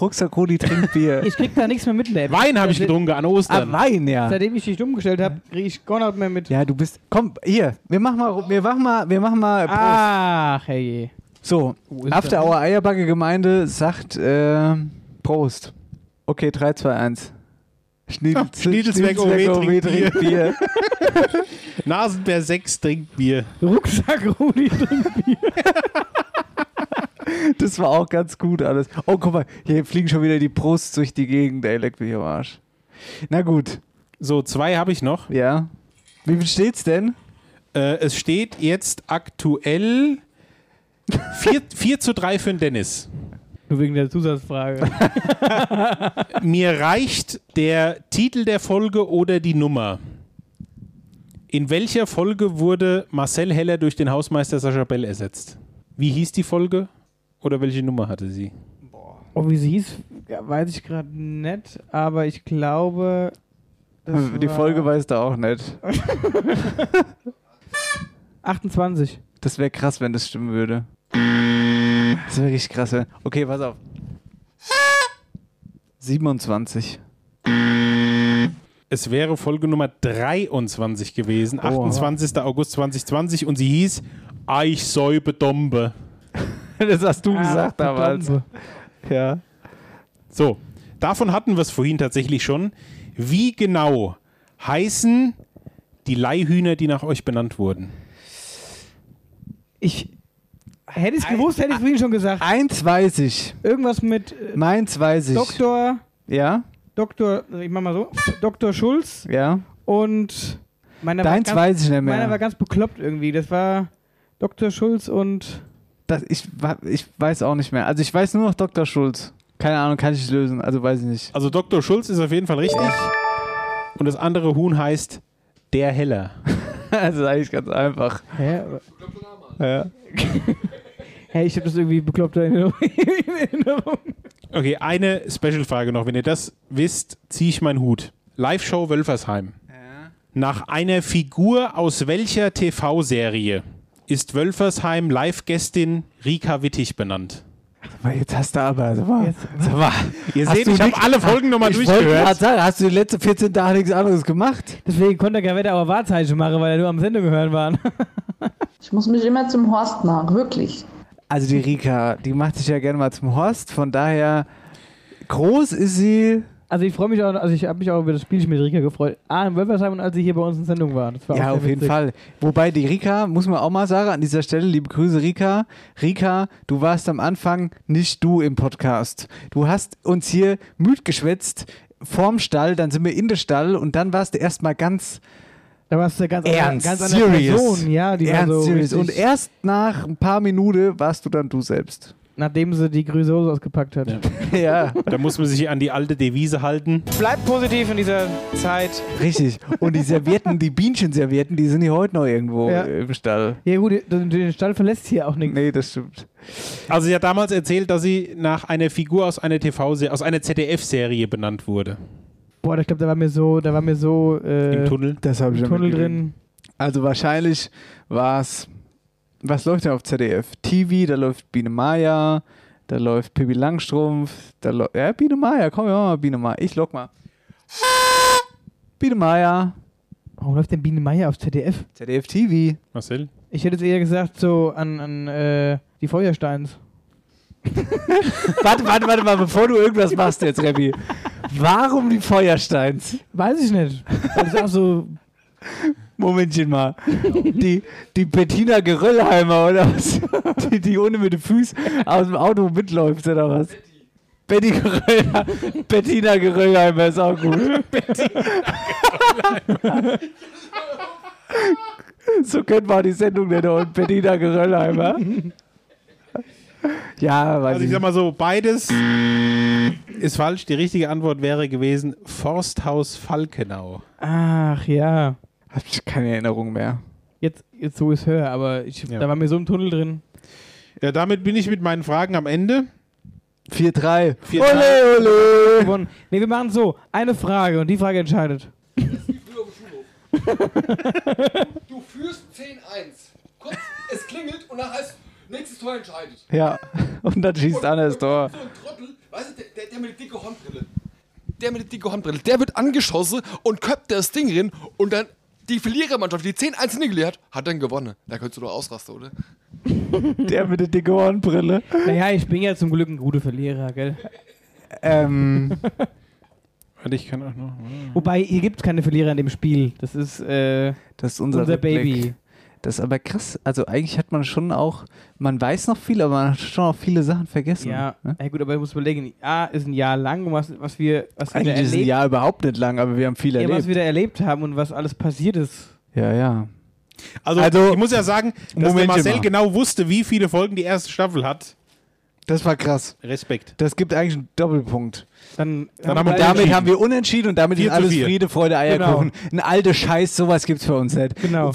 Speaker 6: Rucksack Rudi trinkt Bier.
Speaker 7: <laughs> Ich krieg da nichts mehr mit in der App.
Speaker 1: Wein habe ich getrunken an
Speaker 6: ah,
Speaker 1: Ostern.
Speaker 6: <laughs> Wein, ja.
Speaker 7: Seitdem ich dich umgestellt habe, kriege ich gar nicht mehr mit.
Speaker 6: Ja, du bist. Komm, hier, wir machen mal, wir machen mal, wir machen mal. Prost.
Speaker 7: Ach, hey.
Speaker 6: So, After Hour Eierbacke Gemeinde sagt äh, Prost. Okay, 3, 2, 1. Schniedel,
Speaker 1: Schniedelsberg OW trinkt Bier. Nasenbär 6 trinkt Bier.
Speaker 7: Rucksack Rudi
Speaker 6: trinkt Bier. das war auch ganz gut alles. Oh, guck mal, hier fliegen schon wieder die Prost durch die Gegend. Ey, leck mich am Arsch. Na gut.
Speaker 1: So, zwei habe ich noch.
Speaker 6: Ja. Wie viel steht's denn?
Speaker 1: Äh, es steht jetzt aktuell 4, 4 zu 3 für den Dennis.
Speaker 7: Nur wegen der
Speaker 6: <laughs>
Speaker 7: Zusatzfrage.
Speaker 1: Mir reicht der Titel der Folge oder die Nummer. In welcher Folge wurde Marcel Heller durch den Hausmeister Sascha Bell ersetzt? Wie hieß die Folge oder welche Nummer hatte sie?
Speaker 7: Oh, wie sie hieß, ja, weiß ich gerade nicht, aber ich glaube. das
Speaker 6: Hm, die
Speaker 7: war
Speaker 6: Folge weißt du auch nicht.
Speaker 7: 28.
Speaker 6: Das wäre krass, wenn das stimmen würde. Das wäre richtig krass. wenn- Okay, pass <laughs> auf. 27.
Speaker 1: Es wäre Folge Nummer 23 gewesen, 28. August 2020 und sie hieß Eich säube Dombe.
Speaker 6: Das hast
Speaker 7: <laughs>
Speaker 6: du
Speaker 1: Ah,
Speaker 6: gesagt damals.
Speaker 1: verdammt.
Speaker 6: Ja.
Speaker 1: So, davon hatten wir es vorhin tatsächlich schon. Wie genau heißen die Leihhühner, die nach euch benannt wurden?
Speaker 7: Ich. Hätte ich gewusst, hätte ich vorhin schon gesagt.
Speaker 6: Eins weiß ich.
Speaker 7: Irgendwas mit äh,
Speaker 6: Meins weiß ich.
Speaker 7: Doktor.
Speaker 6: Ja?
Speaker 7: Doktor. Ich mach mal so. Doktor Schulz
Speaker 6: Ja?
Speaker 7: und. Meiner
Speaker 6: Deins
Speaker 7: war
Speaker 6: weiß
Speaker 7: ganz,
Speaker 6: ich nicht mehr.
Speaker 7: Meiner war ganz bekloppt irgendwie. Das war Doktor Schulz und.
Speaker 6: Das, ich, wa- ich weiß auch nicht mehr. Also ich weiß nur noch Dr. Schulz. Keine Ahnung, kann ich nicht lösen. Also weiß ich nicht.
Speaker 1: Also Dr. Schulz ist auf jeden Fall richtig. Und das andere Huhn heißt der Heller.
Speaker 6: <laughs> das ist eigentlich ganz einfach.
Speaker 7: Hä? aber- <laughs>
Speaker 6: Ja.
Speaker 7: Hä, ich hab das irgendwie bekloppt <laughs> in Erinnerung.
Speaker 1: Okay, eine Special-Frage noch. Wenn ihr das wisst, ziehe ich meinen Hut. Live-Show Wölfersheim. Nach einer Figur aus welcher TV-Serie ist Wölfersheim Live-Gästin Rika Wittig benannt?
Speaker 6: Aber Jetzt hast du aber. Sag mal, sag mal, ihr
Speaker 1: Hast
Speaker 6: seht,
Speaker 1: du
Speaker 6: ich habe
Speaker 1: nicht- alle Folgen nochmal
Speaker 6: ich
Speaker 1: durchgehört.
Speaker 6: wollte gerade Sagen, hast du die letzten 14 Tage nichts anderes gemacht?
Speaker 7: Deswegen konnte er Gavetta aber Wahrzeichen machen, weil er nur am Sendung hören war.
Speaker 19: Ich muss mich immer zum Horst machen, wirklich.
Speaker 6: Also die Rika, die macht sich ja gerne mal zum Horst, von daher groß ist sie.
Speaker 7: Also ich freue mich auch, also ich habe mich auch über das Spielchen mit Rika gefreut. Ah, in Wölfersheim und als sie hier bei uns in Sendung war. Das war auch
Speaker 6: Ja,
Speaker 7: sehr
Speaker 6: auf jeden
Speaker 7: witzig.
Speaker 6: Fall. Wobei die Rika, muss man auch mal sagen, an dieser Stelle, liebe Grüße Rika. Rika, du warst am Anfang nicht du im Podcast. Du hast uns hier müd geschwätzt vorm Stall, dann sind wir in den Stall und dann warst du erstmal ganz
Speaker 7: Da warst du ganz
Speaker 6: ernst,
Speaker 7: andere, ganz andere
Speaker 6: serious.
Speaker 7: Person, ja, die
Speaker 6: ernst,
Speaker 7: war so
Speaker 6: serious. Und
Speaker 7: richtig-
Speaker 6: erst nach ein paar Minuten warst du dann du selbst.
Speaker 7: Nachdem sie die grüne Soße ausgepackt hat.
Speaker 6: <laughs> Ja.
Speaker 1: Da muss man sich an die alte Devise halten.
Speaker 7: Bleibt positiv in dieser Zeit.
Speaker 6: Richtig. Und die Servietten, die Bienchen-Servietten, die sind hier heute noch irgendwo
Speaker 7: Ja.
Speaker 6: im Stall.
Speaker 7: Ja gut, den den Stall verlässt hier auch nichts.
Speaker 6: Nee, das stimmt.
Speaker 1: Also sie hat damals erzählt, dass sie nach einer Figur aus einer TV-Serie, aus einer ZDF-Serie benannt wurde.
Speaker 7: Boah, ich glaube, da war mir so, da war mir so äh,
Speaker 1: Im Tunnel?
Speaker 6: Das habe ich
Speaker 7: im
Speaker 6: ja
Speaker 7: Tunnel
Speaker 6: mitgekriegt.
Speaker 7: drin.
Speaker 6: Also wahrscheinlich war es. Was läuft denn auf ZDF? TV, da läuft Biene Maya, da läuft Pippi Langstrumpf, da läuft. Ja, Biene Maya, komm, ja, mal Biene Maya. Ich log mal. Biene Maya.
Speaker 7: Warum läuft denn Biene Meier auf ZDF?
Speaker 6: ZDF TV.
Speaker 1: Marcel?
Speaker 7: Ich hätte jetzt eher gesagt so an, an äh, die Feuersteins.
Speaker 6: Warte, warte, warte mal, bevor du irgendwas machst jetzt, Rebbi. Warum die Feuersteins?
Speaker 7: Weiß ich nicht. Das ist auch so.
Speaker 6: Momentchen mal. Die, die Bettina Geröllheimer oder was? Die, die ohne mit den Füßen aus dem Auto mitläuft oder was? Betty Geröllheimer. Bettina Geröllheimer ist auch gut. so könnte man auch die Sendung nennen und Bettina Geröllheimer. Ja, weiß
Speaker 1: Also ich sag mal so, beides ist falsch. Die richtige Antwort wäre gewesen Forsthaus Falkenau.
Speaker 7: Ach ja.
Speaker 6: Hab ich keine Erinnerung mehr.
Speaker 7: Jetzt, jetzt so ist höher, aber ich,
Speaker 1: Ja.
Speaker 7: da war mir so im Tunnel drin.
Speaker 1: Ja, damit bin ich mit meinen Fragen am Ende.
Speaker 6: 4-3.
Speaker 1: Ole, ole.
Speaker 7: Gewonnen. Nee, wir machen so. Eine Frage und die Frage entscheidet.
Speaker 4: Du führst 10-1. Kurz, es klingelt und dann heißt, nächstes Tor entscheidet.
Speaker 6: Ja, und dann schießt Anna das Tor.
Speaker 4: So ein Trottel, weißt du, der, der, der mit der dicken Hornbrille. Der mit der dicken Hornbrille, der wird angeschossen und köpft das Ding rein und dann die Verlierermannschaft, die 10-1 gelehrt, hat dann gewonnen. Da könntest du doch ausrasten, oder?
Speaker 6: Der mit der dicken Hornbrille.
Speaker 7: Naja, ich bin ja zum Glück ein guter Verlierer, gell?
Speaker 6: Ähm.
Speaker 1: <laughs> Warte, ich kann auch noch.
Speaker 7: Wobei, hier gibt es keine Verlierer in dem Spiel. Das ist, äh,
Speaker 6: Das ist unser, Rückblick.
Speaker 7: Baby.
Speaker 6: Das ist aber krass. Also eigentlich hat man schon auch, man weiß noch viel, aber man hat schon auch viele Sachen vergessen.
Speaker 7: Ja,
Speaker 6: ne?
Speaker 7: ja gut, aber ich muss überlegen, A ist ein Jahr lang, und was, was wir, was wir da
Speaker 6: Eigentlich ist ein
Speaker 7: erlebt,
Speaker 6: Jahr überhaupt nicht lang, aber wir haben viel
Speaker 7: ja, was
Speaker 6: erlebt.
Speaker 7: wir da erlebt haben und was alles passiert ist.
Speaker 6: Ja, ja.
Speaker 1: Also,
Speaker 6: Also,
Speaker 1: ich muss ja sagen, dass der
Speaker 6: Moment
Speaker 1: Marcel
Speaker 6: mal.
Speaker 1: genau wusste, wie viele Folgen die erste Staffel hat.
Speaker 6: Das war krass.
Speaker 1: Respekt.
Speaker 6: Das gibt eigentlich einen Doppelpunkt.
Speaker 7: Dann,
Speaker 1: Dann haben wir
Speaker 6: und damit
Speaker 1: unentschieden.
Speaker 6: haben wir unentschieden und damit ist
Speaker 1: Vier zu
Speaker 6: alles
Speaker 1: vier.
Speaker 6: Friede, Freude, Eierkuchen.
Speaker 7: Genau.
Speaker 6: Ein alter Scheiß, sowas gibt's für uns nicht. Genau.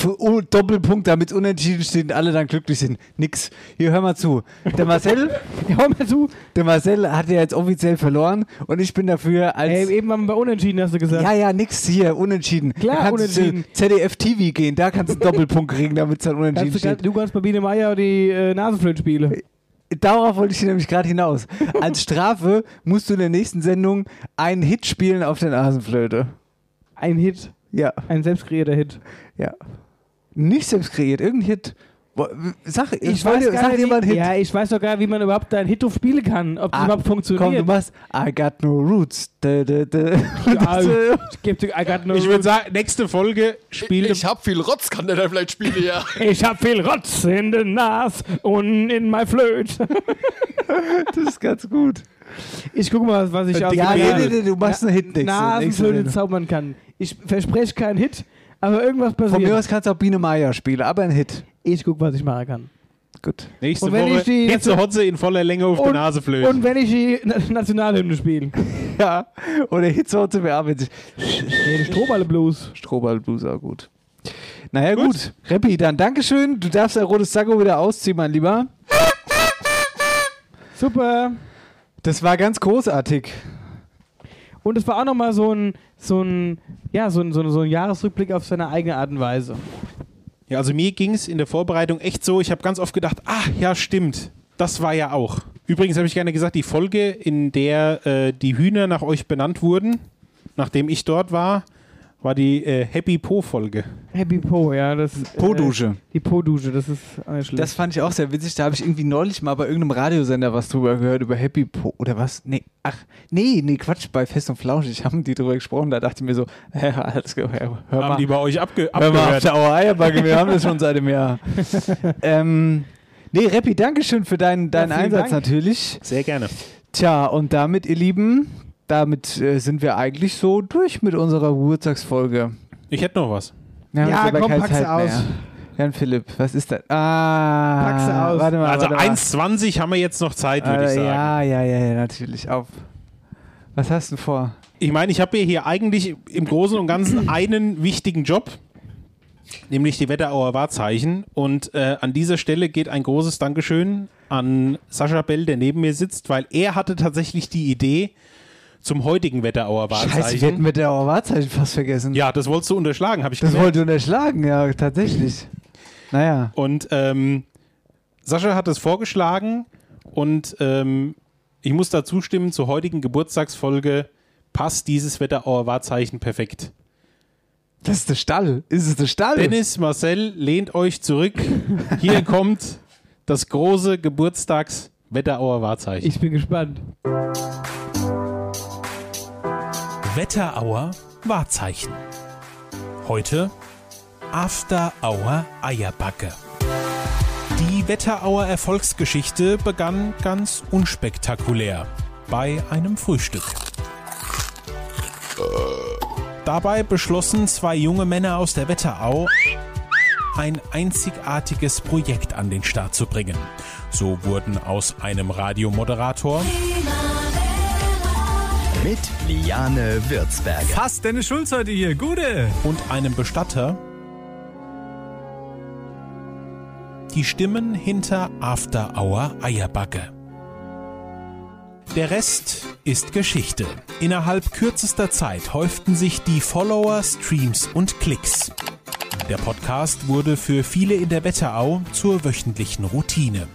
Speaker 6: Doppelpunkt, damit unentschieden steht und alle dann glücklich sind. Nix. Hier, hör mal zu. Der Marcel,
Speaker 1: <laughs>
Speaker 7: hör mal zu.
Speaker 6: Der Marcel hat ja jetzt offiziell verloren und ich bin dafür als...
Speaker 7: Ey, eben haben wir unentschieden, hast du gesagt.
Speaker 6: Ja, ja, nix hier, unentschieden.
Speaker 7: Klar,
Speaker 6: da kannst
Speaker 7: unentschieden.
Speaker 6: Du zu ZDF TV gehen, da kannst du
Speaker 7: <laughs>
Speaker 6: einen Doppelpunkt kriegen, damit es dann unentschieden
Speaker 7: Kannst du,
Speaker 6: steht.
Speaker 7: du kannst bei Biene Meier die äh, Nasenflöte spielen.
Speaker 6: Darauf wollte ich nämlich gerade hinaus. Als Strafe musst du in der nächsten Sendung einen Hit spielen auf der Nasenflöte.
Speaker 7: Ein Hit?
Speaker 6: Ja.
Speaker 7: Ein selbst kreierter Hit?
Speaker 6: Ja. Nicht selbst kreiert, irgendein Hit. Wo- Sag, ich wollte-
Speaker 7: gar
Speaker 6: sag
Speaker 7: nicht,
Speaker 6: dir mal einen
Speaker 7: wie-
Speaker 6: Hit.
Speaker 7: Ja, ich weiß sogar, wie man überhaupt da einen Hit drauf spielen kann, ob das
Speaker 6: Ah,
Speaker 7: überhaupt funktioniert.
Speaker 6: Komm, du machst I got no roots. Da, da, da. <laughs> Das, äh,
Speaker 7: ich geb dir, I got no
Speaker 1: Ich würde sagen, nächste Folge spielt.
Speaker 4: Ich hab viel Rotz, kann der dann vielleicht spielen, ja.
Speaker 7: Ich hab viel Rotz in den Nas und in my Flöte.
Speaker 6: das ist ganz gut.
Speaker 7: <laughs> Ich guck mal, was ich
Speaker 6: Ja,
Speaker 7: aus
Speaker 6: nee, nee, nee, du machst einen Hit nächste- nächste
Speaker 7: Nasenflöte
Speaker 6: Sendung.
Speaker 7: zaubern kann. Ich verspreche keinen Hit, aber irgendwas passiert.
Speaker 6: Von mir aus kannst du auch Biene Meier spielen, aber ein Hit.
Speaker 7: Ich guck, was ich machen kann.
Speaker 6: Gut. <laughs>
Speaker 1: Nächste
Speaker 7: Und wenn
Speaker 1: Woche
Speaker 7: ich die-
Speaker 1: Hitze Hotze in voller Länge auf der Nase flöten.
Speaker 7: Und wenn ich die Na- Nationalhymne spiele.
Speaker 6: Ja, oder Hitze bearbeitet.
Speaker 7: Nee, Strohballe Blues.
Speaker 6: Strohball Blues, auch gut. Naja, gut. gut. Reppi, dann Dankeschön. Du darfst dein rotes Sakko wieder ausziehen, mein Lieber.
Speaker 7: Super.
Speaker 6: Das war ganz großartig.
Speaker 7: Und es war auch nochmal so ein, so ein, ja, so ein, so ein, so ein Jahresrückblick auf seine eigene Art und Weise.
Speaker 1: Ja, also mir ging es in der Vorbereitung echt so, ich habe ganz oft gedacht, ah ja, stimmt, das war ja auch. Übrigens habe ich gerne gesagt, die Folge, in der äh, die Hühner nach euch benannt wurden, nachdem ich dort war, war die äh, Happy Po-Folge.
Speaker 7: Happy Po, ja. Das,
Speaker 6: Po-Dusche.
Speaker 7: Äh, die Po-Dusche, das ist auch nicht schlecht.
Speaker 6: Das fand ich auch sehr witzig. Da habe ich irgendwie neulich mal bei irgendeinem Radiosender was drüber gehört, über Happy Po oder was? Nee, ach, nee, nee, Quatsch, bei Fest und Flauschig haben die drüber gesprochen. Da dachte ich mir so, <laughs> hä, alles gut, hör, hör
Speaker 1: Haben
Speaker 6: mal.
Speaker 1: die bei euch abge
Speaker 6: Hör mal auf
Speaker 1: abgehört?
Speaker 6: der Auer Eierbacke, wir haben das schon seit
Speaker 1: <laughs>
Speaker 6: einem Jahr. ähm, nee, Reppi, Dankeschön für deinen, deinen
Speaker 1: vielen
Speaker 6: Einsatz
Speaker 1: Dank.
Speaker 6: natürlich.
Speaker 1: Sehr gerne.
Speaker 6: Tja, und damit, ihr Lieben, damit äh, sind wir eigentlich so durch mit unserer Geburtstagsfolge.
Speaker 1: Ich hätte noch was.
Speaker 6: Wir haben
Speaker 1: Ja,
Speaker 6: jetzt aber
Speaker 1: komm,
Speaker 6: keine
Speaker 1: pack's
Speaker 6: Zeit
Speaker 1: aus.
Speaker 6: Mehr. Jan Philipp, was ist das? Ah, Warte mal,
Speaker 1: also
Speaker 6: warte mal.
Speaker 1: 1,20 haben wir jetzt noch Zeit, würde ich
Speaker 6: Äh,
Speaker 1: sagen.
Speaker 6: Ja, ja, ja, ja, natürlich. Auf. Was hast du denn vor?
Speaker 1: Ich meine, ich habe ja hier eigentlich im Großen und
Speaker 6: <clears throat>
Speaker 1: Ganzen einen wichtigen Job, nämlich die Wetterauer Wahrzeichen. Und äh, an dieser Stelle geht ein großes Dankeschön an Sascha Bell, der neben mir sitzt, weil er hatte tatsächlich die Idee zum heutigen Wetterauer
Speaker 6: Scheiße, wir hätten
Speaker 1: Wahrzeichen.
Speaker 6: mit der Wahrzeichen fast vergessen.
Speaker 1: Ja, das wolltest du unterschlagen, habe ich
Speaker 6: Das
Speaker 1: gemerkt.
Speaker 6: wollte unterschlagen, ja, tatsächlich. Naja.
Speaker 1: Und ähm, Sascha hat es vorgeschlagen und ähm, ich muss da zustimmen, zur heutigen Geburtstagsfolge passt dieses Wetterauer Wahrzeichen perfekt.
Speaker 6: Das ist der Stall. Ist es der Stall?
Speaker 1: Dennis, Marcel, lehnt euch zurück. Hier kommt das große Geburtstags-Wetterauer Wahrzeichen.
Speaker 7: Ich bin gespannt.
Speaker 1: Wetterauer Wahrzeichen. Heute After Hour Eierbacke. Die Wetterauer Erfolgsgeschichte begann ganz unspektakulär bei einem Frühstück. Dabei beschlossen zwei junge Männer aus der Wetterau, ein einzigartiges Projekt an den Start zu bringen. So wurden aus einem Radiomoderator mit Liane Würzberger. Fast Dennis Schulz heute hier, gute! Und einem Bestatter. Die Stimmen hinter After Hour Eierbacke. Der Rest ist Geschichte. Innerhalb kürzester Zeit häuften sich die Follower, Streams und Klicks. Der Podcast wurde für viele in der Wetterau zur wöchentlichen Routine.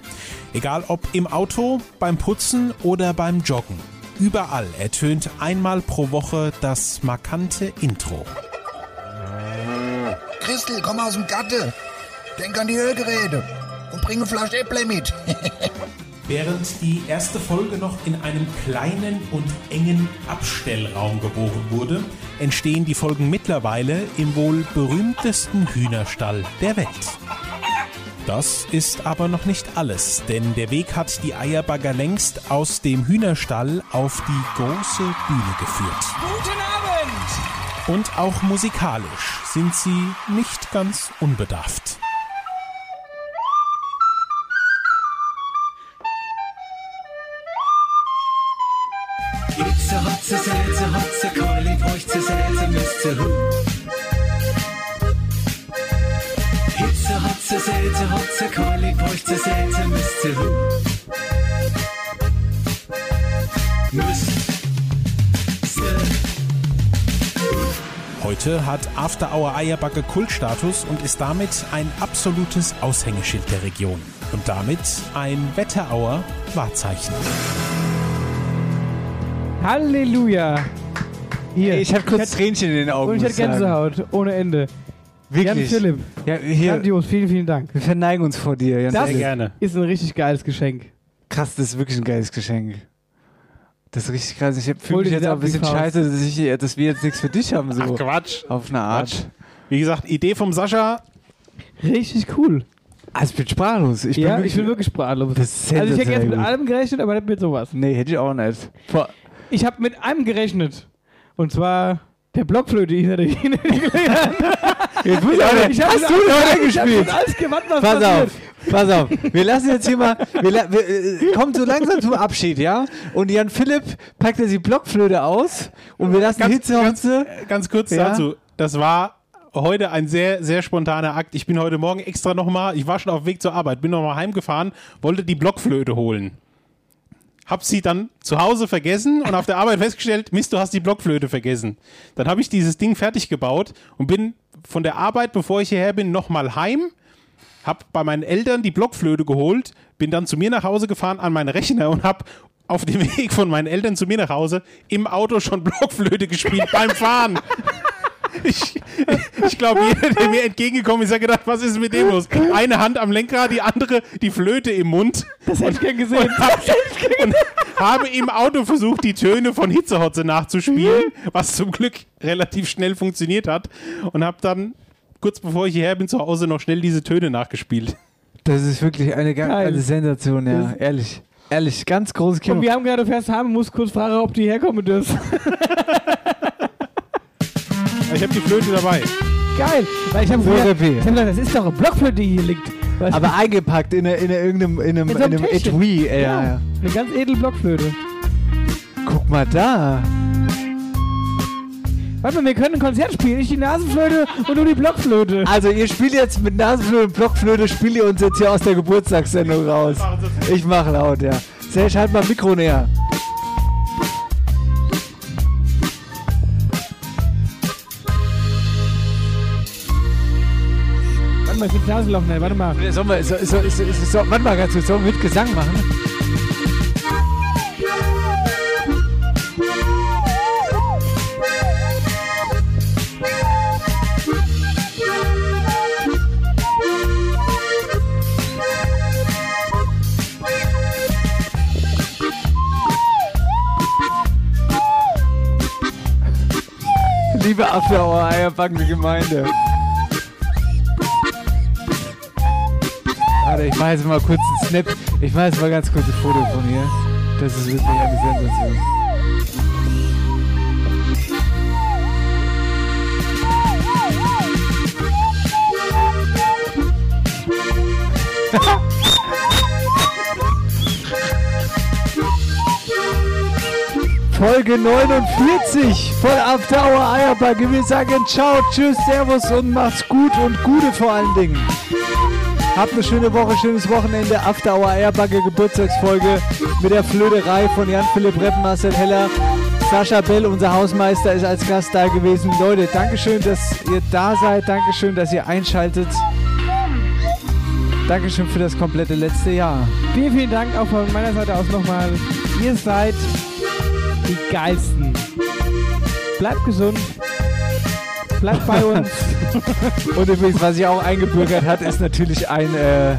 Speaker 1: Egal ob im Auto, beim Putzen oder beim Joggen. Überall ertönt einmal pro Woche das markante Intro.
Speaker 2: Christel, komm aus dem Gatte. Denk an die Ölgeräte und bringe Flasche Apple mit. <laughs>
Speaker 1: Während die erste Folge noch in einem kleinen und engen Abstellraum geboren wurde, entstehen die Folgen mittlerweile im wohl berühmtesten Hühnerstall der Welt. Das ist aber noch nicht alles, denn der Weg hat die Eierbagger längst aus dem Hühnerstall auf die große Bühne geführt.
Speaker 18: Guten Abend!
Speaker 1: Und auch musikalisch sind sie nicht ganz unbedarft.
Speaker 11: Itze, hotze, selze, hotze, Keule, bräuchte, selze, müsste, hu. Hitze, hotze, selze, hotze, Keule, bräuchte, selze, müsste, hu. Müsste.
Speaker 1: Heute hat After Hour Eierbacke Kultstatus und ist damit ein absolutes Aushängeschild der Region. Und damit ein Wetterauer Wahrzeichen.
Speaker 7: Halleluja! Hier.
Speaker 6: Ich hatte kurz Tränchen in den Augen.
Speaker 7: Und ich
Speaker 6: muss
Speaker 7: hatte Gänsehaut, ohne Ende.
Speaker 6: Wirklich?
Speaker 7: Jan Philipp.
Speaker 6: Ja, hier.
Speaker 7: Grandios, vielen, vielen Dank.
Speaker 6: Wir verneigen uns vor dir, Jan
Speaker 7: Das
Speaker 6: Philipp.
Speaker 7: ist ein richtig geiles Geschenk.
Speaker 6: Krass, das ist wirklich ein geiles Geschenk. Das ist richtig krass. Ich fühle
Speaker 7: Hol
Speaker 6: mich
Speaker 7: dir
Speaker 6: jetzt
Speaker 7: die
Speaker 6: auch ein bisschen
Speaker 7: Apfelfaust.
Speaker 6: scheiße, dass, ich, hier- dass wir jetzt nichts für dich haben. So.
Speaker 1: Ach, Quatsch.
Speaker 6: Auf eine Art.
Speaker 1: Wie gesagt, Idee vom Sascha.
Speaker 7: Richtig cool.
Speaker 6: Also ich bin sprachlos. Ich bin
Speaker 7: ja,
Speaker 6: wirklich,
Speaker 7: ich bin wirklich sprachlos.
Speaker 6: Das ist
Speaker 7: also ich hätte
Speaker 6: sensationell
Speaker 7: jetzt mit
Speaker 6: gut.
Speaker 7: allem gerechnet, aber nicht mit sowas.
Speaker 6: Nee, hätte ich auch nicht. Vor
Speaker 7: Ich habe mit einem gerechnet. Und zwar der Blockflöte, die hinter <laughs> dir hinter dir gelegen hat.
Speaker 6: Jetzt muss ich aber-
Speaker 7: hab
Speaker 6: hast
Speaker 7: mit
Speaker 6: du
Speaker 7: allem-
Speaker 6: noch
Speaker 7: ich hab
Speaker 6: eingespielt?
Speaker 7: mit alles gewandt, was
Speaker 6: Pass
Speaker 7: passiert.
Speaker 6: auf, pass auf. Wir lassen jetzt hier mal. Wir, la- wir, äh, kommen so langsam zum Abschied, ja? Und Jan Philipp packt jetzt die Blockflöte aus und wir lassen Hitze Hotze.
Speaker 1: Ganz kurz
Speaker 6: Ja.
Speaker 1: dazu, das war heute ein sehr, sehr spontaner Akt. Ich bin heute Morgen extra nochmal, ich war schon auf dem Weg zur Arbeit, bin nochmal heimgefahren, wollte die Blockflöte holen. Hab sie dann zu Hause vergessen und auf der Arbeit festgestellt, Mist, du hast die Blockflöte vergessen. Dann habe ich dieses Ding fertig gebaut und bin von der Arbeit, bevor ich hierher bin, nochmal heim, hab bei meinen Eltern die Blockflöte geholt, bin dann zu mir nach Hause gefahren an meinen Rechner und hab auf dem <laughs> Weg von meinen Eltern zu mir nach Hause im Auto schon Blockflöte gespielt beim Fahren. <laughs> Ich, ich glaube, jeder, der mir entgegengekommen ist, hat gedacht, was ist mit dem los? Eine Hand am Lenkrad, die andere die Flöte im Mund. Das hätte ich gern gesehen. Und, <laughs> hab, und habe im Auto versucht, die Töne von Hitzehotze nachzuspielen, was zum Glück relativ schnell funktioniert hat. Und habe dann, kurz bevor ich hierher bin, zu Hause noch schnell diese Töne nachgespielt.
Speaker 6: Das ist wirklich eine, ganz-
Speaker 7: Geil.
Speaker 6: eine Sensation, ja.
Speaker 7: Das-
Speaker 6: Ehrlich. Ehrlich, ganz großes Kino.
Speaker 7: Und wir haben gerade du fährst haben, musst kurz fragen, ob die herkommen dürfen.
Speaker 1: Ich habe die Flöte dabei.
Speaker 7: <laughs> Geil. Weil ich habe
Speaker 6: So,
Speaker 7: gedacht,
Speaker 6: Reppi.
Speaker 7: ich hab gedacht, das ist doch eine Blockflöte, die hier liegt. Weißt
Speaker 6: aber eingepackt in, eine- in eine- irgendeinem, in einem,
Speaker 7: du,
Speaker 6: in
Speaker 7: mit so einem
Speaker 6: einem
Speaker 7: Täschchen.
Speaker 6: Etui. Ey, ja. Ja.
Speaker 7: Genau. Eine ganz edle Blockflöte.
Speaker 6: Guck mal da.
Speaker 7: Warte mal, wir können ein Konzert spielen. Ich die Nasenflöte und du die Blockflöte.
Speaker 6: Also ihr spielt jetzt mit Nasenflöte und Blockflöte, spielt ihr uns jetzt hier aus der Geburtstagssendung raus. Ich mache laut, ja. Serge, halt mal Mikro näher.
Speaker 7: Warte mal, ich bin Nasenloch, ne? Warte mal.
Speaker 6: Sollen wir, so, so, so, so, so, warte mal ganz kurz, sollen wir mit Gesang machen? Liebe Afterhour, eierbackende Gemeinde. Warte, ich mache jetzt mal kurz einen Snap. Ich mache jetzt mal ganz kurz ein Foto von hier. Das ist wirklich eine Sensation. Folge 49 von After Hour Eierbacke. Wir sagen Ciao, Tschüss, Servus und macht's gut und Gute vor allen Dingen. Habt eine schöne Woche, schönes Wochenende. After Hour Eierbacke Geburtstagsfolge mit der Flöderei von Jan-Philipp Repp, Marcel Heller. Sascha Bell, unser Hausmeister, ist als Gast da gewesen. Leute, Dankeschön, dass ihr da seid. Dankeschön, dass ihr einschaltet. Dankeschön für das komplette letzte Jahr.
Speaker 7: Vielen, vielen Dank auch von meiner Seite aus nochmal. Ihr seid die Geilsten. Bleibt gesund.
Speaker 6: <laughs>
Speaker 7: Bleibt bei uns.
Speaker 6: Und übrigens, was sich auch eingebürgert hat, ist natürlich ein, äh,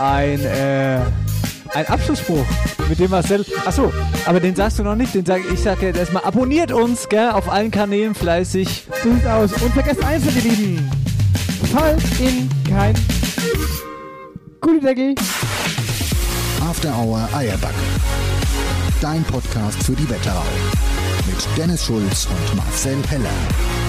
Speaker 6: ein, äh, ein Abschlussspruch mit dem Marcel. Achso, aber den sagst du noch nicht. Den sag, ich sage jetzt erstmal, abonniert uns, gell, auf allen Kanälen fleißig.
Speaker 7: So sieht's aus. Und vergesst eins, ihr Lieben. Fallt in kein Gute Deckel.
Speaker 2: After Hour Eierbacke. Dein Podcast für die Wetterau. Mit Dennis Schulz und Marcel Heller.